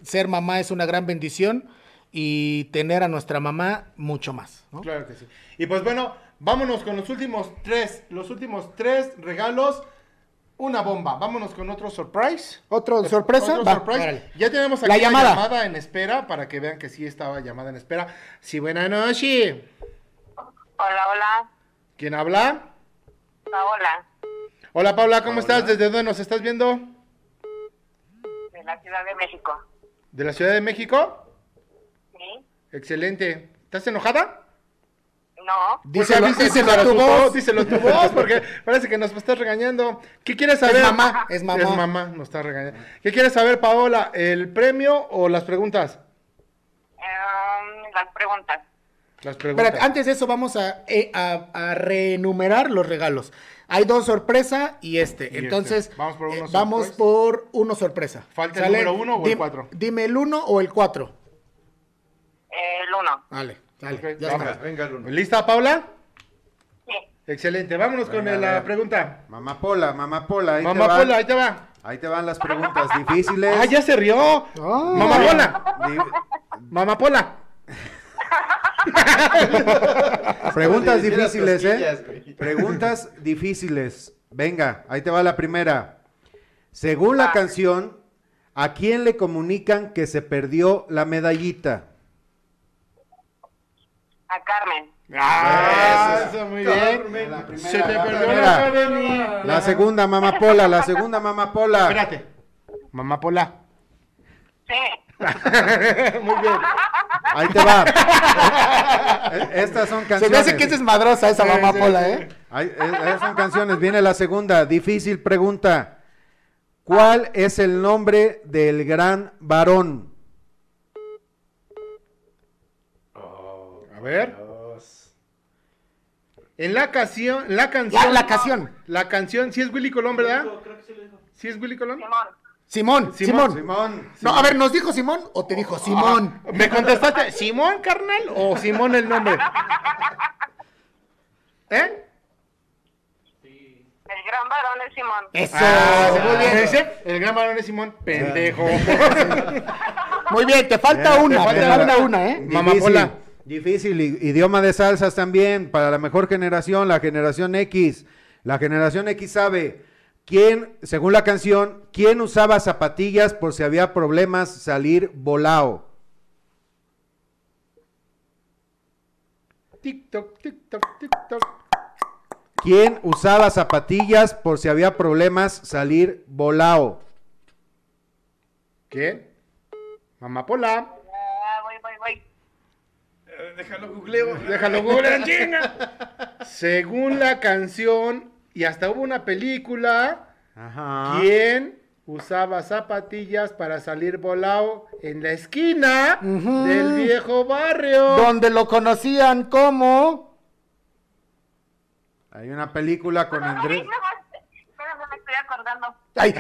ser mamá es una gran bendición y tener a nuestra mamá mucho más, ¿no? Claro que sí. Y pues bueno, vámonos con los últimos tres. Los últimos tres regalos. Una bomba. Vámonos con otro surprise. Otro sorpresa, Eh, Otro va, surprise. órale. Ya tenemos aquí La la llamada. llamada. en espera para que vean que sí estaba llamada en espera. Sí, buena noche. Hola, hola, ¿Quién habla? Paola, Hola Paula, ¿cómo estás? ¿Desde dónde nos estás viendo? de la Ciudad de México. ¿De la Ciudad de México? ¿Sí? Excelente. ¿Estás enojada? No, Díselo, Pues díselo para a tu su voz. díselo a tu voz, porque parece que nos estás regañando. ¿Qué quieres saber? mamá, es mamá. Es mamá, nos está regañando. ¿Qué quieres saber, Paola? ¿El premio o las preguntas? em, las preguntas. Las preguntas. Espérate, antes de eso vamos a, eh, a- a reenumerar los regalos. Hay dos sorpresa y este. Y Entonces, este. Vamos por eh, uno vamos surprise. por uno sorpresa. ¿Falta el número uno o el Dim- cuatro? Dime el uno o el cuatro. El uno. Vale, dale. Ok, ya vamos. está. Venga, Luna. ¿Lista, Paula? Sí. Excelente, vámonos con Venga, la venga. pregunta. Mamá Pola, mamá Pola, ahí Mamá te van, Paula, ahí te va. ahí te van las preguntas difíciles. Ah, ya se rió. Mamá Paula, Di- mamá Paula. preguntas Hicieras difíciles, cosquillas, ¿eh? güey. Preguntas difíciles. Venga, ahí te va la primera. Según la canción, ¿a quién le comunican que se perdió la medallita? A Carmen. Ah, eso, muy bien. La primera, Se te la perdió primera. la Carmen. La segunda, mamá Pola, la segunda, mamá Pola. Espérate. Mamá Pola. Sí. Muy bien. Ahí te va. Eh, Estas son Se canciones. me hace que esa es madrosa esa mamá pola, ¿eh? Ahí, eh, esas son canciones. Viene la segunda. Difícil pregunta. ¿Cuál es el nombre del gran varón? A ver. En la canción, la Ya, canción, la canción. la canción, si es Willy Colón, ¿verdad? Creo que sí lo dijo. Si es Willy Colón. Simón. Simón, Simón. Simón, Simón. No, a ver, ¿nos dijo Simón o te dijo Simón? Ah, ¿Me contestaste Simón, carnal? ¿O Simón el nombre? ¿Eh? El gran varón es Simón. Eso. Ah, muy bien. ¿Ese? El gran varón es Simón. Pendejo. Muy bien, te Eh, falta una, te falta una. falta, una, ¿eh? Mamá Difícil, Pola. Difícil. I- Idioma de salsas también. Para la mejor generación, la generación X. La generación X sabe quién, según la canción, quién usaba zapatillas por si había problemas salir volao. Tic-toc, tic-toc, tic-toc. ¿Quién usaba zapatillas por si había problemas salir volao? ¿Qué? Mamá Pola. Ah, voy, voy, voy. Eh, Déjalo googleo. Déjalo googleo, chinga. Según la canción, y hasta hubo una película, Ajá. ¿quién usaba zapatillas para salir volado en la esquina del viejo barrio. Donde lo conocían como. Hay una película con Andrés. Pero no me estoy acordando. Ay,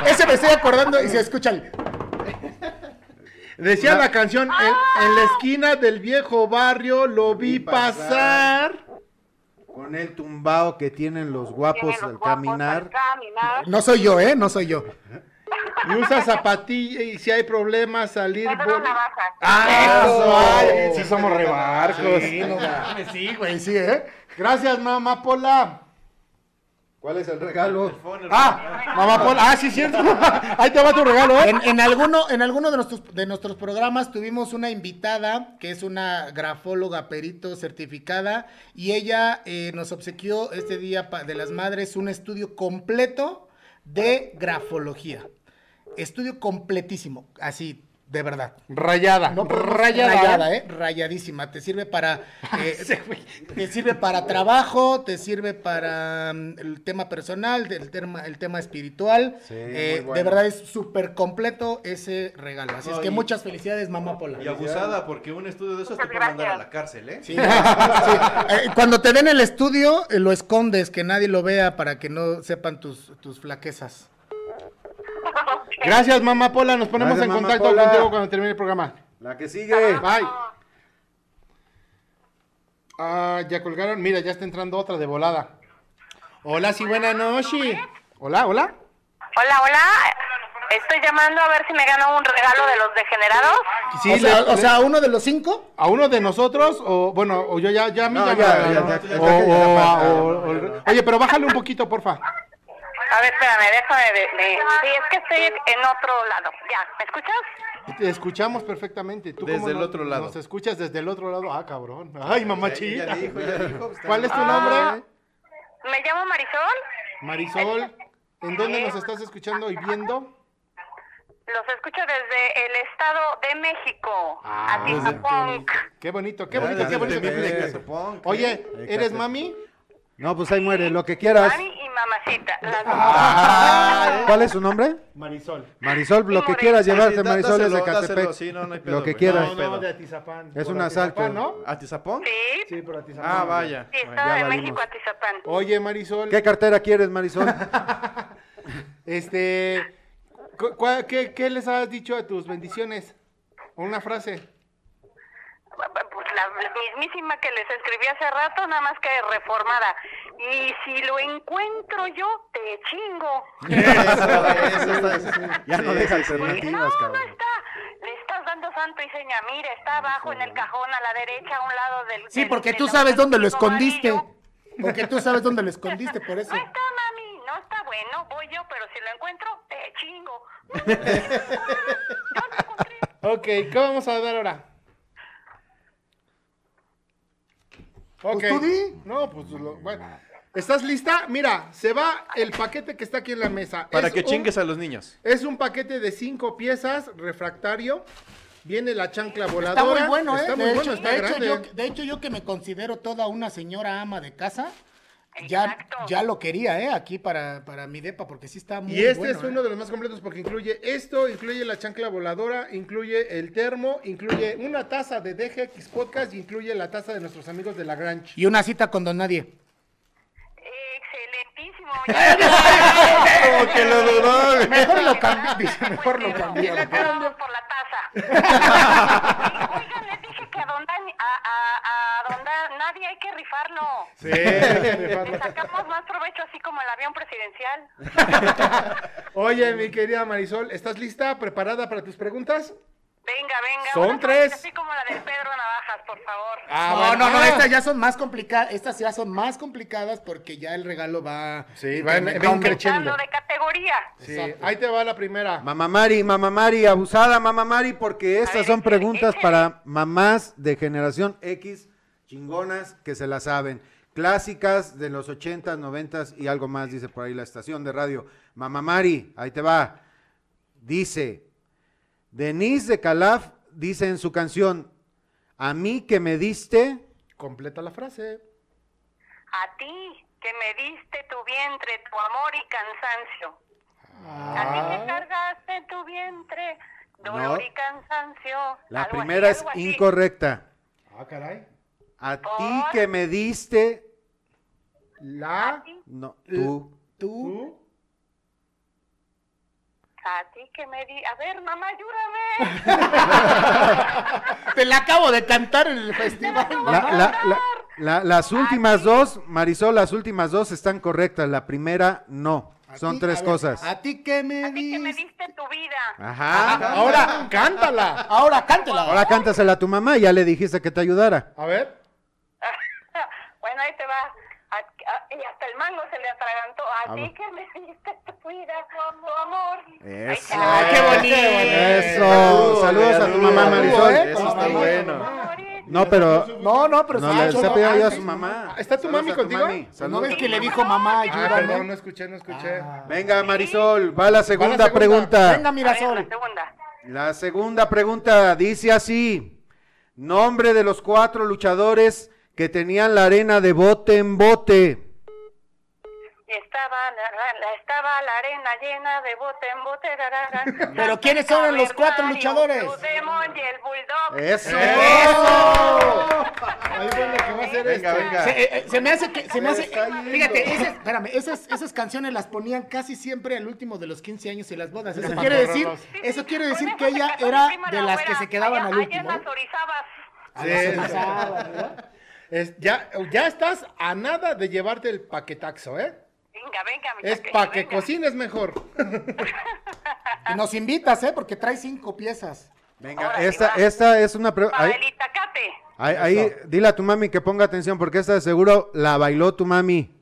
ay. Ese me estoy acordando y se escuchan. Decía la canción, en, en la esquina del viejo barrio lo vi pasar. Con el tumbao que tienen los guapos Tiene los al guapos caminar. al caminar. No soy yo, ¿eh? No soy yo. Y usa zapatilla y si hay problemas salir Pedro vol- Navajas. Eso, ay, Sí somos rebarcos. Sí, güey, sí, ¿eh? Gracias, mamá Pola. ¿Cuál es el regalo? Ah, mamá Pola. Ah, sí, cierto. Ahí te va tu regalo, ¿eh? En, en alguno, en alguno de, nuestros, de nuestros programas tuvimos una invitada que es una grafóloga perito certificada y ella eh, nos obsequió este Día pa- de las Madres un estudio completo de grafología. Estudio completísimo, así, de verdad. Rayada. No podemos- rayada. rayada, ¿eh? Rayadísima. Te sirve para. eh, te sirve para trabajo, te sirve para mm, el tema personal, del tema, el tema espiritual. Sí, Eh, muy bueno. De verdad es súper completo ese regalo. Así es que muchas felicidades, mamá Pola. Y abusada, porque un estudio de esos te Muchas puede mandar a gracias. la cárcel, ¿eh? Sí, sí. Eh, cuando te den el estudio, eh, lo escondes, que nadie lo vea para que no sepan tus, tus flaquezas. Gracias, mamá Pola. Nos ponemos Gracias, en mamá contacto Pola. contigo cuando termine el programa. La que sigue. Bye. Ah, ya colgaron. Mira, ya está entrando otra de volada. Hola, sí, buena noche. Hola, hola. Hola, hola. Estoy llamando a ver si me gano un regalo de los degenerados. Sí, o, sea, le- o sea, uno de los cinco. a uno de nosotros o bueno, o yo ya ya a mí No, ya ya, me- ya, no, ya, ya, ya, o- ya, ya, o- ya, o- ya, o- Oye, pero bájale un poquito, porfa. A ver, espérame, déjame. ver, me- Sí, es que estoy en otro lado. Ya, ¿me escuchas? Te escuchamos perfectamente. ¿Tú Desde cómo el no- otro lado. Nos escuchas desde el otro lado. Ah, cabrón. Ay, mamá Ya chiquita. dijo, ya dijo. pues, ¿Cuál es tu Ah. nombre? Me llamo Marisol. Marisol. ¿En dónde nos estás escuchando y viendo? Los escucho desde el Estado de México. Ah, Así, desde- Punk. Qué bonito, qué bonito, qué desde bonito. Temible, Catepunk, Oye, eh. ¿eres mami? No, pues ahí muere, lo que quieras. Ah. Mami y mamacita. las dos. ¿Cuál es su nombre? Marisol. Marisol, lo que Moreno. quieras llevarte, Sí, dá- Marisol es de dáselo, dáselo, Catepec. sí, no, no hay pedo, Lo que güey. quieras. No, no, de Atizapán. Es un asalto. ¿no? ¿Atizapón? Sí, sí, Sí, por Atizapán. Ah, vaya. Estado de México, Atizapán. Oye, Marisol. ¿Qué cartera quieres, Marisol? Este, cu- cua- ¿qué, qué les has dicho a tus bendiciones? Una frase. Pues la mismísima que les escribí hace rato, nada más que reformada. Y si lo encuentro yo, te chingo. ya no deja Porque alternativas, no, no cabrón. está. Le estás dando santo y seña. Mira, está abajo en el cajón a la derecha, a un lado del. Sí, del- porque del tú sabes dónde lo amarillo. escondiste. Porque tú sabes dónde lo escondiste, por eso. No está, mami. No está bueno. Voy yo, pero si lo encuentro, te chingo. Ok, ¿qué vamos a dar ahora? Ok. tú di. No, pues lo- bueno. ¿Estás lista? Mira, se va el paquete que está aquí en la mesa. Para Es que un- chingues a los niños. Es un paquete de cinco piezas, refractario. Viene la chancla voladora. Está muy bueno, ¿eh? Está muy de, bueno, hecho, está de hecho, grande. yo, de hecho, yo que me considero toda una señora ama de casa, ya, Exacto. ya lo quería, ¿eh? Aquí para, para mi depa, porque sí está muy Y este bueno, es ¿eh? uno de los más completos porque incluye esto, incluye la chancla voladora, incluye el termo, incluye una taza de DGX Podcast y incluye la taza de nuestros amigos de La Grange. Y una cita con don nadie. Excelentísimo. Como Oh, que lo ¿eh? dudó. Mejor lo cambié, dice, mejor lo cambié. cambiaron. por la taza. Oigan, les dije que a don Dan, a, a, a don Dan, nadie hay que rifarlo. Sí, Le sacamos más provecho así como el avión presidencial. Oye, mi querida Marisol, ¿estás lista? ¿Preparada para tus preguntas? Venga, venga. Son una tres. Así como la del Pedro Navajas, por favor. no, bueno. no, no, Ah. estas ya son más complicadas, estas ya son más complicadas porque ya el regalo va... Sí, va en- va incrementando. Dando de categoría. Sí, ahí te va la primera. Mamá Mari, mamá Mari, abusada, mamá Mari, porque estas ver, son échale, preguntas échale. para mamás de generación X, chingonas, que se la saben. Clásicas de los 80s, 90s y algo más, dice por ahí la estación de radio. Mamá Mari, ahí te va. Dice, Denise de Calaf dice en su canción, a mí que me diste, Completa la frase. A ti que me diste tu vientre, tu amor y cansancio. A ti te cargaste en tu vientre dolor Ah, No. y cansancio. La algo así, primera es algo así. incorrecta. Ah, caray. A ti que me diste La. no tú Tú. A ti que me di... A ver, mamá, ayúdame. Te la acabo de cantar en el festival. La- la- la- la- las últimas dos, Marisol, las últimas dos están correctas. La primera no. Son ti- tres a ver, cosas. A ti que me A ti que me diste. diste tu vida. Ajá. Ahora, cántala. Ahora cántela. Ahora cántasela a tu mamá, ya le dijiste que te ayudara. A ver. Bueno, ahí te va. A- a- y hasta el mango se le atragantó. A Ah, ti bueno. que me diste tu vida, tu amor. Ahí Eso. te va. Ay, Ah, qué Ah, bonito. Eso. Saludos, Saludos a tu saludos, mamá, saludos, Marisol. ¿eh? Eso está Ay, bueno. amores. No, pero No, no, pero no sí, le eso está no. pidiendo Ah, ayuda a sí. su mamá. ¿Está tu Saludos mami a tu contigo? mami. ¿No Saludos a ves tu que le mamá. dijo mamá, Ah, ayúdame? perdón, no escuché, no escuché. Venga, Marisol, va la segunda, Ah. segunda. pregunta. Venga, A ver, Mirasol. la segunda. La segunda pregunta dice así: Nombre de los cuatro luchadores que tenían la arena de bote en bote. Y estaba la, la- la- estaba la arena llena de bote en bote. rarara. Pero ¿quiénes eran los cuatro Cavernario, luchadores? Blue Demon y el Bulldog. Eso. Ahí fue lo que va a hacer Venga, este. venga. Se, eh, eh, se me hace que, se me hace, fíjate, esas, espérame, esas, esas canciones las ponían casi siempre al último de los 15 años y las bodas. Eso quiere decir, eso quiere decir que ella era de las que se quedaban al último. Allá en las orizabas. Es- ya, ya estás a nada de llevarte el paquetaxo, ¿eh? Venga, venga, mi Es chaqueño, pa' que venga. cocines mejor. Y nos invitas, ¿eh? Porque trae cinco piezas. Venga, Ahora sí esta, va. esta es una pregunta. Para el Itacate. Ahí, ahí, dile a tu mami que ponga atención porque esta de seguro la bailó tu mami.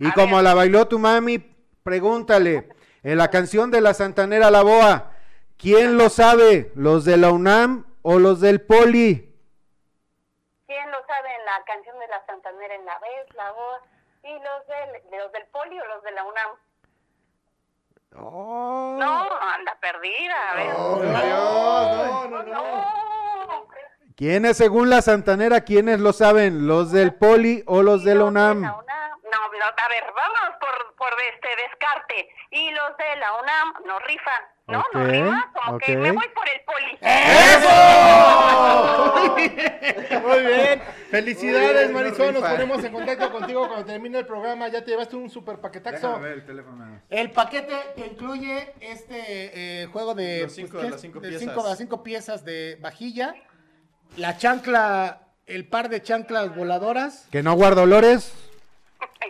Y A como ver. la bailó tu mami, pregúntale, en la canción de la Santanera La Boa, ¿quién lo sabe? ¿Los de la UNAM o los del Poli? ¿Quién lo sabe en la canción de la Santanera en la vez, la voz? ¿Y los del, de los del poli o los de la UNAM? No, anda perdida. A ver. no, no, no. ¿Quiénes según la Santanera, quiénes lo saben? ¿Los del Poli o los de la UNAM? No, no, a ver, vamos por, por este descarte. Y los de la UNAM no rifan. No, no Ok, rima, como que ok. me voy por el poli. ¡Oh! Oh. Muy bien. Felicidades, Marisol. Nos ponemos en contacto contigo cuando termine el programa. Ya te llevaste un super paquetaxo. El paquete que incluye este eh, juego de Los cinco- pues, ¿qué? las cinco de piezas. cinco- las cinco piezas de vajilla, la chancla, el par de chanclas voladoras, ¿Que no guarda olores?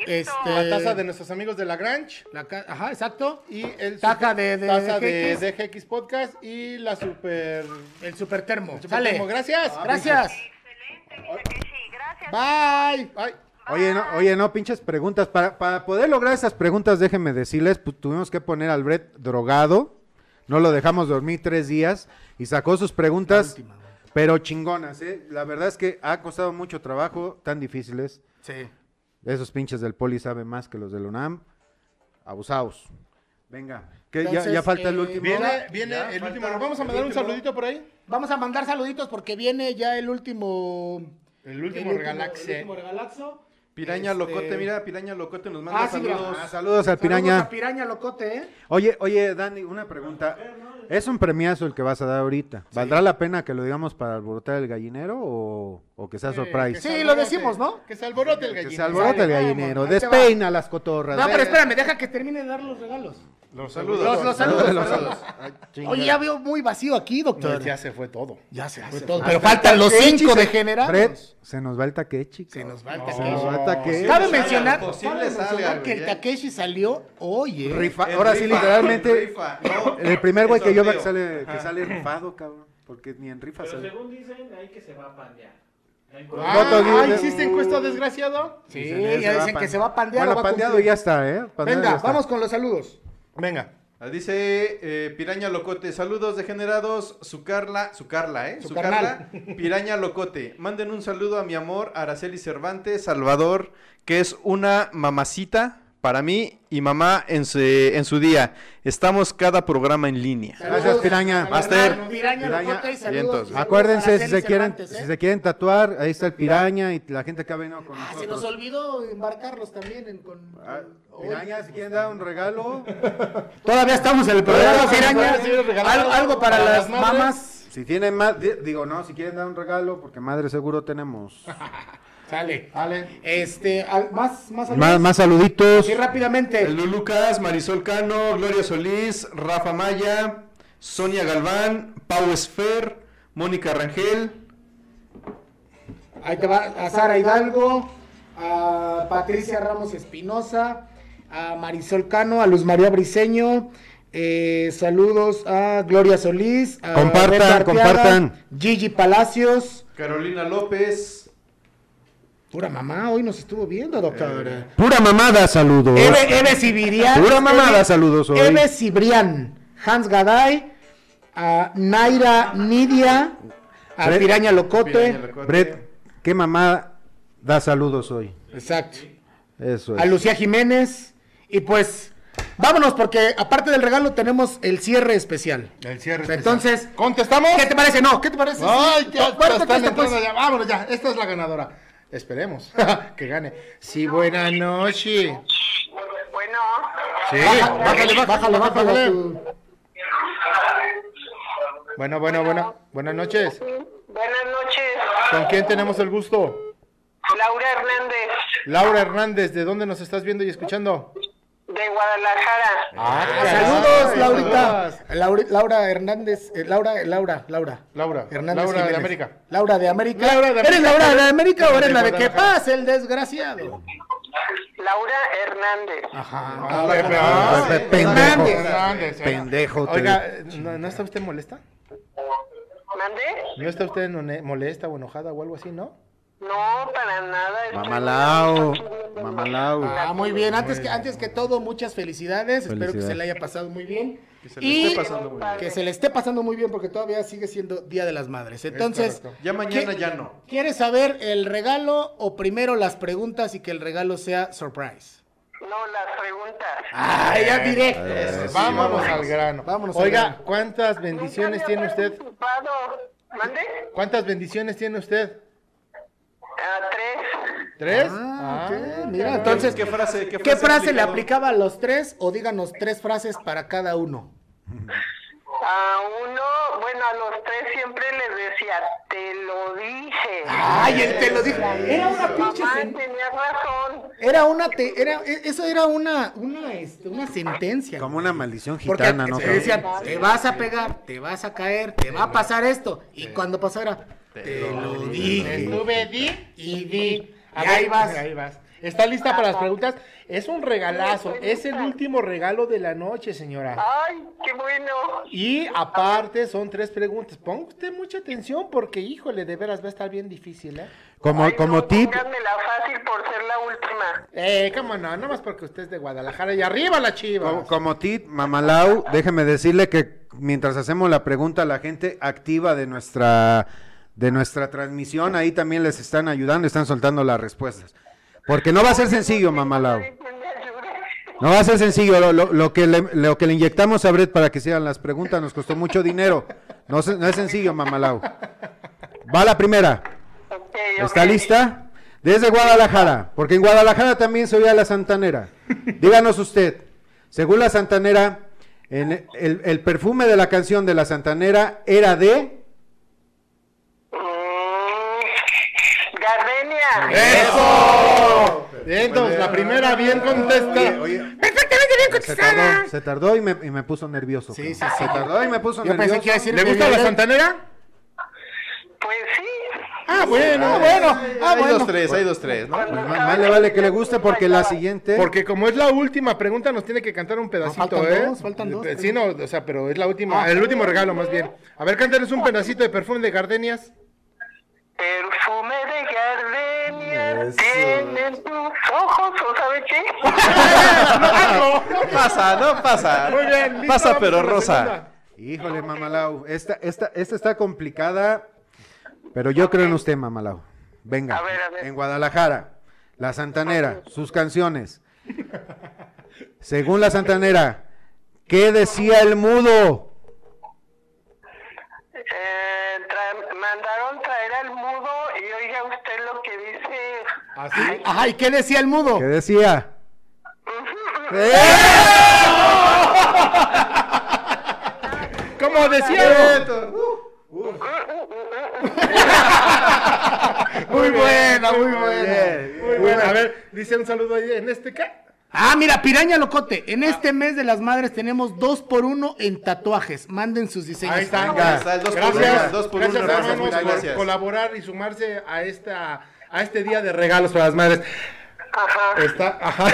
Eso. este, La taza de nuestros amigos de la Grange. la ca- ajá, exacto, Y el Taca super- de- de- taza de de, GX. DGX Podcast y la super. el supertermo. super Sale. termo. Gracias. Gracias. Excelente, mi Takeshi, gracias. Bye. Bye. Oye, no, oye, no, pinches preguntas. Para, para poder lograr esas preguntas, déjenme decirles, pues, tuvimos que poner al Brett drogado. No lo dejamos dormir tres días y sacó sus preguntas, pero chingonas, ¿eh? La verdad es que ha costado mucho trabajo, tan difíciles. Sí. Esos pinches del Poli saben más que los del UNAM. Abusados. Venga, que ya- ya, Entonces, falta el eh, último. Viene, viene el último. ¿Nos vamos a mandar un saludito por ahí? Vamos a mandar saluditos porque viene ya el último. El último El Galaxy. último regalazo. Piraña Este- Locote, mira, Piraña Locote nos manda Ah, sí, mira. saludos. Ah, saludos al Saludos piraña. a Piraña Locote, ¿eh? Oye, oye, Dani, una pregunta. Eh, Es un premiazo el que vas a dar ahorita. ¿Valdrá la pena que lo digamos para alborotar el gallinero o, o que Eh, sea surprise? Sí, lo decimos, ¿no? Que se alborote el Que gallito. se alborota el gallinero. ahí te va. Despeina las cotorras. No, pero venga. espérame, deja que termine de dar los regalos. Los saludos. Los, los saludos. Los perdón. Oye, ya veo muy vacío aquí, doctor. Ya se fue todo. Ya se fue todo. Pero faltan los cinco de general. Fred, se nos va el taquechi. Se nos va el Se nos Takeshi. va el taquechi. Cabe Posible mencionar, salga, posible cabe mencionar salga, que el güey, eh. Takeshi salió hoy, ¿eh? Rifa- El Ahora sí, rifa, literalmente. el rifa, no, el primer güey el que yo veo que sorteo. sale, que sale rifado, cabrón. Porque ni en rifa Pero sale. según dicen, ahí que se va a pandear. Ahí con- Ah, Voto ah, libre. ¿hiciste encuesta, desgraciado? Sí, Se ya va dicen pan- que se va a pandear. o Bueno, va a pandeado cumplir. ya está, ¿eh? Pandeado ya Venga, está. vamos con los saludos. Venga. Ah, Dice eh, Piraña Locote, saludos degenerados, su Carla, su Carla, ¿eh? Su Su, Carla, Piraña Locote. Manden un saludo a mi amor Araceli Cervantes, Salvador, que es una mamacita, para mí y mamá en su, en su día. Estamos cada programa en línea. Gracias, Piraña. Master. Piraña, Locote, y saludos. Vientos. Acuérdense, Araceli si se, quieren, Cervantes, ¿eh? si se quieren tatuar, ahí está el piraña y la gente que ha venido con Ah, se nos nosotros. olvidó embarcarlos también en- con... Ah, Piraña, si quieren dar un regalo, Todavía estamos en el programa, programa, Piraña. Algo, algo para, las madres. mamás. si tienen más, di- digo no, si quieren dar un regalo, porque madre seguro tenemos. Sale. Este, al- más, Más, más, saludos. más saluditos. Sí, rápidamente. El Lucas, Marisol Cano, Gloria Solís, Rafa Maya, Sonia Galván, Pau Esfer, Mónica Rangel. Ahí te va a Sara Hidalgo, a Patricia Ramos Espinosa, a Marisol Cano, a Luz María Briseño. eh, saludos a Gloria Solís, a Compartan, Beto Arteaga, compartan. Gigi Palacios. Carolina López. Pura mamá, hoy nos estuvo viendo, doctor. Pura mamada, saludos. Eve, Eve Sibirian. Pura mamada, Eve- saludos hoy. Eve Cibrián, Hans Gaday, a Naira Nidia, a Fred- Piraña Locote. Brett, qué mamada da saludos hoy. Exacto. Eso Pues. a es. Lucía Jiménez. Y pues, vámonos, porque aparte del regalo tenemos el cierre especial. El cierre. Entonces, ¿contestamos? ¿qué te parece? No, ¿qué te parece? Ay, Sí, ya, ya acuérdate están que esta, pues, entrando ya. Vámonos ya. Esta es la ganadora. Esperemos que gane. Sí, buena noche. Bueno, Sí. Bájale, bájale, bájale, tu- Bueno, bueno, bueno. Buenas noches. buenas noches, ¿Con quién tenemos el gusto? Laura Hernández Laura Hernández, ¿de dónde nos estás viendo y escuchando? de Guadalajara. Saludos, Laurita. Laura, Laura Hernández. eh, Laura, Laura, Laura. Laura. Hernández Laura de Jiménez. América. Laura de América. Laura de ¿Eres América. Laura de América o eres De la de que Guadalajara. pasa el desgraciado? Laura Hernández. Ah, Laura Ah, Hernández. pendejo. Hernández. eh. Pendejo, te Oiga, ¿no, no está usted molesta? ¿Mande? ¿No está usted none- molesta o enojada o algo así, no? No, para nada. estoy Mamalao. aquí viéndolo. Mamalao. Ah, muy bien. Antes que, antes que todo, muchas felicidades. Espero que se le haya pasado muy bien. Que se le esté pasando muy bien. Que se le esté pasando muy bien porque todavía sigue siendo Día de las Madres. Entonces, correcto. Ya mañana ya no. ¿quieres saber el regalo o primero las preguntas y que el regalo sea surprise? No, las preguntas. Ah, ya directo. Vámonos al grano. Vámonos al Oiga, grano. ¿cuántas bendiciones Nunca tiene había usted? participado. ¿Mande? ¿Cuántas bendiciones tiene usted? A Ah, tres. ¿Tres? Ah, Ah, ok, Mira, entonces, ¿qué frase, qué ¿qué frase le aplicado? aplicaba a los tres? O díganos tres frases para cada uno. A uno, bueno, a los tres siempre les decía, te lo dije. Ay, él te lo dije. Era una pinche Mamá, sen- tenías razón. Era una, te- era, e- eso era una, una, este, una sentencia. Como una maldición Porque gitana, ¿no? se decían, te vas a pegar, te vas a caer, te va a pasar esto. Y cuando pasara, te lo dije. Estuve di y di. Y ahí vas. Ahí vas. ¿Está lista para las preguntas? Es un regalazo. Es el último regalo de la noche, señora. Ay, qué bueno. Y aparte son tres preguntas. Ponga usted mucha atención porque, híjole, de veras va a estar bien difícil, ¿eh? Como, Ay, como no, tip, pónganmela fácil por ser la última. Eh, cómo no, nada más porque usted es de Guadalajara y arriba la chiva. como, como tip, Mamalau, déjeme decirle que mientras hacemos la pregunta, la gente activa de nuestra de nuestra transmisión, ahí también les están ayudando, están soltando las respuestas. Porque no va a ser sencillo, Mamalau. Ay, que me ayude. No va a ser sencillo. Lo, lo- lo que, le, lo que le inyectamos a Brett para que hicieran las preguntas nos costó mucho dinero. No, se- no es sencillo, Mamalau. Va la primera. Ok, ¿Está ok. lista? Desde Guadalajara, porque en Guadalajara también se oía la Santanera. Díganos usted, según la Santanera, en el, el perfume de la canción de la Santanera era de... Mm, Gardenia. Entonces, la primera bien contesta. Perfectamente bien Se tardó, se tardó y, me, y me puso nervioso. Sí, cabrón. sí, sí. Se tardó y me puso Yo pensé nervioso. que iba a decir ¿Le que gusta la Violeta- santanera? Pues sí. Ah, bueno, ah, bueno, ah, hay dos, bueno. tres, hay dos, tres, ¿no? Cuando Pues más, estaba más le vale que le chiquita, guste porque la bailaba. siguiente... Porque como es la última pregunta, nos tiene que cantar un pedacito, Ah, faltan ¿eh? dos, faltan dos. Ah. Sí, no, o sea, pero es la última, el último regalo más bien. A ver, cántanos un pedacito de perfume de gardenias. Perfume de gardenia tienen tus ojos, ¿o sabe qué? No pasa, no pasa. Muy bien, listo, Pasa vamos pero con la rosa. segunda. Híjole, Mamalau, esta, esta, esta está complicada, pero yo creo en usted, Mamalau. Venga, A ver, a ver. en Guadalajara, La Santanera, sus canciones. Según la santanera, ¿qué decía el mudo? Eh, tra- mandaron traer al mudo y oiga usted lo que dice. Ajá, ¿y qué decía el mudo? ¿Eh? ¿Qué decía? Como decía. Muy buena, muy buena. Muy buena. A ver, dice un saludo ahí en este ca. Ah, mira, piraña locote. En este mes de las madres tenemos dos por uno en tatuajes. Manden sus diseños. Ahí está. Venga, está el dos por gracias, uno, dos por gracias, uno, hermanos, hermanos, muchas por gracias. colaborar y sumarse a esta a este día de regalos para las madres. Está, ajá.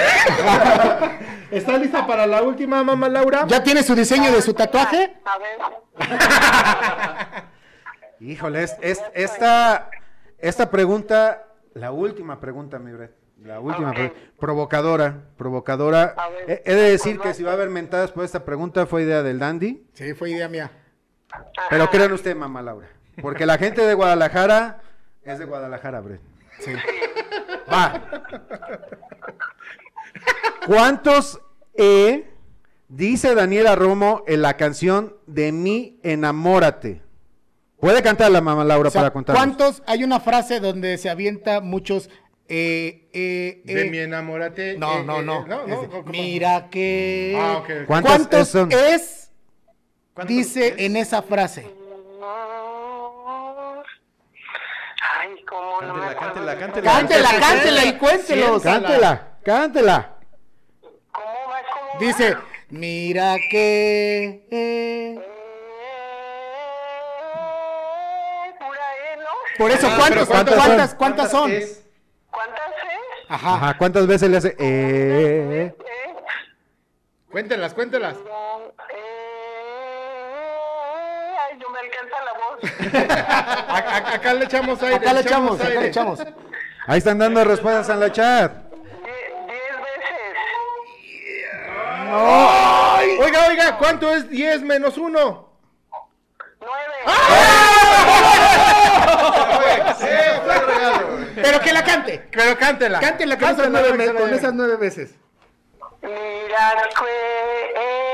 ¿Está lista para la última, mamá Laura? ¿Ya tiene su diseño de su tatuaje? A ver, Híjole, es- es- esta, esta pregunta, la última pregunta, mi Brett, la última Ok. pregunta, provocadora, provocadora. A ver, He, he de decir que si va a haber mentadas por esta pregunta fue idea del Dandy, Sí, fue idea mía. pero crean usted, mamá Laura, porque la gente de Guadalajara es de Guadalajara, Brett. Va. ¿Cuántos E dice Daniela Romo en la canción de Mi Enamórate? Puede cantarla, mamá Laura, O sea, para contar. ¿Cuántos? Hay una frase donde se avienta muchos. eh, eh, eh, De mi enamorate. No, eh, no, eh, no. eh, no, no, Es de, ¿cómo? Mira que. Ah, ok, ok. ¿Cuántos es ¿Cuántos son? es? Dice en esa frase. no. Ay, cómo Oh, no me Cántela, acuerdo. cántela, cántela. Cántela, cántela y cuéntelos. Cántela, cántela. ¿Cómo va? ¿Cómo va? Dice, mira que. eh". Eh, Pura E, ¿no? Por Ah, eso, ¿cuántos, ¿cuántas ¿cuántas, son? cuántas, cuántas son? es? ¿Cuántas es? Ajá. Ajá, ¿cuántas veces le hace? Eh, Eh, Cuéntelas, cuéntelas. no, eh, ay, no me alcanza la voz. A- a- acá le echamos aire. Acá le echamos, acá aire. le echamos. Ahí están dando respuestas en la chat. Die- diez veces. Oiga, oiga, ¿cuánto es 10 menos 1? Nueve. ¡Ah! Pero que la cante. Pero cántela. Cántela con esas nueve, me- con esas nueve veces. Mira que eh,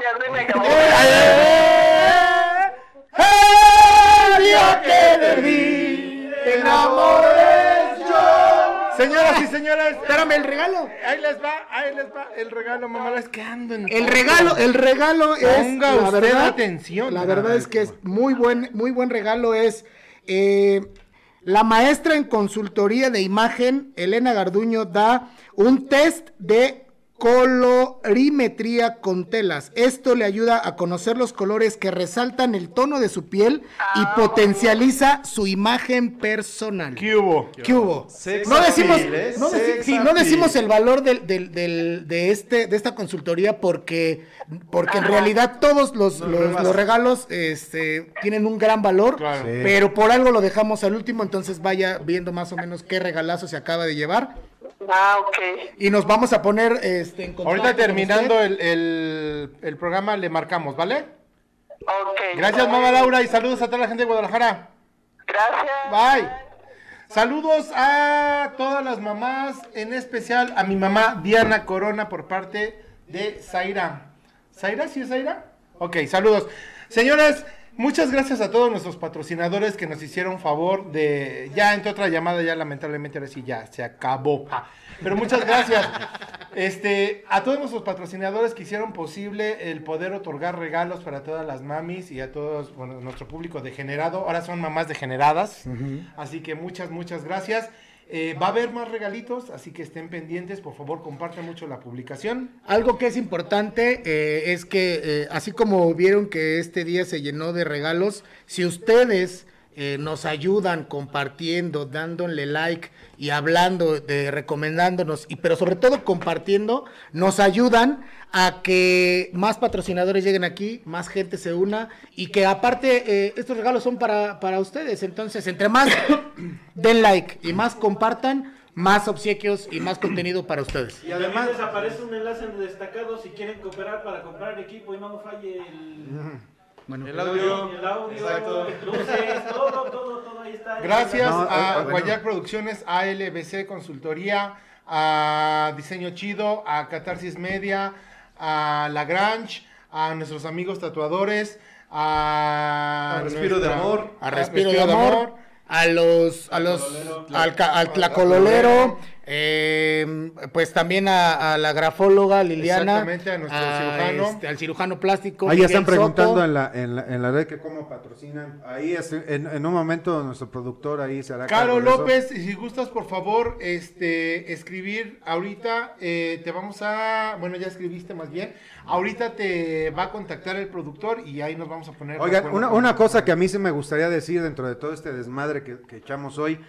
ya se me acabó. Señoras y señores, espérame el regalo. Ahí les va, ahí les va el regalo, mamá. Es que ando en. El regalo, el regalo es. Ponga la usted verdad, atención. La verdad es que es muy buen, muy buen regalo. Es eh, la maestra en consultoría de imagen, Elena Garduño, da un test de colorimetría con telas. Esto le ayuda a conocer los colores que resaltan el tono de su piel y Ah, potencializa su imagen personal. ¿Qué hubo? ¿Qué hubo? Sex No decimos, appeal, ¿eh? no, deci- Sex sí, no appeal. decimos el valor del, del- del- de este, de esta consultoría porque, porque en realidad todos los, los- los regalos este, tienen un gran valor, Sí. pero por algo lo dejamos al último, entonces vaya viendo más o menos qué regalazo se acaba de llevar. Ah, ok. Y nos vamos a poner este, en contacto Ahorita con terminando usted. el, el- el programa, le marcamos, ¿vale? Ok. Gracias, mamá Laura, y saludos a toda la gente de Guadalajara. Gracias. Bye. Saludos a todas las mamás, en especial a mi mamá Diana Corona por parte de Zaira. ¿Zaira? ¿Sí es Zaira? Ok, saludos. Señoras, muchas gracias a todos nuestros patrocinadores que nos hicieron favor de... Ya entre otra llamada, ya lamentablemente ahora sí, ya se acabó. Ja. Pero muchas gracias. Este, a todos nuestros patrocinadores que hicieron posible el poder otorgar regalos para todas las mamis y a todos bueno, nuestro público degenerado. Ahora son mamás degeneradas. Así que muchas, muchas gracias. Eh, va a haber más regalitos, así que estén pendientes. Por favor, compartan mucho la publicación. Algo que es importante eh, es que eh, así como vieron que este día se llenó de regalos, si ustedes eh, nos ayudan compartiendo, dándole like y hablando, de, recomendándonos, y, pero sobre todo compartiendo, nos ayudan a que más patrocinadores lleguen aquí, más gente se una y que aparte eh, estos regalos son para, para ustedes. Entonces, entre más den like y más compartan, más obsequios y más contenido para ustedes. Y además desaparece un enlace en destacado si quieren cooperar para comprar equipo y no falle el, El audio. el audio, Exacto. luces, todo, todo, todo ahí está. Gracias No, a ah, bueno. Guayac Producciones, a LBC Consultoría, a Diseño Chido, a Catarsis Media, a Lagrange, a nuestros amigos tatuadores, a, A Respiro de Amor. a A Respiro de Amor, a los, a los, al, ca- al tlacololero, eh, pues también a, a la grafóloga Liliana. Exactamente, a nuestro cirujano. este, al cirujano plástico. Ahí ya están Miguel Soto. preguntando en la, en, la, en la red que cómo patrocinan. Ahí es- en, en un momento nuestro productor ahí será. Caro López, y si gustas, por favor, este, escribir ahorita, eh, te vamos a, bueno, ya escribiste más bien, ahorita te va a contactar el productor y ahí nos vamos a poner. de Oigan, acuerdo una, con- una cosa que a mí se me gustaría decir dentro de todo este desmadre que, que echamos hoy.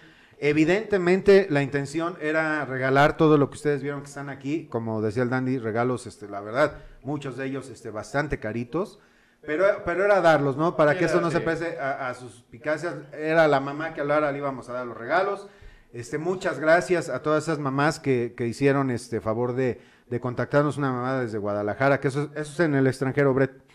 Evidentemente la intención era regalar todo lo que ustedes vieron que están aquí, como decía el Dandy, regalos, este, la verdad, muchos de ellos este, bastante caritos, pero, pero era darlos, ¿no? Para que Era, eso no se sí. pese a, a sus picacias, era la mamá que hablara, le íbamos a dar los regalos. Este, muchas gracias a todas esas mamás que, que hicieron este favor de, de contactarnos una mamá desde Guadalajara, que eso, es- eso es en el extranjero, Brett.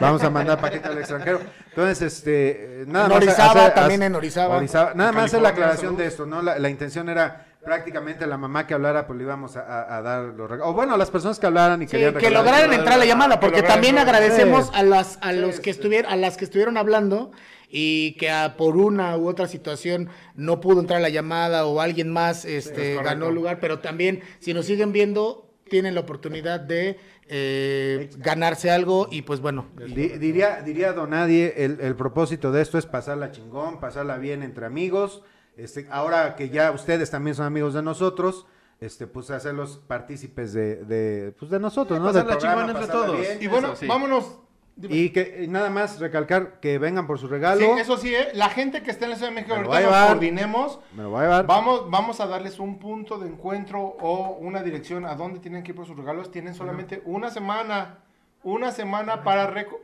Vamos a mandar paquete al extranjero. Entonces, este, eh, nada En más. Orizaba, también en Orizaba. Nada En más hacer la California, aclaración saludos. de esto, ¿no? La, la intención era prácticamente la mamá que hablara, pues le íbamos a, a- a dar los regalos. O bueno, a las personas que hablaran y Sí, querían que regalar- lograran entrar a la llamada, porque lograran también entrar. agradecemos Sí. a las, a los que estuvieron, a las que estuvieron hablando y que ah, por una u otra situación no pudo entrar la llamada o alguien más este, ganó lugar, pero también si nos siguen viendo, tienen la oportunidad de eh, ganarse algo y pues bueno, Di- diría, diría Don Nadie, el, el propósito de esto es pasarla chingón, pasarla bien entre amigos. Este, ahora que ya ustedes también son amigos de nosotros, este, pues hacerlos partícipes de, de, pues, de nosotros, ¿no? Del pasarla programa, chingón entre pasarla todos. bien. Y bueno, Eso sí. vámonos. Y que y nada más recalcar que vengan por su regalo. Sí, eso sí, eh, la gente que está en la Ciudad de México, Me lo va a ahorita nos llevar. coordinemos. Me lo va a llevar. Vamos, vamos a darles un punto de encuentro o una dirección a dónde tienen que ir por sus regalos. Tienen solamente una semana, una semana para reco-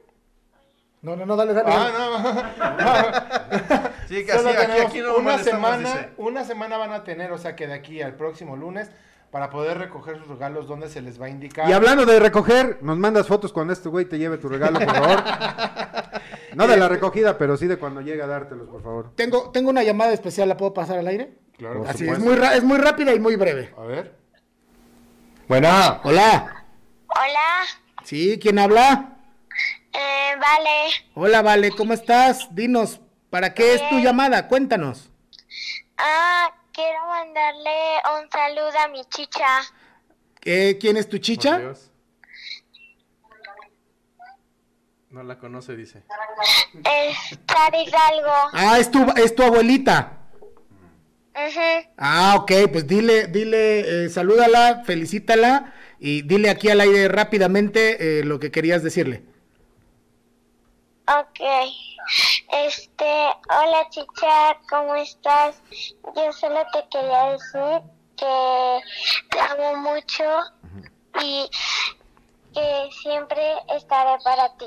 no, no, no, dale, dale. Ah, no. Sí, que así, Solo aquí, tenemos aquí no una molestamos, semana, dice. una semana van a tener, o sea que de aquí al próximo lunes para poder recoger sus regalos donde se les va a indicar. Y hablando de recoger, nos mandas fotos cuando este güey te lleve tu regalo, por favor. No de la Este recogida, pero sí de cuando llega a dártelos, por favor. Tengo, tengo una llamada especial, ¿la puedo pasar al aire? Claro que Así sí. es muy, ra- es muy rápida y muy breve. A ver. Bueno, Hola, Hola, sí, ¿quién habla? eh, vale. Hola, Vale, ¿cómo estás? Dinos, ¿para qué es tu llamada? Cuéntanos. Ah, quiero mandarle un saludo a mi chicha. ¿Qué- ¿Quién es tu chicha? Dios. No la conoce, dice. Es Sara Hidalgo. Ah, es tu, es tu abuelita. Ujú. Ah, ok, pues dile, dile, eh, salúdala, felicítala y dile aquí al aire rápidamente eh, lo que querías decirle. Ok. Este, hola chicha, ¿cómo estás? Yo solo te quería decir que te amo mucho y que siempre estaré para ti.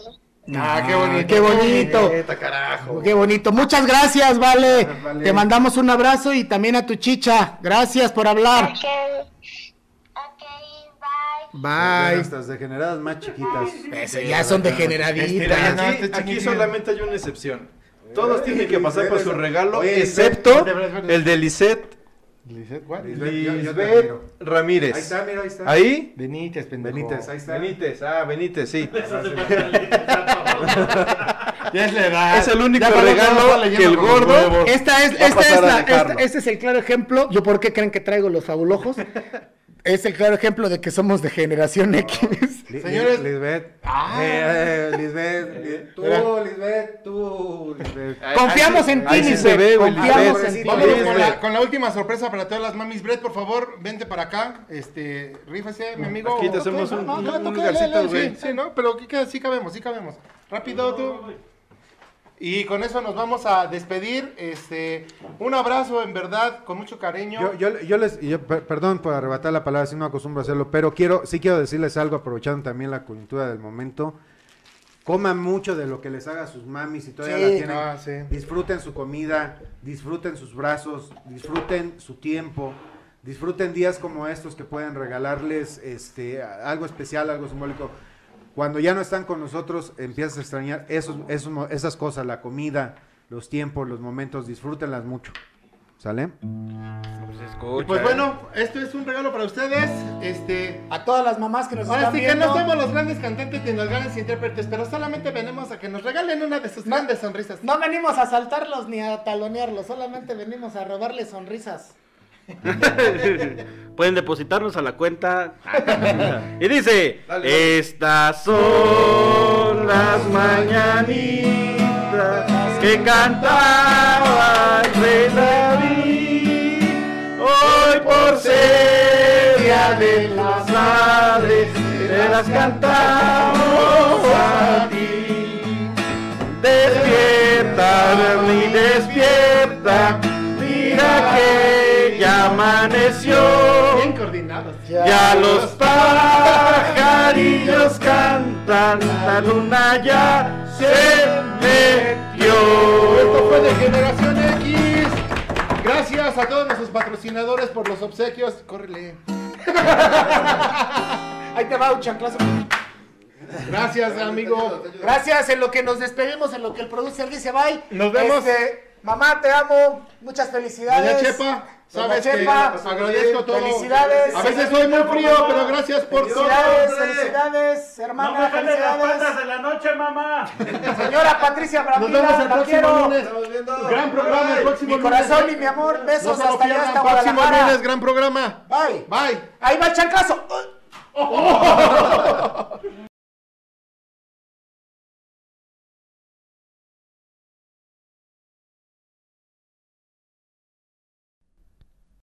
Ah, qué bonito. Qué bonito. Qué bonito. Muchas gracias, vale. Te mandamos un abrazo y también a tu chicha. Gracias por hablar. Ok. Ok, bye. De Bye. Estas degeneradas más chiquitas. Eso, ya son Mira, degeneraditas. Este, aquí- aquí, solamente hay una excepción. Todos tienen que pasar por su regalo, Oye, excepto el de Lisette Yo- yo te Lisbeth admiro. Ramírez. Ahí está, mira, ahí está. Ahí. Benítez, pendejo. Benítez, ahí está. Benítez, ah, Benítez, sí. Ya es la edad. Es el único Ya cuando regalo uno va leyendo que el con los gordo- huevos. Esta es, Va a esta pasar es a la- dejarlo. esta- este es el claro ejemplo. ¿Yo por qué creen que traigo los fabulojos? es el claro ejemplo de que somos de generación X. Li- Señores. Li- Lisbeth. Ah. Eh, eh, Lisbeth. li- Tú, Mira. Lisbeth. Tú, Lisbeth. Confiamos en ti, ahí sí Lisbeth. se ve, güey, Confiamos Lisbeth. en ti. Vamos, Vámonos con Lisbeth. la, con la última sorpresa para todas las mamis. Brett, por favor, vente para acá. Este, rífese, mi amigo. Aquí te hacemos un- un- un lugarcito, güey. Sí, sí, ¿no? Pero aquí queda- sí cabemos, sí cabemos. Rápido, tú. Y con eso nos vamos a despedir. Este, un abrazo, en verdad, con mucho cariño. Yo, yo, yo les, yo- per- perdón por arrebatar la palabra, si no acostumbro a hacerlo, pero quiero, sí quiero decirles algo, aprovechando también la coyuntura del momento. Coman mucho de lo que les haga sus mamis y todavía Sí, la tienen. ah, sí. Disfruten su comida, disfruten sus brazos, disfruten su tiempo, disfruten días como estos que pueden regalarles este, a- algo especial, algo simbólico. Cuando ya no están con nosotros, empiezas a extrañar esos, esos mo- esas cosas, la comida, los tiempos, los momentos, disfrútenlas mucho. ¿Sale? Pues es escucha. Y pues ¿eh? bueno, esto es un regalo para ustedes. Este, A todas las mamás que nos ahora están sí que viendo. no somos los grandes cantantes ni los grandes intérpretes, pero solamente venimos a que nos regalen una de sus No. grandes sonrisas. No venimos a saltarlos ni a talonearlos, solamente venimos a robarle sonrisas. Pueden depositarnos a la cuenta. y dice, estas son las mañanitas que cantaba el rey David. Hoy por ser día de las madres, te las cantamos a ti. Despierta, Bernie, despierta. Mira que ya amaneció. Bien coordinados. Ya los pajarillos cantan. La luna ya se Esto metió. fue de Generación X. Gracias a todos nuestros patrocinadores por los obsequios. Córrele. Ahí te va un chanclazo. Gracias, amigo. Gracias, en lo que nos despedimos, en lo que el producer dice bye. Nos vemos. Este, mamá, te amo. Muchas Doña felicidades. Chepa, sabes Doña que Chepa, os agradezco todo. Felicidades. A veces soy muy frío, pero gracias por todo. Felicidades, felicidades, hermana, felicidades. en la noche, mamá. Señora Patricia Nos Bramila, vemos el la próximo quiero. lunes. Gran programa el próximo Mi lunes. corazón y mi amor, No besos se lo hasta allá, pierdan. hasta Próximo Guadalajara. lunes, gran programa. Bye. Bye. Ahí va el chancazo.